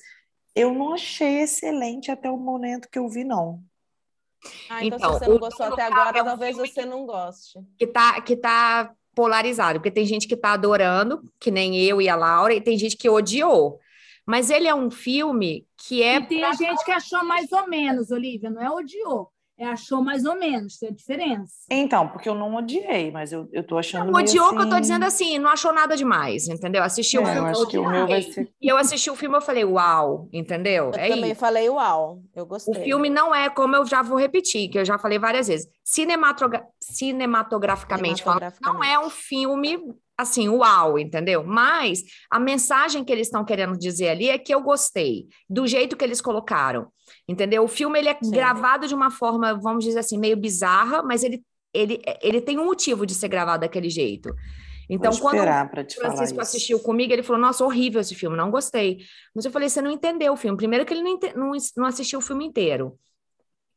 B: Eu não achei excelente até o momento que eu vi, não.
E: Ah, então,
D: Então,
E: se você não
D: o
E: gostou
D: Dono
E: até
D: Carro
E: agora,
D: é um
E: talvez
D: filme
E: você não goste.
D: Que tá, que tá polarizado, porque tem gente que tá adorando, que nem eu e a Laura, e tem gente que odiou. Mas ele é um filme que é
B: Então,
F: E tem gente que achou mais ou menos, Olivia, não é odiou. É, achou mais ou menos, tem a diferença.
B: Então, porque eu não odiei, mas eu, eu tô achando. meio
D: Odiou que eu tô
B: assim-
D: dizendo assim, não achou nada demais, entendeu? Assistiu o
B: É, eu
D: filme.
B: acho que o meu vai ser.
D: E eu assisti o filme, eu falei, uau, entendeu?
E: Eu
D: é
E: também
D: isso.
E: falei, uau, eu
D: O
E: gostei.
D: filme não é, como eu já vou repetir, que eu já falei várias vezes, cinematogra- cinematograficamente falando, não é um filme assim, uau, entendeu? Mas a mensagem que eles estão querendo dizer ali é que eu gostei do jeito que eles colocaram, entendeu? O filme ele é
E: Sim.
D: gravado de uma forma, vamos dizer assim, meio bizarra, mas ele, ele, ele tem um motivo de ser gravado daquele jeito. Então,
B: Vou
D: quando
B: esperar pra te falar isso.
D: Francisco assistiu comigo, ele falou: Nossa, horrível esse filme, não gostei. Mas eu falei: Você não entendeu o filme. Primeiro, que ele não, ente- não, es- não assistiu o filme inteiro.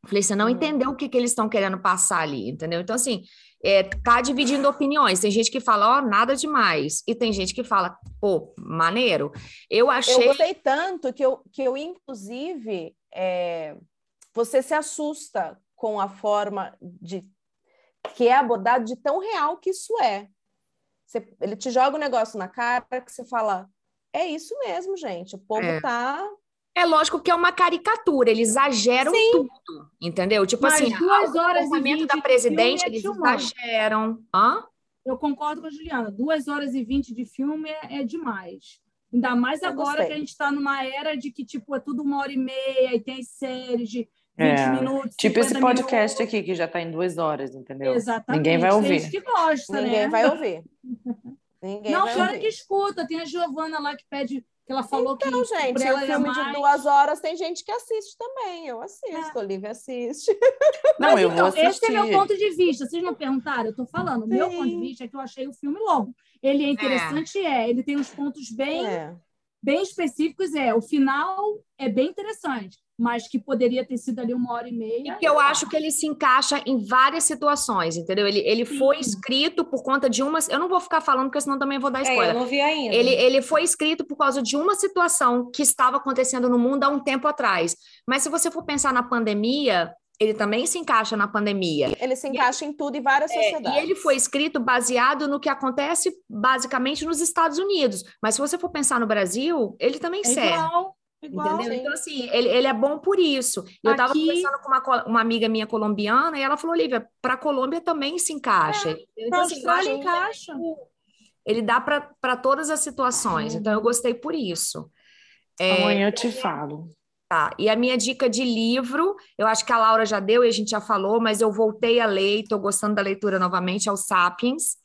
D: Eu Falei: Você não
F: Hum.
D: entendeu o que, que eles estão querendo passar ali, entendeu? Então, assim, é, tá dividindo opiniões. Tem gente que fala: Ó, nada demais. E tem gente que fala: Pô, maneiro. Eu
E: Eu
D: achei.
E: gostei tanto que eu, que eu inclusive, é, você se assusta com a forma de que é abordado de tão real que isso é. Você- ele te joga um negócio na cara que você fala, é isso mesmo, gente. O povo
D: É.
E: tá
D: É lógico que é uma caricatura, eles exageram tudo, entendeu? Tipo
F: Mas
D: assim,
F: duas
D: o
F: horas e
D: comportamento
F: vinte
D: da
F: de
D: presidente,
F: filme é
D: eles
F: demais.
D: exageram. Hã?
F: Eu concordo com a Juliana. Duas horas e vinte de filme é, é demais. Ainda mais
E: Eu
F: agora
E: gostei.
F: que a gente está numa era de que, tipo, é tudo uma hora e meia e tem séries de 20
B: É.
F: minutos.
B: Tipo esse
F: 50
B: podcast
F: minutos.
B: aqui, que já tá em duas horas, entendeu?
F: Exatamente.
B: Ninguém vai
F: Tem
B: ouvir.
F: gente que gosta,
E: Ninguém
F: né?
E: vai ouvir. Ninguém
F: Não,
E: vai
F: tem hora
E: ouvir.
F: que escuta. Tem a Giovana lá que pede, que ela falou que.
E: Então, gente,
F: pra
E: é um
F: ela era
E: filme de
F: mais-
E: duas horas, tem gente que assiste também. Eu assisto, Olivia assiste.
B: Não, eu
D: Então,
B: vou
F: esse
B: assistir.
F: é meu ponto de vista. Vocês não perguntaram, eu tô falando. O Meu
E: Sim.
F: ponto de vista é que eu achei o filme longo. Ele é interessante, é. Ele tem uns pontos bem,
E: É.
F: bem específicos, é. O final é bem interessante, mas que poderia ter sido ali uma hora e
D: E
F: meia.
D: que eu acho que ele se encaixa em várias situações, entendeu? Ele, ele foi escrito por conta de uma. Eu não vou ficar falando, porque senão também vou dar
G: É, eu
D: spoiler.
G: não vi ainda.
D: Ele, ele foi escrito por causa de uma situação que estava acontecendo no mundo há um tempo atrás. Mas se você for pensar na pandemia, ele também se encaixa na pandemia.
E: Ele se encaixa em tudo e várias sociedades.
D: É, E ele foi escrito baseado no que acontece basicamente nos Estados Unidos. Mas se você for pensar no Brasil, ele também
F: É
D: serve.
F: igual, igual.
D: Entendeu? Então, assim, ele, ele é bom por isso. Eu estava
F: Aqui-
D: conversando com uma, co- uma amiga minha colombiana e ela falou: Olivia, para Colômbia também se encaixa.
F: Pra
D: Então, assim, eu acho
F: Austrália encaixa.
D: que ele dá para todas as situações. Então, eu gostei por isso.
F: Então,
D: É,
B: Amanhã eu te falo.
D: Tá. E a minha dica de livro, eu acho que a Laura já deu e a gente já falou, mas eu voltei a ler e estou gostando da leitura novamente, é o Sapiens.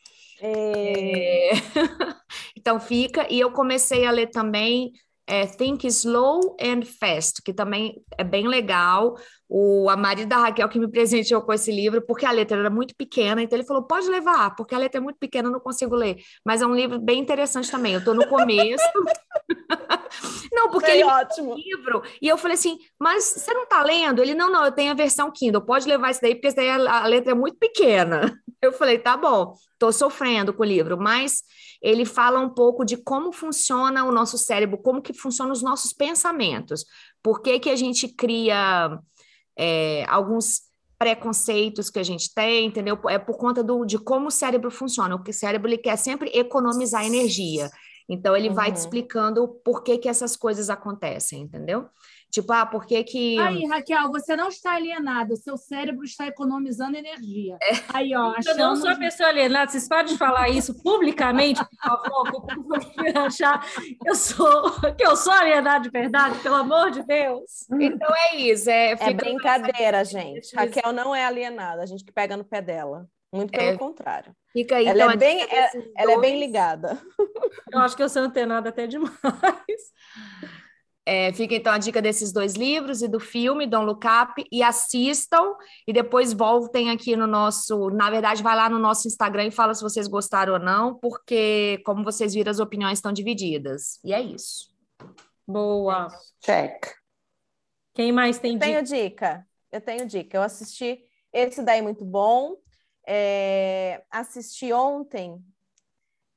D: É. então fica. E eu comecei a ler também é, Think Slow and Fast, que também é bem legal. O, a marido da Raquel que me presenteou com esse livro, porque a letra era muito pequena, então ele falou: pode levar, porque a letra é muito pequena, eu não consigo ler. Mas é um livro bem interessante também. Eu estou no começo. não, porque
E: Sei,
D: ele
E: é ótimo.
D: livro. E eu falei assim, mas você não tá lendo? Ele, não, não, eu tenho a versão Kindle, pode levar isso daí, porque isso daí a, a letra é muito pequena. Eu falei, tá bom, tô sofrendo com o livro, mas ele fala um pouco de como funciona o nosso cérebro, como que funcionam os nossos pensamentos. Por que que a gente cria é, alguns preconceitos que a gente tem, entendeu? É por conta do, de como o cérebro funciona. O que o cérebro ele quer sempre economizar energia. Então ele vai te
E: Uhum.
D: explicando por que que essas coisas acontecem, entendeu? Tipo, ah, por que
E: é
D: que
E: um
F: Aí, Raquel, você não está alienada, o seu cérebro está economizando energia.
E: É.
F: Aí, ó,
C: Eu não
F: achamos...
C: sou a pessoa alienada, vocês podem falar isso publicamente, por favor, que o público vai achar eu sou, que eu sou alienada de verdade, pelo amor de Deus.
D: Então é isso, é,
E: É
D: fica-
E: brincadeira, gente.
C: Isso.
E: Raquel não é alienada, a gente que pega no pé dela. Muito pelo
D: É.
E: contrário.
D: fica aí.
E: ela
D: então,
E: é
D: a
E: bem-
D: dica desses
E: Ela é bem
D: dois.
E: ligada.
C: Eu acho que eu sou antenada até demais.
D: É, fica então a dica desses dois livros e do filme, Don't Look Up, e assistam, e depois voltem aqui no nosso. Na verdade, vai lá no nosso Instagram e fala se vocês gostaram ou não, porque, como vocês viram, as opiniões estão divididas. E é isso.
C: Boa.
B: Check.
C: Quem mais tem
E: Eu
C: dica?
E: tenho dica. Eu tenho dica. Eu assisti esse daí muito bom. É, assisti ontem.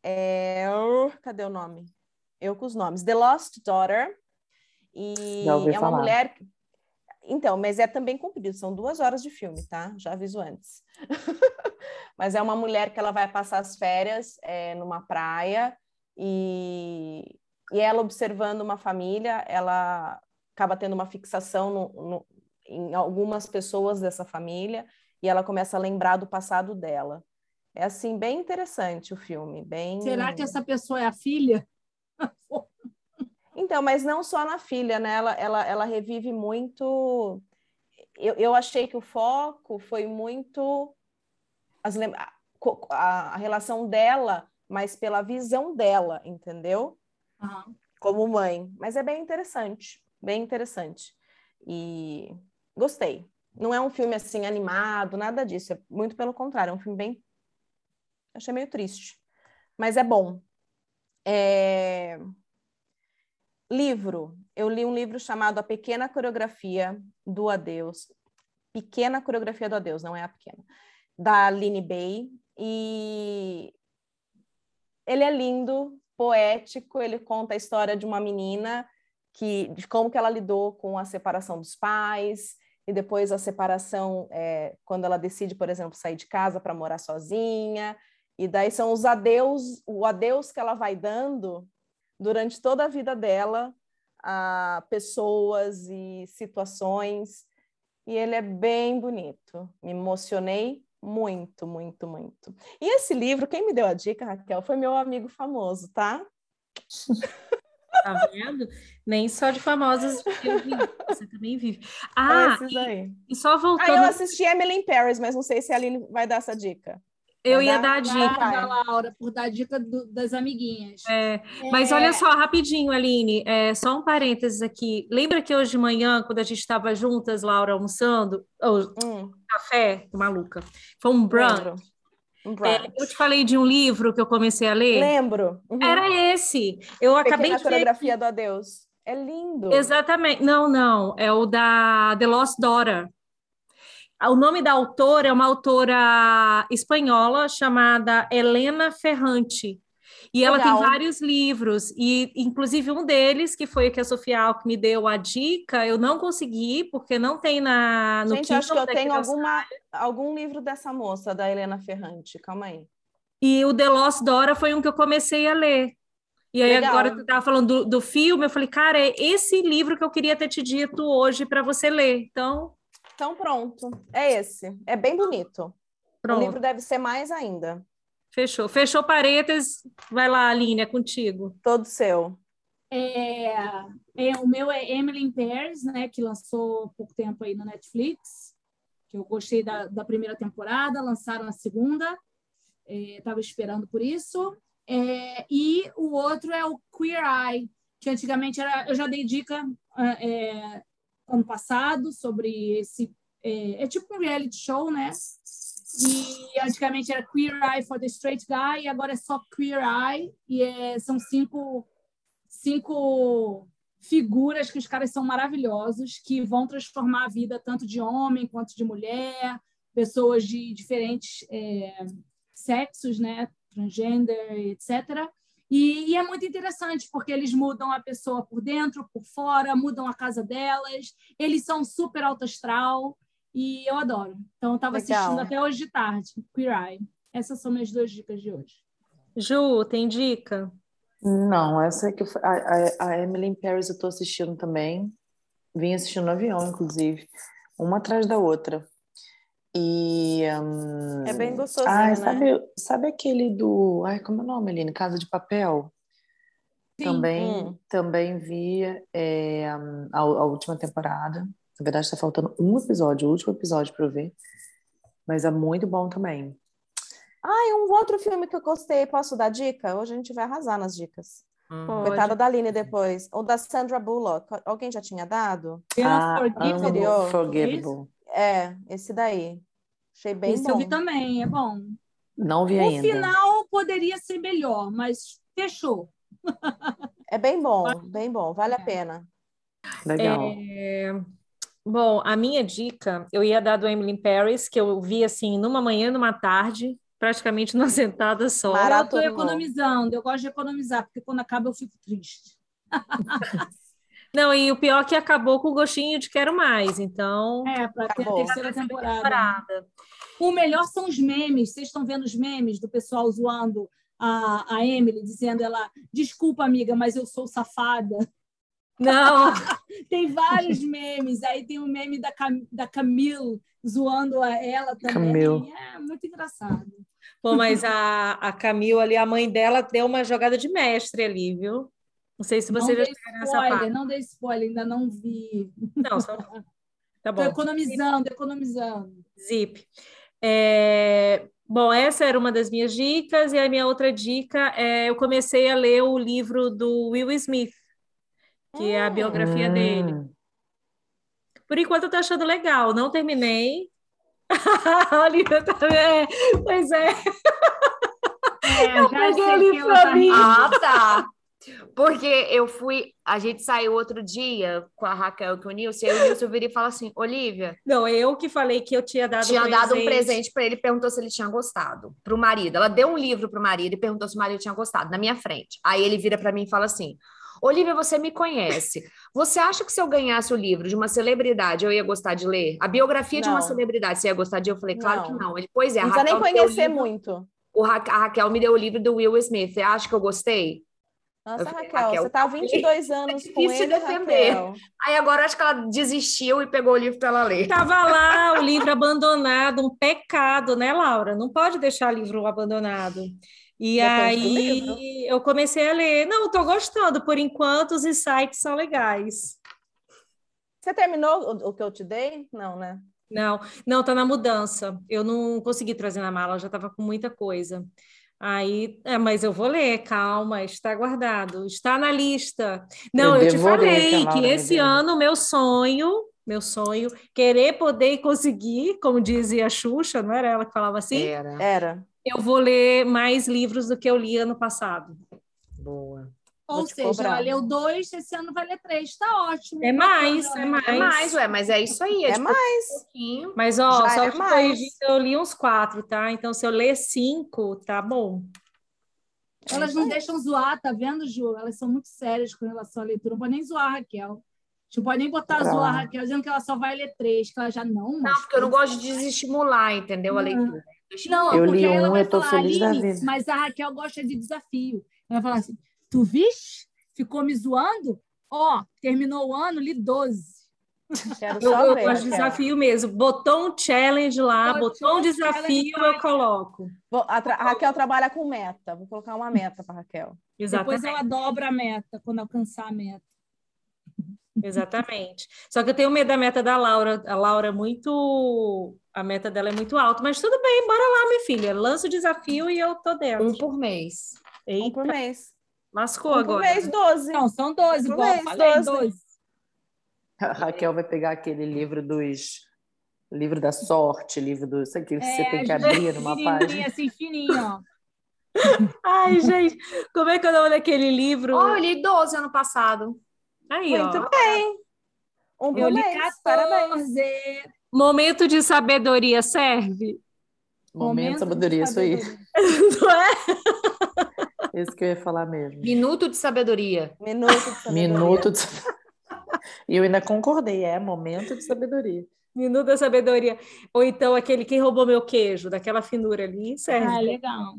E: é, uh, cadê o nome? Eu com os nomes. The Lost Daughter. E
B: Já ouvi
E: é uma
B: falar.
E: mulher. Então, mas é também comprido, são duas horas de filme, tá? Já aviso antes. mas é uma mulher que ela vai passar as férias é, numa praia e, e ela observando uma família, ela acaba tendo uma fixação no, no- em algumas pessoas dessa família e ela começa a lembrar do passado dela. É assim bem interessante o filme, bem
F: Será que essa pessoa é a filha?
E: Então, mas não só na filha, né? Ela, ela, ela revive muito. Eu, eu achei que o foco foi muito as lem- a, co- a, a relação dela, mas pela visão dela, entendeu?
F: Aham.
E: Como mãe. Mas é bem interessante, bem interessante. E gostei. Não é um filme assim animado, nada disso. É muito pelo contrário, é um filme bem. Achei meio triste. Mas é bom. É... Livro. Eu li um livro chamado A Pequena Coreografia do Adeus. Pequena Coreografia do Adeus, não é a pequena. Da Aline Bay. E ele é lindo, poético. Ele conta a história de uma menina que de como que ela lidou com a separação dos pais e depois a separação é, quando ela decide, por exemplo, sair de casa para morar sozinha. E daí são os adeus, o adeus que ela vai dando durante toda a vida dela a pessoas e situações. E ele é bem bonito. Me emocionei muito, muito, muito. E esse livro, quem me deu a dica, Raquel, foi meu amigo famoso, tá?
C: Tá vendo? Nem só de famosas eu vivo, você também vive. Ah,
E: Então, Esses aí.
C: e só
E: Ah, eu
C: voltando,
E: assisti Emily in Paris, mas não sei se a Aline vai dar essa dica.
C: eu
E: vai
C: ia
E: dar-
C: dar a dica.
F: Obrigada, Laura, por dar dica do- das amiguinhas.
C: É, mas olha só, rapidinho, Aline, é, só um parênteses aqui. Lembra que hoje de manhã, quando a gente estava juntas, Laura, almoçando, ou
E: Hum,
C: café, tô maluca, foi um brunch.
E: lembro. Um
C: É,
E: brunch.
C: eu te falei de um livro que eu comecei a ler.
E: Lembro. Uhum.
C: É. Era esse. Eu acabei
E: Pequena
C: de ver.
E: coreografia do adeus. É lindo.
C: Exatamente. Não, não. É o da The Lost Daughter. O nome da autora é uma autora espanhola chamada Helena Ferrante. E ela
E: Legal.
C: tem vários livros, e inclusive um deles, que foi o que a Sofia Alck me deu a dica, eu não consegui, porque não tem na, no
E: Gente, acho que
C: Kindle né,
E: eu
C: daqui
E: tenho
C: da
E: alguma, algum livro dessa moça, da Helena Ferrante. Calma aí.
C: E o The Lost Dora foi um que eu comecei a ler. E aí,
E: Legal.
C: agora tu estava falando do, do filme, eu falei, cara, é esse livro que eu queria ter te dito hoje para você ler. Então,
E: Então, pronto. É esse. É bem bonito. O
C: pronto,
E: livro deve ser mais ainda.
C: fechou. Fechou paredes, vai lá, Aline, é contigo.
E: Todo seu.
F: É, é, o meu é Emily in Paris, né, que lançou há pouco tempo aí na Netflix, que eu gostei da, da primeira temporada, lançaram a segunda, estava esperando por isso. É, e o outro é o Queer Eye, que antigamente era, eu já dei dica ah, é, ano passado sobre esse, é, é tipo um reality show, né? E antigamente era Queer Eye for the Straight Guy, e agora é só Queer Eye, e é, são cinco cinco figuras que os caras são maravilhosos, que vão transformar a vida tanto de homem quanto de mulher, pessoas de diferentes eh, sexos, né, transgender, etc. E, e é muito interessante porque eles mudam a pessoa por dentro, por fora, mudam a casa delas. Eles são super alto astral e eu adoro. Então eu estava
E: Legal.
F: assistindo até hoje de tarde, Queer Eye. Essas são minhas duas dicas de hoje.
C: Ju, tem dica?
B: Não, essa é que eu, fa- a, a, a Emily in Paris eu tô assistindo também. Vim assistindo no avião, inclusive. Uma atrás da outra. E. hum,
E: É bem gostosinho,
B: ai,
E: né?
B: sabe, sabe aquele do. Ai, como é o nome, Aline? Casa de Papel?
F: Sim.
B: Também,
E: Hum.
B: também vi é, hum, a, a última temporada. Na verdade, está faltando um episódio, o último episódio para eu ver. Mas é muito bom também.
E: Ah, e um outro filme que eu gostei. Posso dar dica? Hoje a gente vai arrasar nas dicas. Coitada da Aline depois. Ou da Sandra Bullock. Alguém já tinha dado?
B: Ah,
F: Unforgivable.
E: anterior.
B: Forgettable.
E: É, esse daí. Achei bem
F: Esse
E: bom.
F: eu vi também, é bom.
B: Não vi
F: O
B: ainda.
F: final poderia ser melhor, mas fechou.
E: É bem bom, bem bom. Vale a
F: É.
E: pena.
B: Legal.
E: é,
C: Bom, a minha dica, eu ia dar do Emily in Paris, que eu vi assim, numa manhã, numa tarde, praticamente numa sentada só.
E: Mara-
F: eu estou
E: Maratonou.
F: economizando, eu gosto de economizar, porque quando acaba eu fico triste.
C: Não, e o pior é que acabou com o gostinho de quero mais, então...
F: É, para ter a
E: Acabou.
F: terceira
C: Tá
F: temporada.
C: temporada.
F: O melhor são os memes. Vocês estão vendo os memes do pessoal zoando a, a Emily, dizendo ela, desculpa, amiga, mas eu sou safada.
C: Não,
F: tem vários memes. Aí tem o meme da, Cam... da Camille zoando a ela também.
B: Camille.
F: É muito engraçado.
C: Pô, mas a, a Camila ali, a mãe dela, deu uma jogada de mestre ali, viu? Não sei se você
F: não
C: já
F: dei
C: chegaram nessa
F: spoiler,
C: parte.
F: não dei spoiler, ainda não vi.
C: Não, só... um Tá
F: Tô
C: bom.
F: economizando, economizando.
C: Zip. É, Bom, essa era uma das minhas dicas, e a minha outra dica é eu comecei a ler o livro do Will Smith, que é a biografia dele.
B: Hum.
C: Por enquanto eu tô achando legal, não terminei. A Olivia tá é, Pois é,
A: É, eu
C: peguei ali pra mim.
D: Ah, tá. Porque eu fui, a gente saiu outro dia com a Raquel e com o Nilson, e aí o Nilson vira e fala assim: Olivia,
C: não, eu que falei que eu tinha dado
D: tinha dado um presente pra ele, perguntou se ele tinha gostado pro marido. Ela deu um livro pro marido e perguntou se o marido tinha gostado na minha frente. Aí ele vira pra mim e fala assim: Olivia, você me conhece. Você acha que se eu ganhasse o livro de uma celebridade, eu ia gostar de ler? A biografia de uma
E: Não.
D: celebridade, você ia gostar de? Eu falei, claro
E: Não.
D: que não. Ele, pois é, a
E: Não precisa nem
D: Raquel me deu o
E: conhecer
D: livro-
E: muito.
D: o Ra- a Raquel me deu o livro do Will Smith. Você acha que eu gostei?
E: Nossa,
D: Eu falei,
E: Raquel,
D: Raquel, É
E: você tá há 22 anos com
D: difícil
E: ele,
D: defender.
E: Raquel.
D: Aí agora acho que ela desistiu e pegou o livro pra ela ler.
C: Tava lá o livro abandonado, um pecado, né, Laura? Não pode deixar livro abandonado. E
E: Depende do livro.
C: aí eu comecei a ler. Não, eu tô gostando. Por enquanto, os insights são legais.
E: Você terminou o, o que eu te dei? Não, né?
C: Não, não, tá na mudança. Eu não consegui trazer na mala, eu já estava com muita coisa. Aí, é, mas eu vou ler, calma, está guardado, está na lista. Não,
B: Eu
C: eu, te
B: devorei que a
C: falei
B: Laura
C: que
B: me
C: esse
B: deu.
C: ano meu sonho, meu sonho, querer poder e conseguir, como dizia a Xuxa, não era ela que falava assim?
B: É.
D: Era.
E: Era.
C: Eu vou ler mais livros do que eu li ano passado.
B: Boa.
E: Vou
F: Ou
E: te
F: seja,
E: cobrar.
F: ela leu dois, esse ano vai ler três. Tá ótimo.
C: É mais,
F: Bacana,
C: é
F: né?
D: É mais,
C: mais.
D: ué, mas é isso aí. É,
E: É
D: tipo,
E: mais.
D: um pouquinho.
C: Mas, ó,
E: Já
C: só
E: é
C: te
E: mais.
C: corrigindo, eu li uns quatro, tá? Então, se eu ler cinco, tá bom.
F: Elas não deixam zoar, tá vendo, Ju? Elas são muito sérias com relação à leitura. Não pode nem zoar a Raquel. Não pode nem botar
B: Tá.
F: zoar a Raquel, dizendo que ela só vai ler três, que ela já não.
D: Não, porque eu não gosto de desestimular, entendeu? A
E: Uhum.
F: Não.
D: leitura.
F: Não,
B: Eu
F: porque
B: li
F: aí ela
B: um,
F: vai
B: eu tô
F: falar,
B: feliz da
F: "Aline,
B: vida."
F: Mas a Raquel gosta de desafio. Ela vai falar assim: tu viste? Ficou me zoando? Ó, terminou o ano, li 12.
E: Quero
C: Eu,
E: só
C: eu
E: ver,
C: gosto de
E: Raquel.
C: desafio mesmo. Botou um challenge lá,
F: Botou
C: botou um
F: um challenge
C: desafio,
F: lá.
C: eu coloco.
E: Vou- a, tra- a Raquel trabalha com meta. Vou colocar uma meta para Raquel.
F: Depois
C: Exatamente,
F: ela dobra a meta quando alcançar a meta.
C: exatamente. Só que eu tenho medo da meta da Laura. A Laura é muito. A meta dela é muito alta, mas tudo bem, bora lá, minha filha. Lança o desafio e eu tô dentro.
D: Um por mês.
E: Um por
C: Eita,
E: mês.
C: lascou
E: Um por
C: agora.
E: mês, 12.
F: Não, são 12,
E: Tudo
F: igual eu
E: bem,
F: falei,
E: 12.
F: 12.
B: A Raquel vai pegar aquele livro dos. Livro da sorte, livro do. Isso aqui que você
F: É,
B: tem que
F: a
B: abrir numa página.
F: Fininho, assim, fininho, ó.
C: Ai, gente, como é que é o nome daquele livro?
D: Ó, eu li 12 ano passado.
C: Aí, ó.
E: Muito bem. Um por
F: Eu li
E: mês. Parabéns.
F: 14.
C: Momento de sabedoria serve?
B: Momento,
F: é de
B: sabedoria, isso aí.
F: sabedoria.
C: Não é?
B: Isso que eu ia falar mesmo.
D: Minuto de sabedoria.
E: Minuto de sabedoria.
B: Minuto de. E eu ainda concordei, é momento de sabedoria.
C: Minuto da sabedoria. Ou então aquele quem roubou meu queijo, daquela finura ali, serve.
F: Ah, legal.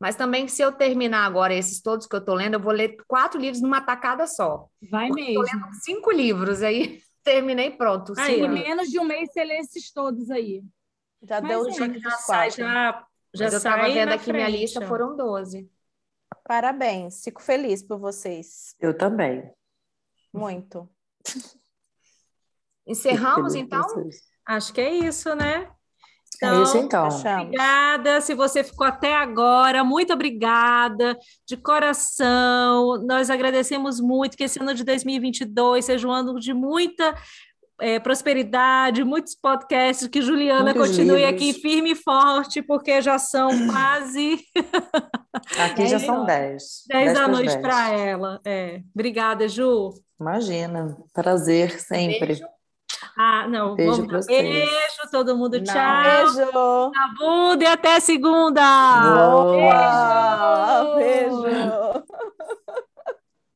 D: Mas também, se eu terminar agora esses todos que eu tô lendo, eu vou ler quatro livros numa tacada só.
F: Vai mesmo.
D: Cinco livros, aí terminei pronto.
C: Aí,
D: Cinco
C: ó.
F: Em
D: livros.
F: menos de um mês você lê esses todos aí.
E: Já
F: Mas
E: deu o
F: é,
E: time
C: já
E: dos
C: sai,
E: quatro.
C: já, já
D: Mas eu tava
C: sai
D: vendo
C: na
D: aqui minha
C: frente,
D: lista,
C: ó.
D: foram 12.
E: Parabéns. Fico feliz por vocês.
B: Eu também.
E: Muito.
B: Fico
D: Encerramos,
B: feliz
D: então?
B: com vocês.
C: Acho que é isso, né?
B: é isso então.
E: Fechamos.
C: Obrigada, se você ficou até agora, muito obrigada, de coração. Nós agradecemos muito que esse ano de 2022 seja um ano de muita eh, prosperidade, muitos podcasts, que Juliana
B: Muitos
C: continue
B: livros.
C: aqui firme e forte, porque já são quase
B: Aqui
F: Dez
B: já
F: da
B: são 10.
C: 10 da noite para ela. É. Obrigada, Ju.
B: Imagina. Prazer sempre.
D: Beijo.
C: Ah, não,
B: Beijo
C: vamos
B: pra
C: dar
B: vocês.
C: beijo, todo mundo,
E: Não.
C: tchau.
E: Beijo.
C: Na bunda e até segunda.
B: Boa.
E: Boa.